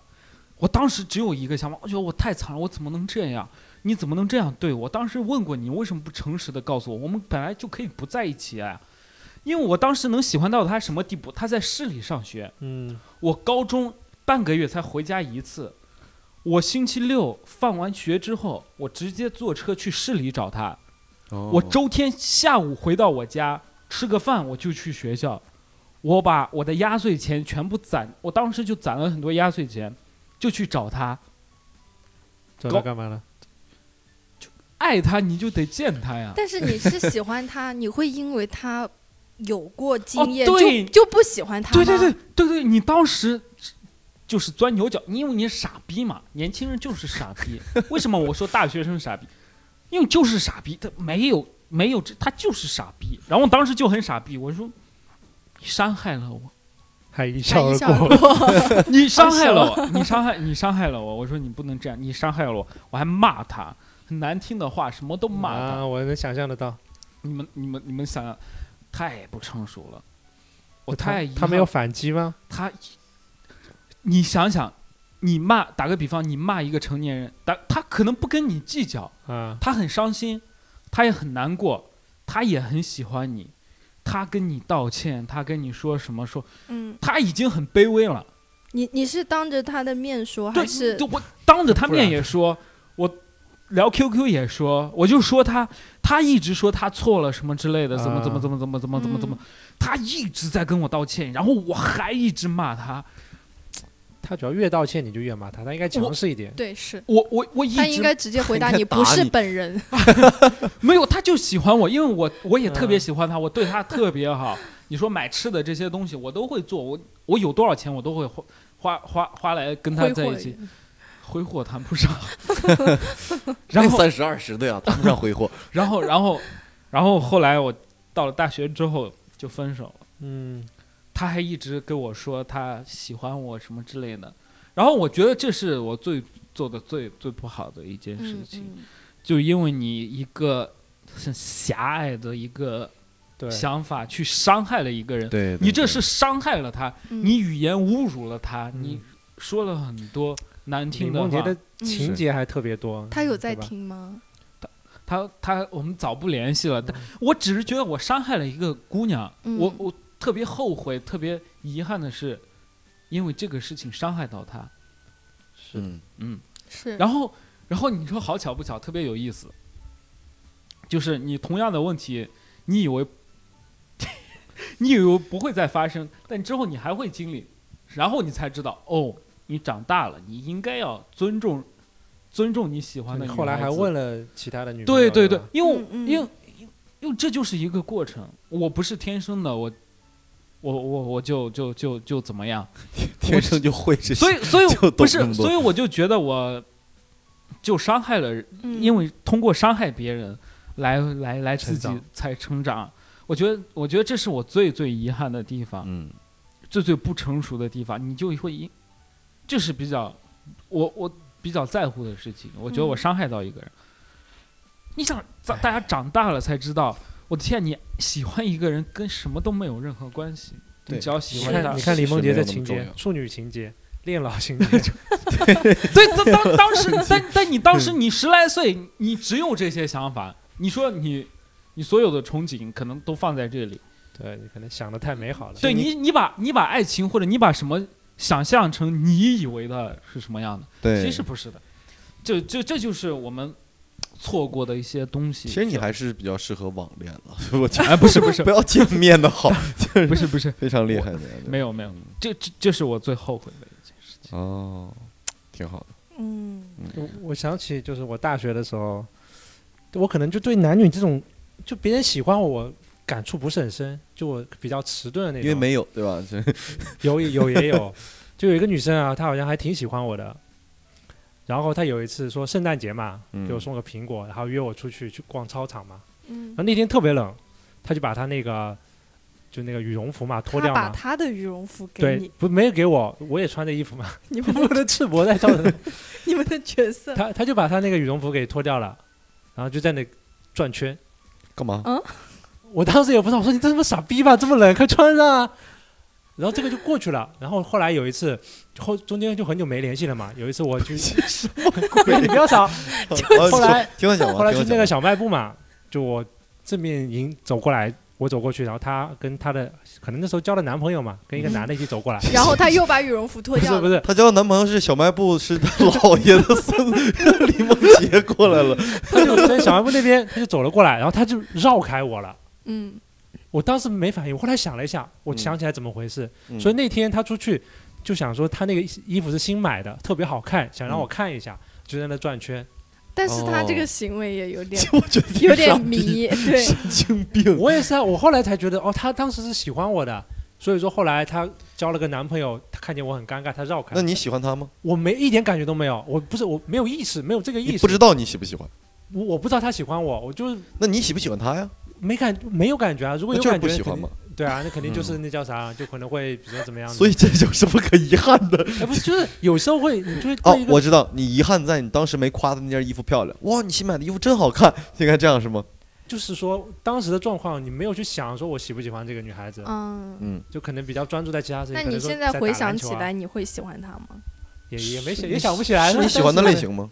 S1: 我当时只有一个想法，我觉得我太惨了，我怎么能这样？你怎么能这样对我？当时问过你，为什么不诚实的告诉我？我们本来就可以不在一起啊，因为我当时能喜欢到他什么地步？他在市里上学，
S3: 嗯，
S1: 我高中半个月才回家一次，我星期六放完学之后，我直接坐车去市里找他。
S2: 哦
S1: 我周天下午回到我家吃个饭，我就去学校。我把我的压岁钱全部攒，我当时就攒了很多压岁钱，就去找他。
S3: 找
S1: 高
S3: 他干嘛了？
S1: 爱他你就得见他呀。
S4: 但是你是喜欢他，你会因为他有过经验、
S1: 哦对
S4: 就就不喜欢他
S1: 对
S4: 吗？
S1: 对对对对，你当时就是钻牛角，因为你傻逼嘛，年轻人就是傻逼。为什么我说大学生傻逼？因为就是傻逼，他没有没有这，他就是傻逼。然后我当时就很傻逼，我说你伤害了 我，
S3: 还一
S4: 他
S3: 笑
S4: 一
S3: 而
S4: 笑而
S3: 过，啊
S4: 过。
S1: 你伤害了我，你伤害你伤害了我。我说你不能这样，你伤害了我，我还骂他，很难听的话，什么都骂他。
S3: 啊，我能想象得到，
S1: 你们你们你们想想，太不成熟了，我
S3: 他
S1: 太遗
S3: 他没
S1: 憾
S3: 有反击吗？
S1: 他，你想想，你骂打个比方，你骂一个成年人，打他可能不跟你计较，
S3: 啊，
S1: 他很伤心，他也很难过，他也很喜欢你，他跟你道歉，他跟你说什么说，
S4: 嗯，
S1: 他已经很卑微了。
S4: 你你是当着他的面说，
S1: 对，
S4: 还是
S1: 就我当着他
S3: 不然
S1: 面也说，我聊 QQ 也说，我就说他，他一直说他错了什么之类的，怎么怎么
S3: 啊
S1: 怎么怎么怎么怎么怎么，
S4: 嗯
S1: 他一直在跟我道歉，然后我还一直骂他，
S3: 他主要越道歉你就越骂他，他应该强势一点，
S4: 对是？
S1: 我我我一
S4: 他
S1: 直
S4: 应该直接回答
S2: 他
S4: 你
S2: 应该
S4: 不
S2: 打
S4: 是
S2: 你
S4: 本人，
S1: 没有，他就喜欢我，因为我我也特别
S3: 嗯
S1: 喜欢他，我对他特别好。你说买吃的这些东西，我都会做，我我有多少钱我都会花花花花来跟他
S4: 挥
S1: 在
S4: 霍
S1: 一起，挥霍谈不上。然
S2: 那
S1: 后
S2: 三十二十的呀，谈不上 挥霍。
S1: 然后然后然后后来我到了大学之后就分手了，
S3: 嗯，
S1: 他还一直跟我说他喜欢我什么之类的，然后我觉得这是我最做的最最不好的一件事
S4: 嗯
S1: 情，
S4: 嗯，
S1: 就因为你一个很狭隘的一个。
S3: 对，
S1: 想法去伤害了一个人，
S2: 对
S1: 你这是伤害了他，
S4: 嗯
S1: 你语言侮辱了他，
S3: 嗯
S1: 你说了很多难
S3: 李
S1: 听的
S3: 梦洁
S1: 话。
S3: 的
S4: 嗯
S3: 情节还特别多，嗯
S4: 他有在
S3: 对吧，
S4: 听吗？
S1: 他他我们早不联系
S3: 嗯
S1: 了，但我只是觉得我伤害了一个姑娘，
S4: 嗯
S1: 我我特别后悔，特别遗憾的是，因为这个事情伤害到她。
S3: 是
S2: 嗯，
S1: 嗯，
S4: 是，
S1: 然后然后你说好巧不巧，特别有意思，就是你同样的问题，你以为 你以为不会再发生，但之后你还会经历，然后你才知道哦，你长大了，你应该要尊重尊重你喜欢的
S3: 你
S1: 女
S3: 嗯后来
S1: 孩
S3: 还
S1: 子
S3: 问了其他的女朋友，
S1: 对对对
S3: 吧，
S1: 因为、
S4: 嗯嗯
S1: 因为因为这就是一个过程，我不是天生的，我我我我就就就就怎么样，
S2: 天生就会这些。
S1: 所以所 以
S2: 就懂
S1: 不
S2: 那
S1: 是，
S2: 么多
S1: 所以我就觉得我就伤害了人
S4: 嗯
S1: 因为通过伤害别人来来来自
S3: 成
S1: 己
S3: 长
S1: 才成长。我觉得，我觉得这是我最最遗憾的地方，
S2: 嗯
S1: 最最不成熟的地方，你就会因，这是比较，我我比较在乎的事情。我觉得我
S4: 嗯
S1: 伤害到一个人。你想，咱大家长大了才知道，我的天，你喜欢一个人跟什么都没有任何关系，你
S2: 对
S1: 只要喜
S3: 你
S1: 欢
S4: 是
S1: 他
S3: 看，你看李梦洁的情
S2: 没有那
S3: 节
S2: 么重，要
S3: 处女情节，恋老情节，
S1: 对，当 当当时，但但你当时你十来岁，你只有这些想法。你说你，你所有的憧憬可能都放在这里。
S3: 对你可能想的太美好了。
S1: 对你，你把你把爱情或者你把什么想象成你以为的是什么样的，
S2: 对，
S1: 其实不是的。就就这就是我们错过的一些东西。
S2: 其实你还是比较适合网恋 了，我觉得
S1: 哎，不是不 是
S2: 不要见面 的好，
S1: 不是不是，
S2: 非常厉害的，
S1: 没有没有，这这这是我最后悔的一件事情。
S2: 哦，挺好的，
S4: 嗯，
S3: 我我想起就是我大学的时候，我可能就对男女这种，就别人喜欢我，我感触不是很深，就我比较迟钝的那种。
S2: 因为没有对吧？ 这
S3: 有有也有，就有一个女生啊，她好像还挺喜欢我的。然后她有一次说圣诞节嘛，
S2: 嗯
S3: 给我送个苹果，然后约我出去去逛操场嘛。
S4: 嗯
S3: 然后，那天特别冷，她就把她那个就那个羽绒服嘛脱
S5: 他
S3: 掉
S5: 把
S3: 嘛，
S5: 他的羽绒服给
S3: 对
S5: 你，，
S3: 不没有给我，我也穿着衣服嘛，
S5: 你
S3: 我
S5: 们
S3: 不能赤膊在操 场上。
S5: 你们的角色，
S3: 她她就把她那个羽绒服给脱掉了，然后就在那转圈。
S2: 干 嘛？
S3: 我当时也不知道，我说你这他妈傻逼吧，这么冷，快穿上啊！然后这个就过去了。然后后来有一次，后中间就很久没联系了嘛。有一次我去， 你不要吵。
S2: 啊
S3: 后来
S2: 听他讲完，
S3: 后来
S2: 听
S3: 去
S2: 他
S3: 那
S2: 讲
S3: 个
S2: 完
S3: 小卖部嘛，就我正面迎走过来，我走过去，然后她跟她的可能那时候交了男朋友嘛，跟一个男的一起走过
S2: 嗯
S3: 来。
S4: 然后他又把羽绒服脱
S3: 不
S4: 掉
S3: 是
S4: 了，
S3: 不是，
S2: 她交的男朋友是小卖部，是她姥爷的孙 子李梦洁过来 了，
S3: 他就在小卖部那边，他就走了过来，然后他就绕开我了。
S4: 嗯，
S3: 我当时没反应，我后来想了一下，我想起来怎么回事。
S2: 嗯
S3: 所以那天他出去就想说他那个衣服是新买的，特别好看，想让我看一下，就在那转圈。
S4: 但是他这
S2: 哦
S4: 个行为也有 点
S2: 嗯我觉得挺
S4: 有
S2: 傻
S4: 点
S2: 逼
S4: 迷，对，
S2: 神经病。
S3: 我也是啊，我后来才觉得哦，他当时是喜欢我的，所以说后来他交了个男朋友，他看见我很尴尬，他绕开
S2: 那
S3: 了。
S2: 你喜欢他吗？
S3: 我没一点感觉都没有，我不是我没有意识，没有这个意
S2: 你
S3: 识，
S2: 不知道你喜不喜欢？
S3: 我我不知道他喜欢我，我就是
S2: 那你喜不喜欢他呀？
S3: 没感没有感觉啊。如果
S2: 那
S3: 有
S2: 就是
S3: 感觉，
S2: 不喜欢嘛。嗯
S3: 肯定啊对啊，那肯定就是那叫啥，就可能会比如说怎么样的。
S2: 所以这有什么可遗憾的？
S3: 哎，不是，就是有时候会，你就会
S2: 哦
S3: 对一，个
S2: 我知道，你遗憾在你当时没夸她那件衣服漂亮。哇，你新买的衣服真好看，应该这样是吗？
S3: 就是说当时的状况，你没有去想说我喜不喜欢这个女孩子，
S4: 嗯。
S2: 嗯，
S3: 就可能比较专注在其他事情。
S4: 那
S3: 可
S4: 你
S3: 能说
S4: 现在
S3: 打
S4: 回
S3: 篮
S4: 想
S3: 球
S4: 起
S3: 啊
S4: 来，你会喜欢他吗？
S3: 也也没
S2: 是
S3: 想也想不起来
S2: 是
S3: 了。
S2: 你喜欢的
S3: 但
S2: 类
S3: 是，
S2: 型吗？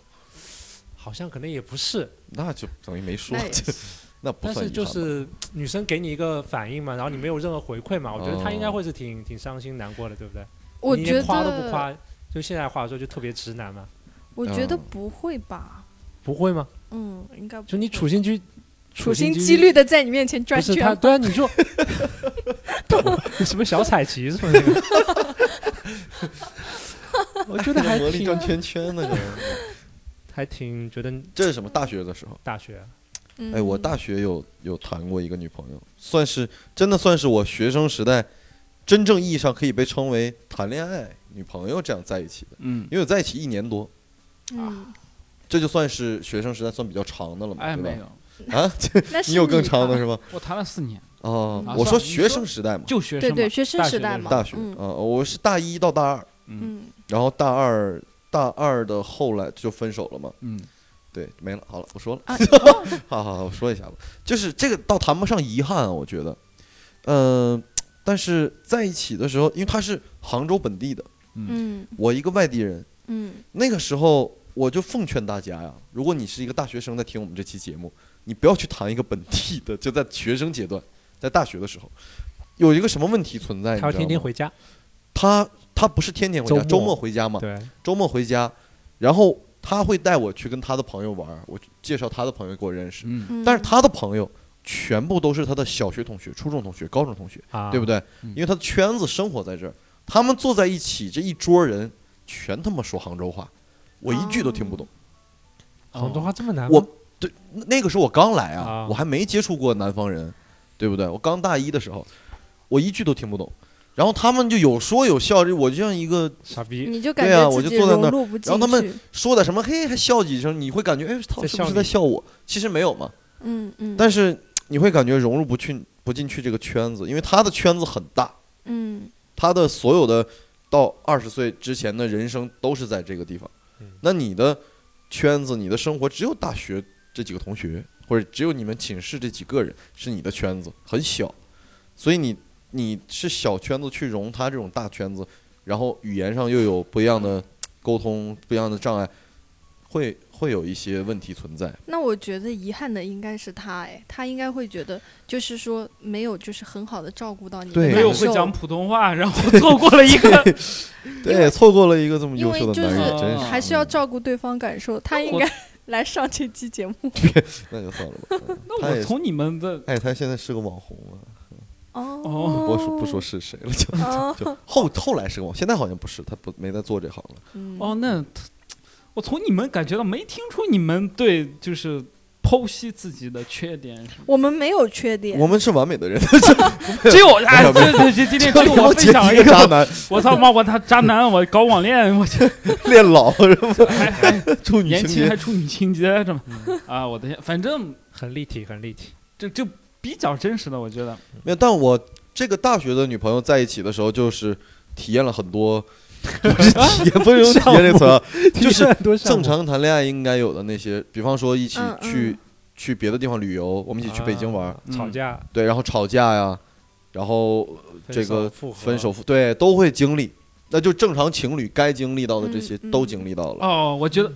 S3: 好像可能也不是，
S2: 那就等于没说
S4: 那也，
S2: 这 那不
S3: 但
S2: 算
S3: 是
S2: 遗
S3: 就
S2: 憾吧。
S3: 是女生给你一个反应嘛，然后你没有任何回馈嘛，我觉得她
S2: 哦
S3: 应该会是挺挺伤心难过的，对不对？
S4: 我
S3: 你
S4: 觉
S3: 连
S4: 得，
S3: 夸都不夸，就现在话说就特别直男嘛，
S4: 我觉得
S2: 嗯
S4: 不会吧？
S3: 不会吗？
S4: 嗯，应该不
S3: 就你
S4: 会
S3: 处心积
S4: 处心积
S3: 积
S4: 虑的在你面前转
S3: 不是他，
S4: 圈，
S3: 对啊，你 就你什么小彩旗是吗？ 那个我觉得还
S2: 魔力转
S3: 挺啊
S2: 圈圈呢， 这
S3: 还挺觉得
S2: 这是什么？大学的时候，
S3: 大学啊
S4: 嗯
S2: 哎，我大学有有谈过一个女朋友，算是真的算是我学生时代真正意义上可以被称为谈恋爱女朋友这样在一起的，
S1: 嗯，
S2: 因为我在一起一年多，
S4: 嗯，
S2: 这就算是学生时代算比较长的了嘛，
S1: 哎，
S2: 对
S1: 没
S2: 吧？
S1: 有，
S2: 啊，
S4: 那是
S2: 你有更长的
S4: 吧
S2: 是吗？
S1: 我谈了四年，
S2: 哦
S1: 啊，
S2: 我
S1: 算
S2: 说
S1: 了你
S2: 学
S1: 说
S2: 生时代嘛，
S1: 就学生
S4: 对
S1: 嘛
S4: 对，学生
S1: 大
S4: 时
S1: 学
S4: 代
S1: 的
S4: 嘛，
S2: 大学
S4: 嗯
S2: 啊，我是大一到大二，
S1: 嗯
S4: 嗯，
S2: 然后大二大二的后来就分手了嘛。
S1: 嗯，
S2: 对，没了，好了，不说了，
S4: 啊
S2: 好好好，我说一下吧，就是这个倒谈不上遗憾啊，我觉得，嗯、但是在一起的时候，因为他是杭州本地的，
S4: 嗯
S2: 我一个外地人，
S4: 嗯
S2: 那个时候我就奉劝大家呀，如果你是一个大学生在听我们这期节目，你不要去谈一个本地的，就在学生阶段，在大学的时候，有一个什么问题存在？
S3: 他
S2: 哎你
S3: 要
S2: 知道
S3: 天天
S2: 吗
S3: 回家，
S2: 他他不是天天回家，
S3: 周末
S2: 周末回家嘛，
S3: 对，
S2: 周末回家，然后他会带我去跟他的朋友玩儿，我介绍他的朋友给我认识，
S1: 嗯，
S4: 嗯，
S2: 但是他的朋友全部都是他的小学同学、初中同学、高中同学，
S3: 啊，
S2: 对不
S3: 对？
S2: 对？
S1: 嗯
S2: 因为他的圈子生活在这儿，他们坐在一起这一桌人全他妈说杭州话，我一句都听
S3: 啊
S2: 不懂。
S1: 哦
S3: 广东话这么难吗？
S2: 哦我那那个时候我刚来啊
S3: 啊，
S2: 我还没接触过南方人，对不对？我刚大一的时候，我一句都听不懂。然后他们就有说有笑，这我就像一个
S3: 傻逼，
S4: 你就感
S2: 对啊
S4: 觉
S2: 我
S4: 自
S2: 就
S4: 己
S2: 坐在
S4: 融
S2: 那儿
S4: 入不进去，
S2: 然后他们说点什么，嘿，还笑几声，你会感觉，哎，他
S3: 在
S2: 是不
S3: 笑
S2: 是
S3: 你
S2: 在笑我？其实没有嘛，
S4: 嗯嗯，
S2: 但是你会感觉融入不进不进去这个圈子，因为他的圈子很大，
S4: 嗯
S2: 他的所有的到二十岁之前的人生都是在这个地方
S3: 嗯。
S2: 那你的圈子、你的生活只有大学这几个同学，或者只有你们寝室这几个人是你的圈子，很小，所以你你是小圈子去融他这种大圈子，然后语言上又有不一样的沟通、不一样的障碍，会会有一些问题存在。
S4: 那我觉得遗憾的应该是他，哎，他应该会觉得，就是说没有，就是很好的照顾到你的
S2: 对
S1: 没有
S4: 感
S1: 会
S4: 受，
S1: 讲普通话，然后错过了一 个
S4: 因为
S2: 对，错过了一个这么
S4: 因
S2: 优
S4: 为
S2: 秀的
S4: 就是
S2: 男人，真
S1: 啊
S4: 还是要照顾对方感受。他应
S1: 我
S4: 该 来上这期节目
S2: 那就算了吧。 嗯
S1: 那
S2: 他
S1: 我
S2: 也
S1: 从你们的
S2: 哎，他现在是个网红了。
S1: 哦
S2: 我说不说是谁了，就
S4: 哦，
S2: 就后后来是个网，现在好像不是，他不没在做这行了。
S4: 嗯
S1: 哦，那他我从你们感觉到没听出你们对就是剖析自己的缺点什么
S5: 我们没有缺点
S2: 我，们是完美的人，
S1: 的，只有哎，
S2: 没
S1: 对对对， 今天只有
S2: 他
S1: 我
S2: 妈
S1: 分享
S2: 姐一个渣男，
S1: 我操妈，我他渣男，我搞网恋，我 去，
S2: 恋老是吧？
S1: 还还
S2: 处女
S1: 年
S2: 情
S1: 轻
S2: 节嗯
S1: 还处女情节这么啊，我的天，反正
S3: 很立体，很立体。
S1: 这这比较真实的，我觉得
S2: 没有。但我这个大学的女朋友在一起的时候，就是体验了很多，不是体验，不是用体验这个词啊， 就是
S3: 多
S2: 正常谈恋爱应该有的那些，比方说一起
S4: 嗯嗯
S2: 去去别的地方旅游，我们一起去北京玩，
S1: 嗯
S3: 吵架，
S2: 对，然后吵架呀，然后这
S3: 分手
S2: 个
S3: 复合
S2: 分手复对都会经历，那就正常情侣该经历到的这些
S4: 嗯嗯
S2: 都经历到了，
S1: 哦，我觉得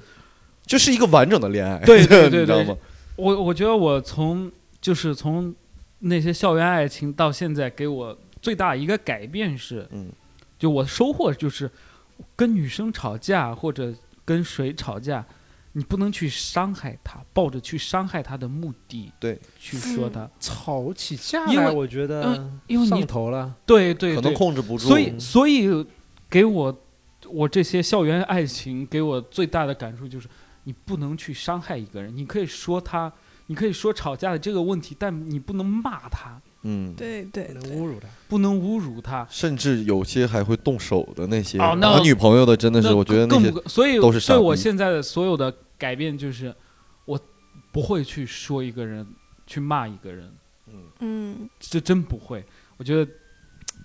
S2: 就是一个完整的恋爱。
S1: 对 对对
S2: 你知道
S1: 对
S2: 吗？
S1: 我我觉得我从就是从那些校园爱情到现在，给我最大一个改变是，
S2: 嗯，
S1: 就我收获就是跟女生吵架或者跟谁吵架，你不能去伤害她，抱着去伤害她的目的，
S2: 对，
S1: 去说她，
S3: 吵起架
S1: 因
S3: 来，
S1: 为
S3: 我觉得
S1: 嗯因为你
S3: 上头了。
S1: 对对
S2: 可能
S1: 对，
S2: 控制不住。
S1: 所以所以给我我这些校园爱情给我最大的感触就是，你不能去伤害一个人，你可以说他，你可以说吵架的这个问题，但你不能骂他，
S2: 嗯，
S5: 对对
S3: 不哎能
S5: 对，
S3: 侮辱他。
S1: 不能侮辱他。
S2: 甚至有些还会动手的那些
S1: 哦那
S2: 打女朋友的，真的是
S1: 那
S2: 我觉得那
S1: 更
S2: 些
S1: 不所以
S2: 都是傻
S1: 对我
S2: 逼
S1: 现在的所有的改变就是，我不会去说一个人，去骂一个人，
S4: 嗯？
S1: 这真不会。我觉得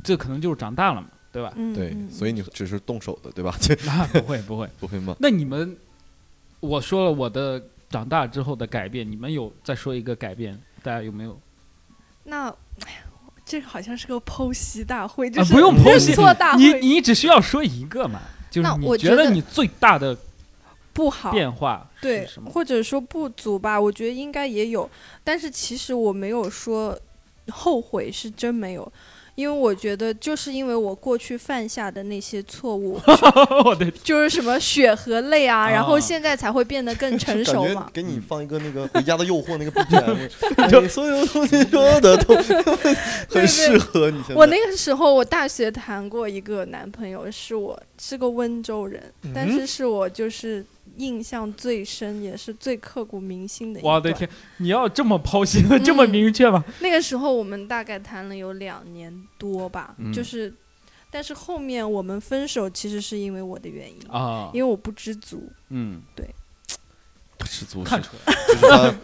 S1: 这可能就是长大了嘛，对吧
S4: 嗯，
S2: 对，所
S4: 以
S2: 以你只是动手的，对吧？ 这
S1: 那不会不会。
S2: 不会骂。
S1: 那你们，我说了我的长大之后的改变，你们有再说一个改变？大家有没有？
S5: 那哎呀这个好像是个剖析大会，
S1: 啊
S5: 就，是
S1: 不用剖
S5: 认
S1: 析
S5: 错大，
S1: 你
S5: 会
S1: 你只需要说一个嘛，就是
S4: 那
S1: 你
S4: 我觉
S1: 得
S4: 得
S1: 你最大的
S4: 不好，
S1: 变化是
S5: 对
S1: 什么？
S4: 或者说不足吧，我觉得应该也有，但是其实我没有说后悔，是真没有，因为我觉得就是因为我过去犯下的那些错 误，啊
S1: 我的天，
S4: 就是什么血和泪啊，然后
S1: 啊
S4: 现在才会变得更成
S2: 感
S4: 熟
S2: 觉
S4: 嘛。
S2: 给你放一个那个《回家的诱惑》那个 BGM，就哎所有东西说的都 很适合你。现在
S4: 我那个时候，我大学谈过一个男朋友，是我是个温州人，
S1: 嗯
S4: 但
S3: 嗯
S4: 是是我就是印象最深，也是最刻骨铭心的一
S1: 我的
S4: 段。
S1: 天，你要这么剖析的这么明确吗？
S4: 那个时候我们大概谈了有两年多吧，
S1: 嗯
S4: 就是，但是后面我们分手其实是因为我的原因，
S1: 啊，
S4: 因为我不知足，
S1: 嗯，
S2: 不知足是，
S1: 看出来了，
S2: 就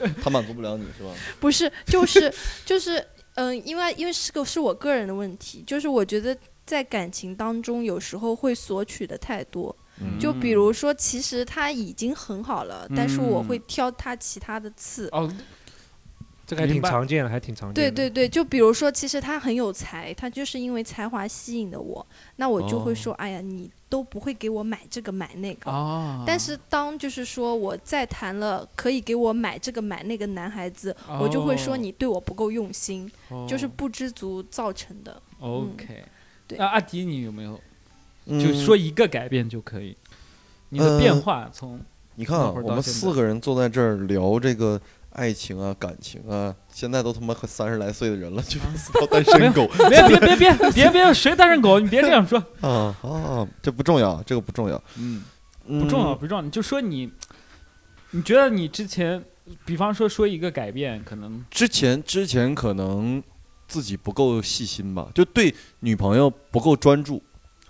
S2: 是他他满足不了你是吧？
S4: 不是，就是 就是，嗯、因为因为是个是我个人的问题，就是我觉得在感情当中有时候会索取的太多，
S1: 嗯
S4: 就比如说其实他已经很好了，但是我会
S1: 嗯
S4: 挑他其他的刺。
S1: 哦，
S3: 这个还
S1: 明
S3: 挺
S1: 白
S3: 常见的，还挺常见
S4: 对
S3: 的。
S4: 对对，就比如说，其实他很有才，他就是因为才华吸引的我，那我就会
S2: 哦
S4: 说，哎呀，你都不会给我买这个买那个，
S1: 啊，
S4: 但是当就是说我再谈了可以给我买这个买那个男孩子，我就会说
S1: 哦
S4: 你对我不够用心，就是
S1: 哦
S4: 不知足造成的。
S1: OK，
S4: 对
S1: 那阿迪你有没有就
S2: 嗯
S1: 说一个改变就可以？你的
S2: 呃
S1: 变化从
S2: 你看啊，
S1: 那会儿到
S2: 我们
S1: 现在
S2: 四个人坐在这儿聊这个爱情啊、感情啊，现在都他妈快三十来岁的人了，
S1: 啊
S2: 就是死到单身 狗
S1: 别别别别别别，谁单身狗？你别这样说。
S2: 啊啊！这不重要，这个不重要，
S1: 嗯，
S2: 不
S1: 不重要，。不重要。你就说你，你觉得你之前，比方说说一个改变，可能
S2: 之前之前可能自己不够细心吧，就对女朋友不够专注，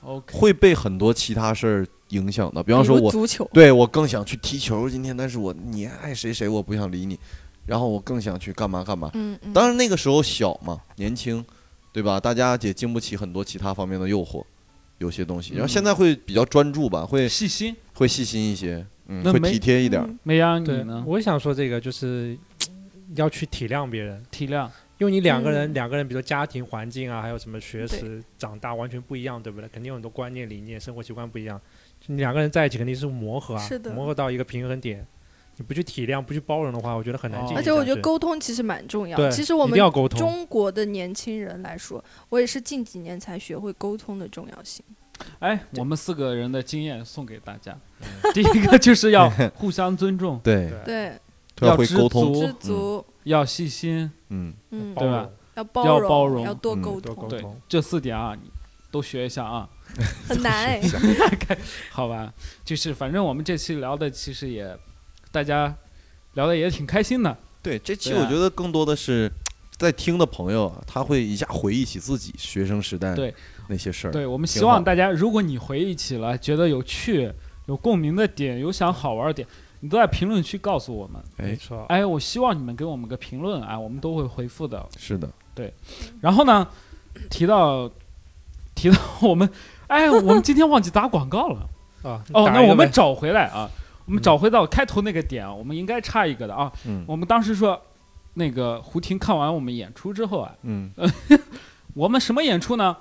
S1: OK，
S2: 会被很多其他事儿影响到。比方说
S5: 比如
S2: 我，
S5: 足球，
S2: 对我更想去踢球今天，但是我你爱谁谁，我不想理你。然后我更想去干嘛干嘛。
S4: 嗯嗯，
S2: 当然那个时候小嘛，年轻，对吧？大家也经不起很多其他方面的诱惑，有些东西。然后现在会比较专注吧，会
S1: 细心。
S2: 会细心一些，嗯，
S1: 那
S2: 会
S1: 没
S2: 体贴一点儿。
S4: 嗯
S1: 梅阳，你
S3: 对
S1: 呢，？
S3: 我想说这个就是要去体谅别人，
S1: 体谅，
S3: 因为你两个人，
S4: 嗯
S3: 两个人，比如说家庭环境啊，还有什么学
S4: 对
S3: 识、长大完全不一样，对不对？肯定有很多观念、理念、生活习惯不一样。就你两个人在一起肯定是磨合啊，
S4: 是的
S3: 磨合到一个平衡点。你不去体谅、不去包容的话，我觉得很难
S1: 哦
S3: 进行下
S4: 而
S3: 去。
S4: 且我觉得沟通其实蛮重要。
S3: 嗯对，
S4: 其实我
S3: 一
S4: 们
S3: 定要沟通。
S4: 中国的年轻人来说，我也是近几年才学会沟通的重要性。
S1: 哎，我们四个人的经验送给大家。
S3: 嗯
S1: 第一个就是 要互相尊重，
S2: 对，
S3: 对，
S4: 对，
S2: 要会
S1: 知
S2: 沟通，
S1: 足
S4: 知足，
S1: 要细心，
S2: 嗯，
S4: 嗯，
S3: 包
S1: 对吧
S3: 容
S4: 要包
S1: 要
S4: 容，
S1: 包容
S4: 要多
S2: 嗯
S4: 沟
S3: 多沟
S4: 通，
S1: 对
S3: 通，
S1: 这四点啊，你都学一下啊，
S4: 很难哎。
S1: 好吧？就是反正我们这期聊的其实也，大家聊的也挺开心的，
S2: 对，这期
S1: 对啊
S2: 我觉得更多的是在听的朋友啊，他会一下回忆起自己学生时代
S1: 对
S2: 那些事儿。
S1: 对我们
S2: 挺
S1: 希
S2: 好
S1: 望大家，如果你回忆起来觉得有趣、有共鸣的点，有想好玩的点，你都在评论区告诉我们。
S2: 哎
S3: 没错。
S1: 哎，我希望你们给我们个评论啊，我们都会回复的。
S2: 是的，
S1: 然后呢，提到提到我们，哎，我们今天忘记打广告了。
S3: 啊，
S1: 哦，
S3: 打
S1: 那
S3: 一个
S1: 我们
S3: 呗
S1: 找回来啊，我们
S3: 嗯
S1: 找回到开头那个点啊，我们应该插一个的啊。
S2: 嗯
S1: 我们当时说，那个胡婷看完我们演出之后啊，
S2: 嗯，
S1: 我们什么演出呢？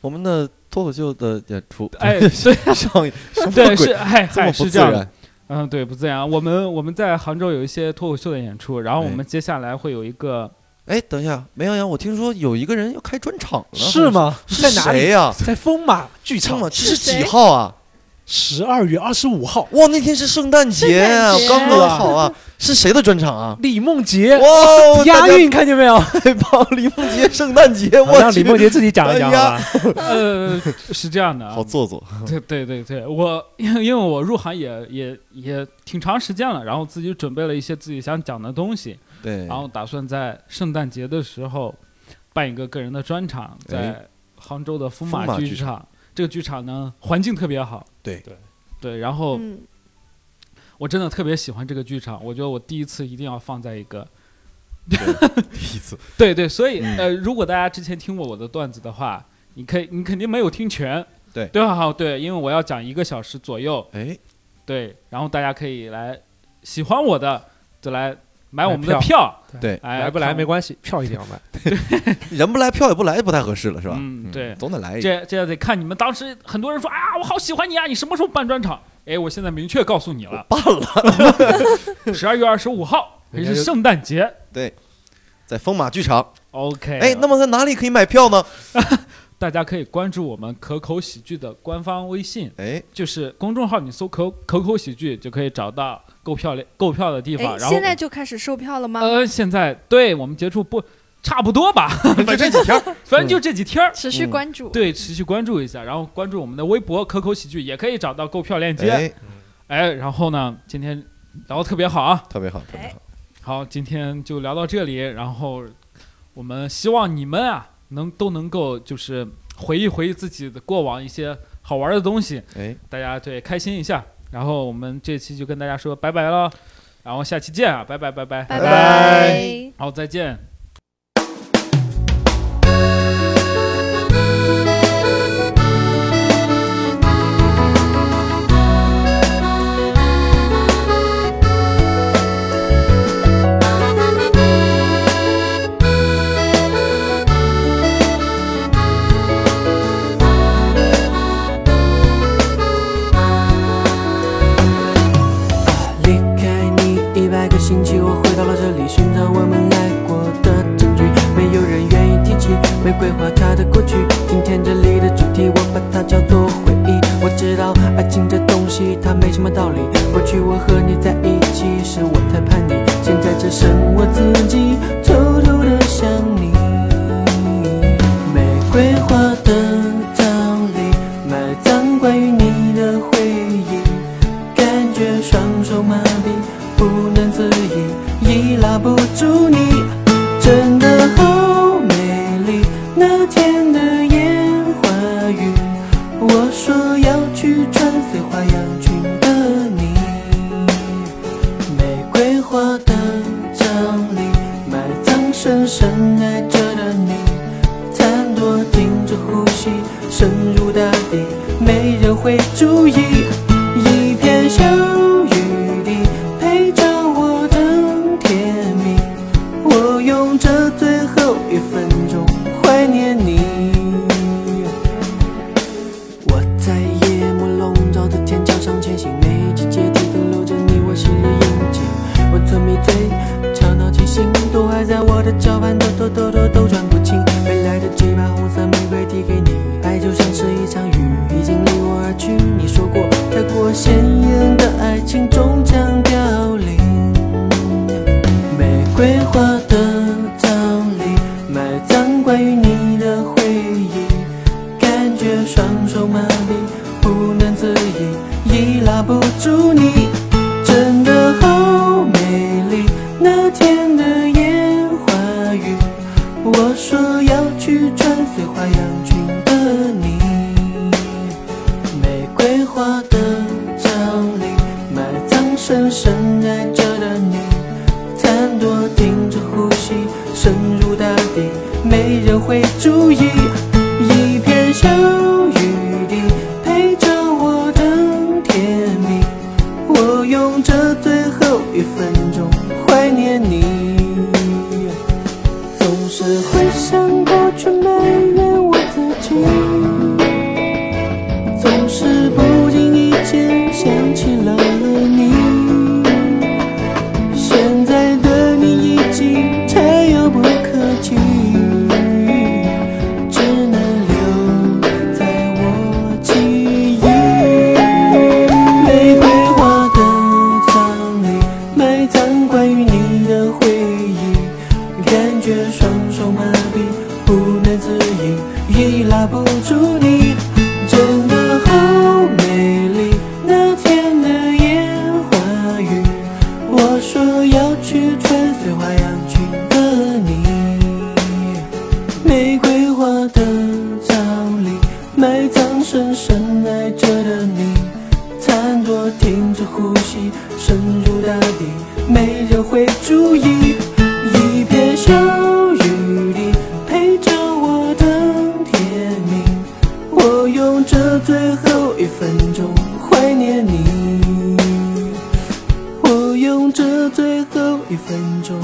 S2: 我们的脱口秀的演出，
S1: 哎， 对
S2: 上什么
S1: 对
S2: 鬼
S1: 是，哎
S2: 这
S1: 嗨
S2: 么不
S1: 是
S2: 自
S1: 这样的，
S2: 然？
S1: 嗯，对，不自然。我们我们在杭州有一些脱口秀的演出，然后我
S2: 哎
S1: 们接下来会有一个
S2: 哎，等一下，梅洋洋，我听说有一个人要开专场了，
S3: 是？ 吗？在哪
S2: 谁
S3: 里？
S2: 呀？
S3: 在风马剧
S2: 这
S3: 场
S2: 么
S4: 是
S2: 是
S4: 谁
S2: 几号啊？
S3: 十二月二十五号，
S2: 哇，那天是圣诞节啊，
S4: 圣诞节
S2: 刚刚好啊！是谁的专场 啊？
S3: 李梦洁
S2: 哇哦，
S3: 押韵，看见没 有？
S2: 大家帮李梦洁圣诞节，
S3: 好
S2: 我
S3: 让李
S2: 去
S3: 梦洁自己讲一讲
S2: 哎呀
S3: 好吧。
S1: 呃，是这样的啊
S2: 好，做 作，
S1: 对对对对，我因为我入行也也也挺长时间了，然后自己准备了一些自己想讲的东西，
S2: 对，
S1: 然后打算在圣诞节的时候办一个个人的专场，在杭州的风
S2: 风马
S1: 马
S2: 剧
S1: 剧场。这个剧场呢，环境特别好，
S2: 对
S3: 对
S1: 对，然后
S4: 嗯，
S1: 我真的特别喜欢这个剧场，我觉得我第一次一定要放在一个
S2: 第一次，
S1: 对对，所以、
S2: 嗯
S1: 呃，如果大家之前听过我的段子的话，你可以，你肯定没有听全，
S2: 对
S1: 对吧？对，因为我要讲一个小时左右，
S2: 哎，
S1: 对，然后大家可以来喜欢我的就来买我们的
S3: 买
S1: 票，
S2: 对
S1: 哎，
S3: 来不来
S1: 看
S3: 没关系，票一定要买。
S2: 人不来，票也不来，不太合适了，是吧？哎
S1: 嗯对
S2: 总得来一个。
S1: 这这也得看你们当时很多人说啊，我好喜欢你啊，你什么时候办专场？哎，我现在明确告诉你了，办了， 十二月二十五号，还
S3: 人家
S1: 是
S3: 就
S1: 圣诞节。
S2: 在风马剧场，
S1: OK，
S2: 哎，那么在哪里可以买票呢？
S1: 大家可以关注我们可口喜剧的官方微信，
S2: 哎，
S1: 就是公众号，你搜可“可口喜剧”就可以找到购票的购票的地方。
S4: 哎，
S1: 然后
S4: 现在就开始售票了吗？
S1: 呃，现在对我们接触不差不多吧，
S4: 嗯
S2: 就这几天儿，
S1: 反正就这几天儿。
S4: 持续
S2: 嗯
S4: 关注。，
S1: 对，持续关注一下，然后关注我们的微博“可口喜剧”，也可以找到购票链接。哎，
S2: 哎，
S1: 然后呢，今天聊的特别好啊，
S2: 特别好，特别好。
S1: 好，今天就聊到这里。然后我们希望你们啊，能都能够就是回忆回忆自己的过往一些好玩的东西，
S2: 哎，
S1: 大家对开心一下。然后我们这期就跟大家说拜拜了，然后下期见啊，拜拜拜拜，
S4: 拜
S2: 拜拜
S1: 好再见。
S6: 离开你一百个星期，我回到了这里，寻找我们来过的证据。没有人愿意提起玫瑰花它的过去。今天这里的主题，我把它叫做回忆。我知道爱情这东西它没什么道理。过去我和你在一起，是我太叛逆，现在只剩我自己，偷偷的想你。玫瑰花的葬礼，埋葬关于你的回忆。感觉双手麻痹，不能自已，已拉不住你，真的好美丽。那天的烟花雨，我大地，没人会注意。一片小雨滴陪着我等天明，我用这最后一分钟怀念你。我在夜幕笼罩的天桥上前行，每节阶梯都留着你我心里印记。我最迷醉，吵闹清醒，都还在我的脚畔兜兜兜兜兜转不清。没来得及把红色玫瑰递给你，爱就像是一场雨，已经离我而去。你说过，太过鲜艳的爱情终将凋零。玫瑰花的葬礼，埋葬关于你的回忆。感觉双手麻痹，不能自已，已拉不住你，真的好美丽。那天的烟花雨，我说要去穿碎花羊群的你，玫瑰花的葬礼，埋葬深深爱着的你，残朵停止呼吸，深入大地，没人会注意。一片小雨滴陪着我等天明，我用这最后一分钟怀念你。总是回想过去，埋怨我自己，总是不经意间想起了你。现在的你已经柴油不可及。只能留在我记忆。玫瑰花的葬礼，埋葬关于你的回忆，感觉双手麻痹，不能自已，已拉不住你。真的好美丽，那天的烟花雨，我说要去穿碎花羊群的你。玫瑰花的葬礼，埋葬深深爱着的你。残朵停止呼吸，深入大地，没人会注意。一片小雨滴陪着我等天明，我用这最后一分钟怀念你。我用这最后一分钟。